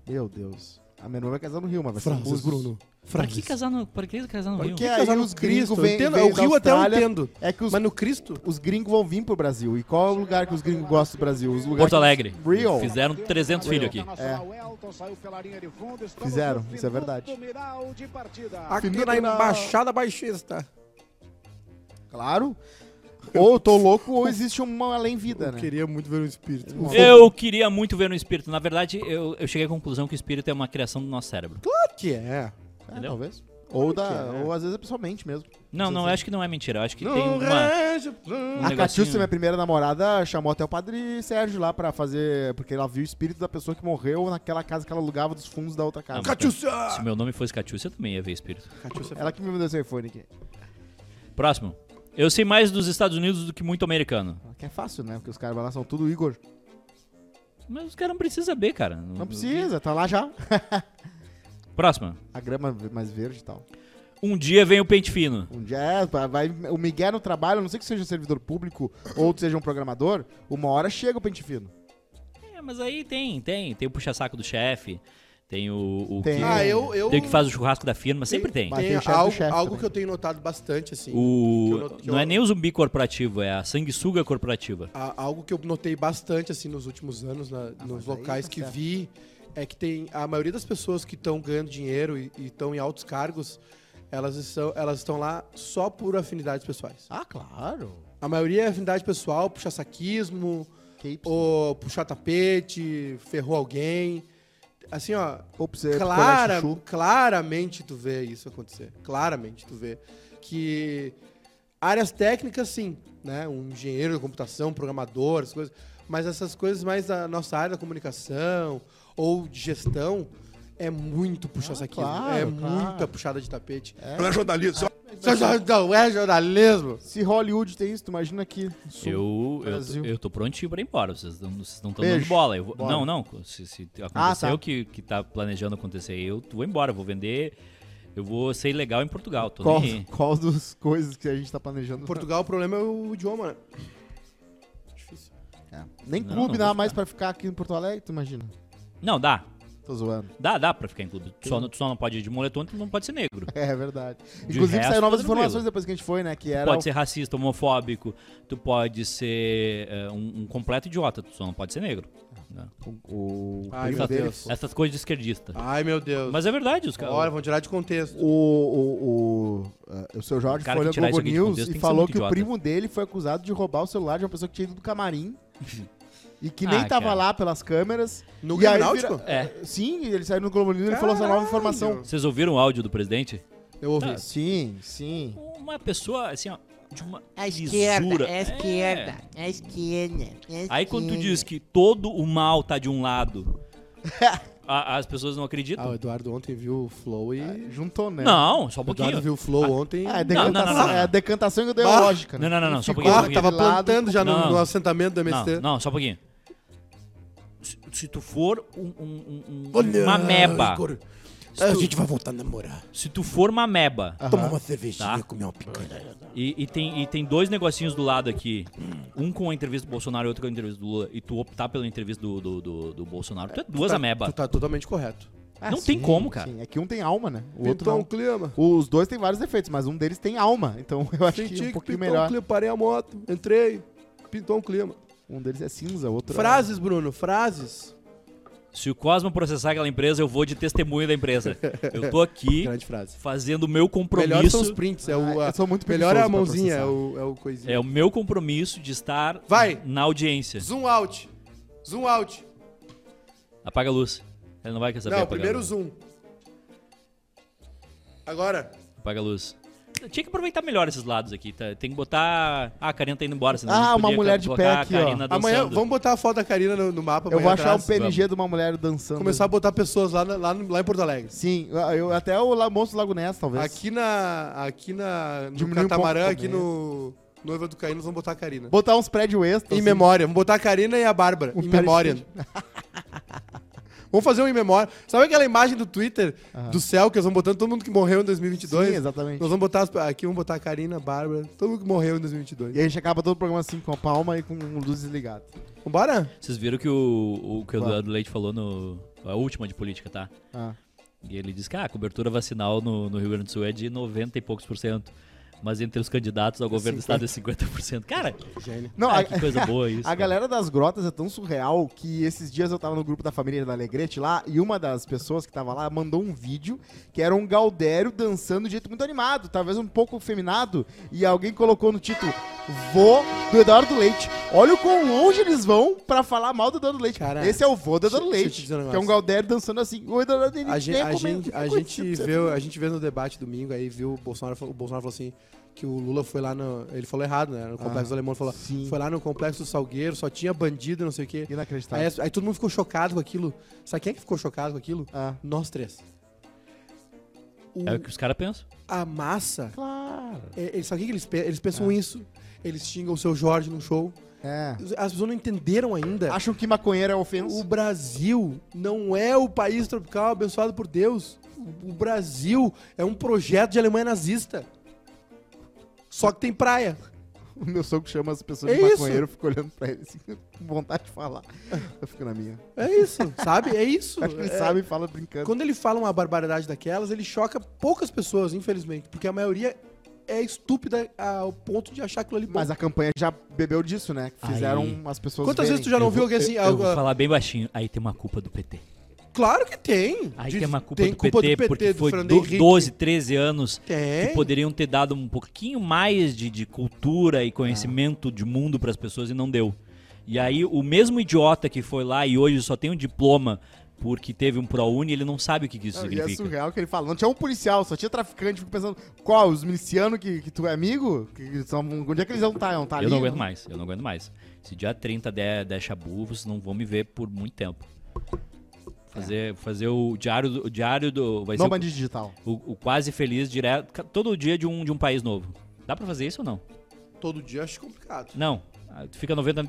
Speaker 3: Meu Deus. A minha irmã vai casar no Rio, mas vai ser em
Speaker 4: Frases,
Speaker 3: Búzios.
Speaker 4: Bruno.
Speaker 1: Pra que casar no, pra que casar no Rio?
Speaker 3: Porque
Speaker 4: que
Speaker 3: aí
Speaker 4: casar no
Speaker 3: os gringos
Speaker 4: Cristo? Eu
Speaker 3: vêm
Speaker 4: entendo,
Speaker 3: vêm
Speaker 4: o
Speaker 3: da
Speaker 4: Rio até eu
Speaker 3: Austrália.
Speaker 4: entendo.
Speaker 3: É que os,
Speaker 4: Mas no Cristo?
Speaker 3: os gringos vão vir pro Brasil. E qual é o lugar que os gringos gostam do Brasil? Os lugares
Speaker 1: Porto Alegre.
Speaker 3: Real.
Speaker 1: Fizeram 300 filhos aqui.
Speaker 3: Fizeram, isso é verdade.
Speaker 4: Aqui
Speaker 3: Finito
Speaker 4: na
Speaker 3: na-
Speaker 4: Embaixada Baixista.
Speaker 3: Claro. Ou eu tô louco ou existe uma além vida, né?
Speaker 4: Queria muito ver um espírito.
Speaker 1: Eu queria muito ver no espírito. Na verdade, eu, eu cheguei à conclusão que o espírito é uma criação do nosso cérebro.
Speaker 4: Claro que é.
Speaker 3: É,
Speaker 1: Entendeu?
Speaker 3: talvez. Ou, da,
Speaker 4: que é.
Speaker 3: ou às vezes é pessoalmente mesmo.
Speaker 1: Não, não, eu acho que não é mentira. Eu acho que
Speaker 4: Não
Speaker 1: tem uma.
Speaker 4: rege-
Speaker 1: Um
Speaker 3: a
Speaker 1: negocinho-
Speaker 3: Catiúcia, minha primeira namorada, chamou até o padre Sérgio lá pra fazer. Porque ela viu o espírito da pessoa que morreu naquela casa que ela alugava dos fundos da outra casa.
Speaker 1: Ah, mas-
Speaker 4: Catiúcia!
Speaker 1: Se meu nome fosse Catiúcia, eu também ia ver espírito.
Speaker 4: Catiúcia.
Speaker 3: Ela que me mandou esse iPhone aqui.
Speaker 1: Próximo. Eu sei mais dos Estados Unidos do que muito americano.
Speaker 3: Que é fácil, né? Porque os caras lá são tudo Igor.
Speaker 1: Mas os caras não precisam saber, cara.
Speaker 3: Não precisa, tá lá já.
Speaker 1: Próxima.
Speaker 3: A grama é mais verde e tal.
Speaker 1: Um dia vem o pente fino.
Speaker 3: Um dia é, vai- vai, o Miguel no trabalho, a não sei que seja servidor público ou tu seja um programador, uma hora chega o pente fino.
Speaker 1: É, mas aí tem, tem. Tem o puxa-saco do chefe, tem o, o
Speaker 3: Tem.
Speaker 1: que.
Speaker 4: Ah, eu... eu
Speaker 1: Tem o que faz o churrasco da firma, sempre tem.
Speaker 3: Mas
Speaker 4: tem
Speaker 3: tem o chefe do
Speaker 4: algo,
Speaker 3: chefe
Speaker 4: algo
Speaker 3: também.
Speaker 4: que eu tenho notado bastante, assim. que eu
Speaker 1: O,
Speaker 4: não- que
Speaker 1: não é
Speaker 4: eu-
Speaker 1: nem o zumbi corporativo, é a sanguessuga corporativa.
Speaker 4: a- algo que eu notei bastante assim nos últimos anos, na- nos
Speaker 3: mas aí
Speaker 4: locais
Speaker 3: tá
Speaker 4: que
Speaker 3: certo.
Speaker 4: vi, é que tem a maioria das pessoas que estão ganhando dinheiro e estão em altos cargos, elas estão, elas estão lá só por afinidades pessoais.
Speaker 3: Ah, claro.
Speaker 4: A maioria é afinidade pessoal, puxar saquismo,
Speaker 3: Que ou,
Speaker 4: ou puxar tapete, ferrou alguém. Assim, ó,
Speaker 3: ou pra você
Speaker 4: clara,
Speaker 3: picolé É, chuchu.
Speaker 4: claramente tu vê isso acontecer. Claramente tu vê que áreas técnicas sim, né? Um engenheiro da computação, um programador, essas coisas, mas essas coisas mais da nossa área da comunicação ou de gestão, é muito puxar saquismo.
Speaker 3: Ah, claro,
Speaker 4: é
Speaker 3: claro.
Speaker 4: muita puxada de tapete.
Speaker 5: Não é jornalismo.
Speaker 4: Isso já não é jornalismo.
Speaker 3: Se Hollywood tem isso, tu imagina aqui. no sul.
Speaker 1: Eu, eu,
Speaker 3: Brasil.
Speaker 1: tô- eu tô prontinho pra ir embora. Vocês não estão dando
Speaker 3: Beijo.
Speaker 1: bola. Eu vou-
Speaker 3: Bora.
Speaker 1: Não, não. Se, se acontecer
Speaker 3: tá.
Speaker 1: o que, que tá planejando acontecer, eu vou embora. Vou vender. Eu vou ser ilegal em Portugal. Tô
Speaker 3: Qual,
Speaker 1: nem aí.
Speaker 3: qual das coisas que a gente tá planejando?
Speaker 4: Em Portugal, o problema é o idioma, né?
Speaker 3: É. Nem
Speaker 1: Não,
Speaker 3: clube
Speaker 1: não
Speaker 3: dá
Speaker 1: vou
Speaker 3: mais pra ficar aqui em Porto Alegre, tu imagina.
Speaker 1: Não, dá.
Speaker 3: Tô zoando.
Speaker 1: Dá, dá pra ficar em clube. Tu Só, não- tu só não pode ir de moletom, tu não pode ser negro.
Speaker 3: É verdade. Inclusive
Speaker 1: resto,
Speaker 3: saíram novas
Speaker 1: tá
Speaker 3: informações
Speaker 1: tranquilo.
Speaker 3: depois que a gente foi, né? Que era.
Speaker 1: Pode ser racista, homofóbico, tu pode ser é, um, um completo idiota, tu só não pode ser negro. né?
Speaker 3: O, o
Speaker 4: Ai,
Speaker 3: primo
Speaker 4: meu
Speaker 3: dele
Speaker 4: Deus.
Speaker 1: Essas coisas de esquerdista.
Speaker 3: Ah,
Speaker 4: Ai, meu Deus.
Speaker 1: Mas é verdade, os caras.
Speaker 4: Olha, vão tirar de contexto.
Speaker 3: o, o, o, eh, o seu Jorge
Speaker 1: O cara
Speaker 3: foi
Speaker 1: que
Speaker 3: no
Speaker 1: tirar
Speaker 3: Globo
Speaker 1: isso aqui de contexto
Speaker 3: News
Speaker 1: tem
Speaker 3: e
Speaker 1: que ser
Speaker 3: falou
Speaker 1: muito
Speaker 3: que o
Speaker 1: idiota.
Speaker 3: primo dele foi acusado de roubar o celular de uma pessoa que tinha ido do camarim e que nem
Speaker 1: Ah,
Speaker 3: tava
Speaker 1: cara.
Speaker 3: lá pelas câmeras.
Speaker 4: No
Speaker 3: e aí
Speaker 4: Grêmio
Speaker 3: vira-
Speaker 4: Náutico?
Speaker 1: É.
Speaker 3: Sim, ele saiu no Globo News e ele falou essa nova informação.
Speaker 1: Vocês ouviram o áudio do presidente?
Speaker 4: Eu ouvi.
Speaker 3: Sim, sim.
Speaker 1: Uma pessoa, assim, ó, de uma
Speaker 7: A esquerda,
Speaker 1: lisura.
Speaker 7: é a esquerda, é a esquerda. é a
Speaker 1: Aí quando tu
Speaker 7: esquerda.
Speaker 1: diz que todo o mal tá de um lado, a- as pessoas não acreditam.
Speaker 4: Ah, o Eduardo ontem viu o Flow e.
Speaker 3: Juntou, né?
Speaker 1: não, só um
Speaker 4: o Eduardo
Speaker 1: pouquinho.
Speaker 4: viu o Flow ontem.
Speaker 3: É, a
Speaker 1: não, não,
Speaker 3: decantação,
Speaker 1: não.
Speaker 3: é a decantação ideológica. né?
Speaker 1: Não, não, não, não, só um
Speaker 3: Ficou
Speaker 1: pouquinho, só um
Speaker 4: Ah,
Speaker 1: pouquinho.
Speaker 4: tava
Speaker 3: aquele lado-
Speaker 4: plantando já no,
Speaker 1: Não.
Speaker 4: no assentamento do MST.
Speaker 1: Não, não, só um pouquinho. Se, se tu for um, um- um- um- uma meba,
Speaker 4: É,
Speaker 8: A gente vai voltar a namorar.
Speaker 1: se tu for uma meba
Speaker 4: Ah.
Speaker 8: Tomar uma cervejinha
Speaker 1: Tá.
Speaker 8: e comer uma
Speaker 3: né?
Speaker 8: picanha.
Speaker 1: e, e tem, e tem dois negocinhos do lado aqui, um com a entrevista do Bolsonaro e outro com a entrevista do Lula, e tu optar pela entrevista do, do, do- do Bolsonaro, tu é duas
Speaker 4: Tá-
Speaker 1: ameba.
Speaker 4: Tu tá totalmente correto.
Speaker 3: Ah,
Speaker 1: não tem como, cara.
Speaker 3: Sim, é que um tem alma, né? O outro
Speaker 4: Pintou
Speaker 3: não.
Speaker 4: um clima.
Speaker 3: Os dois têm vários defeitos, mas um deles tem alma. Então eu acho
Speaker 4: Senti
Speaker 3: que é um
Speaker 4: que
Speaker 3: pouquinho
Speaker 4: pintou um
Speaker 3: melhor.
Speaker 4: clima, parei a moto, entrei, pintou um clima.
Speaker 3: Um deles é cinza, o outro
Speaker 4: Frases, Bruno, frases.
Speaker 1: Se o Cosmo processar aquela empresa, eu vou de testemunho da empresa. Eu tô aqui
Speaker 4: Grande frase.
Speaker 1: fazendo o meu
Speaker 4: Melhor são os
Speaker 1: compromisso.
Speaker 4: prints, é o.
Speaker 3: Ah,
Speaker 4: a-
Speaker 3: eu sou muito
Speaker 4: melhor é a
Speaker 3: preguiçoso pra
Speaker 4: mãozinha, é
Speaker 3: processar.
Speaker 4: o, é o coisinha.
Speaker 1: É o meu compromisso de estar
Speaker 4: Vai.
Speaker 1: na audiência.
Speaker 4: Zoom out. Zoom out.
Speaker 1: Apaga a luz. Ele não vai querer saber
Speaker 4: Não,
Speaker 1: apagar a
Speaker 4: primeiro
Speaker 1: luz.
Speaker 4: zoom. Agora.
Speaker 1: Apaga a luz. Tinha que aproveitar melhor esses lados aqui, tá? Tem que botar. Ah, a Karina tá indo embora. Senão
Speaker 3: Ah,
Speaker 1: a gente
Speaker 3: uma
Speaker 1: podia
Speaker 3: mulher de
Speaker 1: colocar
Speaker 3: pé
Speaker 1: a
Speaker 3: aqui, ó.
Speaker 1: Karina
Speaker 4: Amanhã,
Speaker 1: dançando.
Speaker 4: vamos botar a foto da Karina no, no mapa.
Speaker 3: Eu vou
Speaker 4: amanhã
Speaker 3: achar um
Speaker 4: atrás.
Speaker 3: PNG de uma mulher dançando.
Speaker 4: Começar a botar pessoas lá, na- lá, no- lá em Porto Alegre.
Speaker 3: Sim, eu, até o La- Monstro do Lago Ness, talvez.
Speaker 4: Aqui na. Aqui na. No
Speaker 3: Diminui um
Speaker 4: catamarã,
Speaker 3: pouco
Speaker 4: aqui no. Noiva do Caíno, nós vamos botar a Karina.
Speaker 3: Botar uns prédios extras. assim.
Speaker 4: Em memória. Vamos botar a Karina e a Bárbara. em memória. vamos fazer um em memória. Sabe aquela imagem do Twitter do céu que eles vão botando todo mundo que morreu em 2022?
Speaker 3: Sim, exatamente.
Speaker 4: Nós vamos botar as- aqui, vamos botar a Karina, a Bárbara, todo mundo que morreu em 2022.
Speaker 3: E a gente acaba todo o programa assim, com a palma e com luz desligada.
Speaker 4: Vambora?
Speaker 1: Vocês viram que o, o que o
Speaker 3: Vamos.
Speaker 1: Eduardo Leite falou no. A última de política, tá?
Speaker 3: Ah.
Speaker 1: E ele disse que ah, a cobertura vacinal no, no Rio Grande do Sul é de 90 e poucos por cento. Mas entre os candidatos ao governo do estado é 50%. Cara,
Speaker 3: Não,
Speaker 1: ah,
Speaker 3: a,
Speaker 1: que coisa boa isso.
Speaker 3: a
Speaker 1: cara.
Speaker 3: galera das grotas é tão surreal que esses dias eu tava no grupo da família da Alegrete lá e uma das pessoas que tava lá mandou um vídeo que era um Galdério dançando de jeito muito animado, talvez um pouco feminado, e alguém colocou no título Vô do Eduardo Leite. Olha o quão longe eles vão pra falar mal do Eduardo Leite.
Speaker 4: Cara,
Speaker 3: Esse é o vô do Eduardo
Speaker 4: deixa-
Speaker 3: Leite,
Speaker 4: deixa eu te dizer um
Speaker 3: que é um
Speaker 4: negócio.
Speaker 3: Galdério dançando assim. O Eduardo Leite
Speaker 4: A
Speaker 3: nem
Speaker 4: gente, a,
Speaker 3: comenta,
Speaker 4: gente, a,
Speaker 3: coisa
Speaker 4: gente
Speaker 3: assim.
Speaker 4: vê, a gente vê no debate domingo aí, viu o Bolsonaro, fal- o Bolsonaro falou assim que o Lula foi lá no. Ele falou errado, né? No complexo do alemão ele falou.
Speaker 3: Ah, sim.
Speaker 4: Foi lá no complexo do Salgueiro, só tinha bandido, não sei o quê. Aí,
Speaker 3: Inacreditável.
Speaker 4: as- aí todo mundo ficou chocado com aquilo. Sabe quem é que ficou chocado com aquilo?
Speaker 3: Ah.
Speaker 4: Nós três. O-
Speaker 1: É o que os caras pensam.
Speaker 4: a massa,
Speaker 3: Claro.
Speaker 4: é, eles- sabe o que que eles, pe- eles pensam
Speaker 3: Ah.
Speaker 4: isso? Eles xingam o seu Jorge num show.
Speaker 3: É.
Speaker 4: As pessoas não entenderam ainda.
Speaker 3: Acham que maconheiro é ofensa?
Speaker 4: O Brasil não é o país tropical abençoado por Deus. O- O Brasil é um projeto de Alemanha nazista. Só que tem praia.
Speaker 3: O meu sogro chama as pessoas
Speaker 4: É
Speaker 3: de
Speaker 4: isso.
Speaker 3: maconheiro, eu fico olhando pra ele assim, com vontade de falar. Eu fico na minha.
Speaker 4: É isso, sabe? É isso.
Speaker 3: Acho que ele
Speaker 4: É-
Speaker 3: sabe e fala brincando.
Speaker 4: Quando ele fala uma barbaridade daquelas, ele choca poucas pessoas, infelizmente, porque a maioria é estúpida ao ponto de achar aquilo ali bom.
Speaker 3: Mas a campanha já bebeu disso, né? Fizeram
Speaker 1: Aí.
Speaker 3: as pessoas.
Speaker 4: Quantas vezes tu já não viu alguém assim?
Speaker 1: Eu
Speaker 4: ah,
Speaker 1: vou
Speaker 4: ah,
Speaker 1: falar bem baixinho. Aí tem uma culpa do PT.
Speaker 4: Claro que tem.
Speaker 1: Aí
Speaker 4: De-
Speaker 1: tem uma culpa, do, PT, porque
Speaker 4: do
Speaker 1: foi
Speaker 4: Fernando
Speaker 1: do-
Speaker 4: Henrique.
Speaker 1: 12, 13 anos que
Speaker 4: Tem.
Speaker 1: poderiam ter dado um pouquinho mais de, de cultura e conhecimento de mundo para as pessoas e não deu. E aí o mesmo idiota que foi lá e hoje só tem um diploma porque teve um ProUni, ele não sabe o que que isso
Speaker 3: E é
Speaker 1: significa.
Speaker 3: surreal que ele fala. Não tinha um policial, só tinha traficante. Fico pensando, qual? Os milicianos que, que tu é amigo? Que, que são, onde é que eles vão estar? Não tá
Speaker 1: eu
Speaker 3: ali?
Speaker 1: não aguento mais, eu não aguento mais. Se dia 30 der, der chabu, vocês não vão me ver por muito tempo. Fazer, fazer o diário do. O diário do vai ser
Speaker 3: Nômade
Speaker 1: o,
Speaker 3: digital.
Speaker 1: o- o quase feliz direto. ca- Todo dia de um, de um país novo. Dá pra fazer isso ou não?
Speaker 4: Todo dia eu acho complicado.
Speaker 1: Não. Ah, tu Fica 90.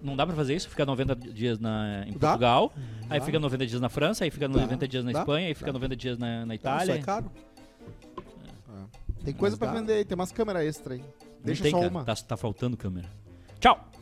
Speaker 1: Não dá pra fazer isso? Fica 90 dias na, em
Speaker 4: Dá.
Speaker 1: Portugal, aí fica 90 dias na França, aí fica 90 dias na
Speaker 4: Dá.
Speaker 1: Espanha, aí fica 90 dias na, na
Speaker 4: Então, isso
Speaker 1: Itália.
Speaker 4: é caro.
Speaker 3: Tem coisa
Speaker 4: Mas
Speaker 3: pra
Speaker 4: dá.
Speaker 3: vender aí, tem umas câmeras extra aí.
Speaker 1: Não
Speaker 3: Deixa
Speaker 1: tem,
Speaker 3: só
Speaker 1: cara.
Speaker 3: uma.
Speaker 1: Tá, tá faltando câmera. Tchau!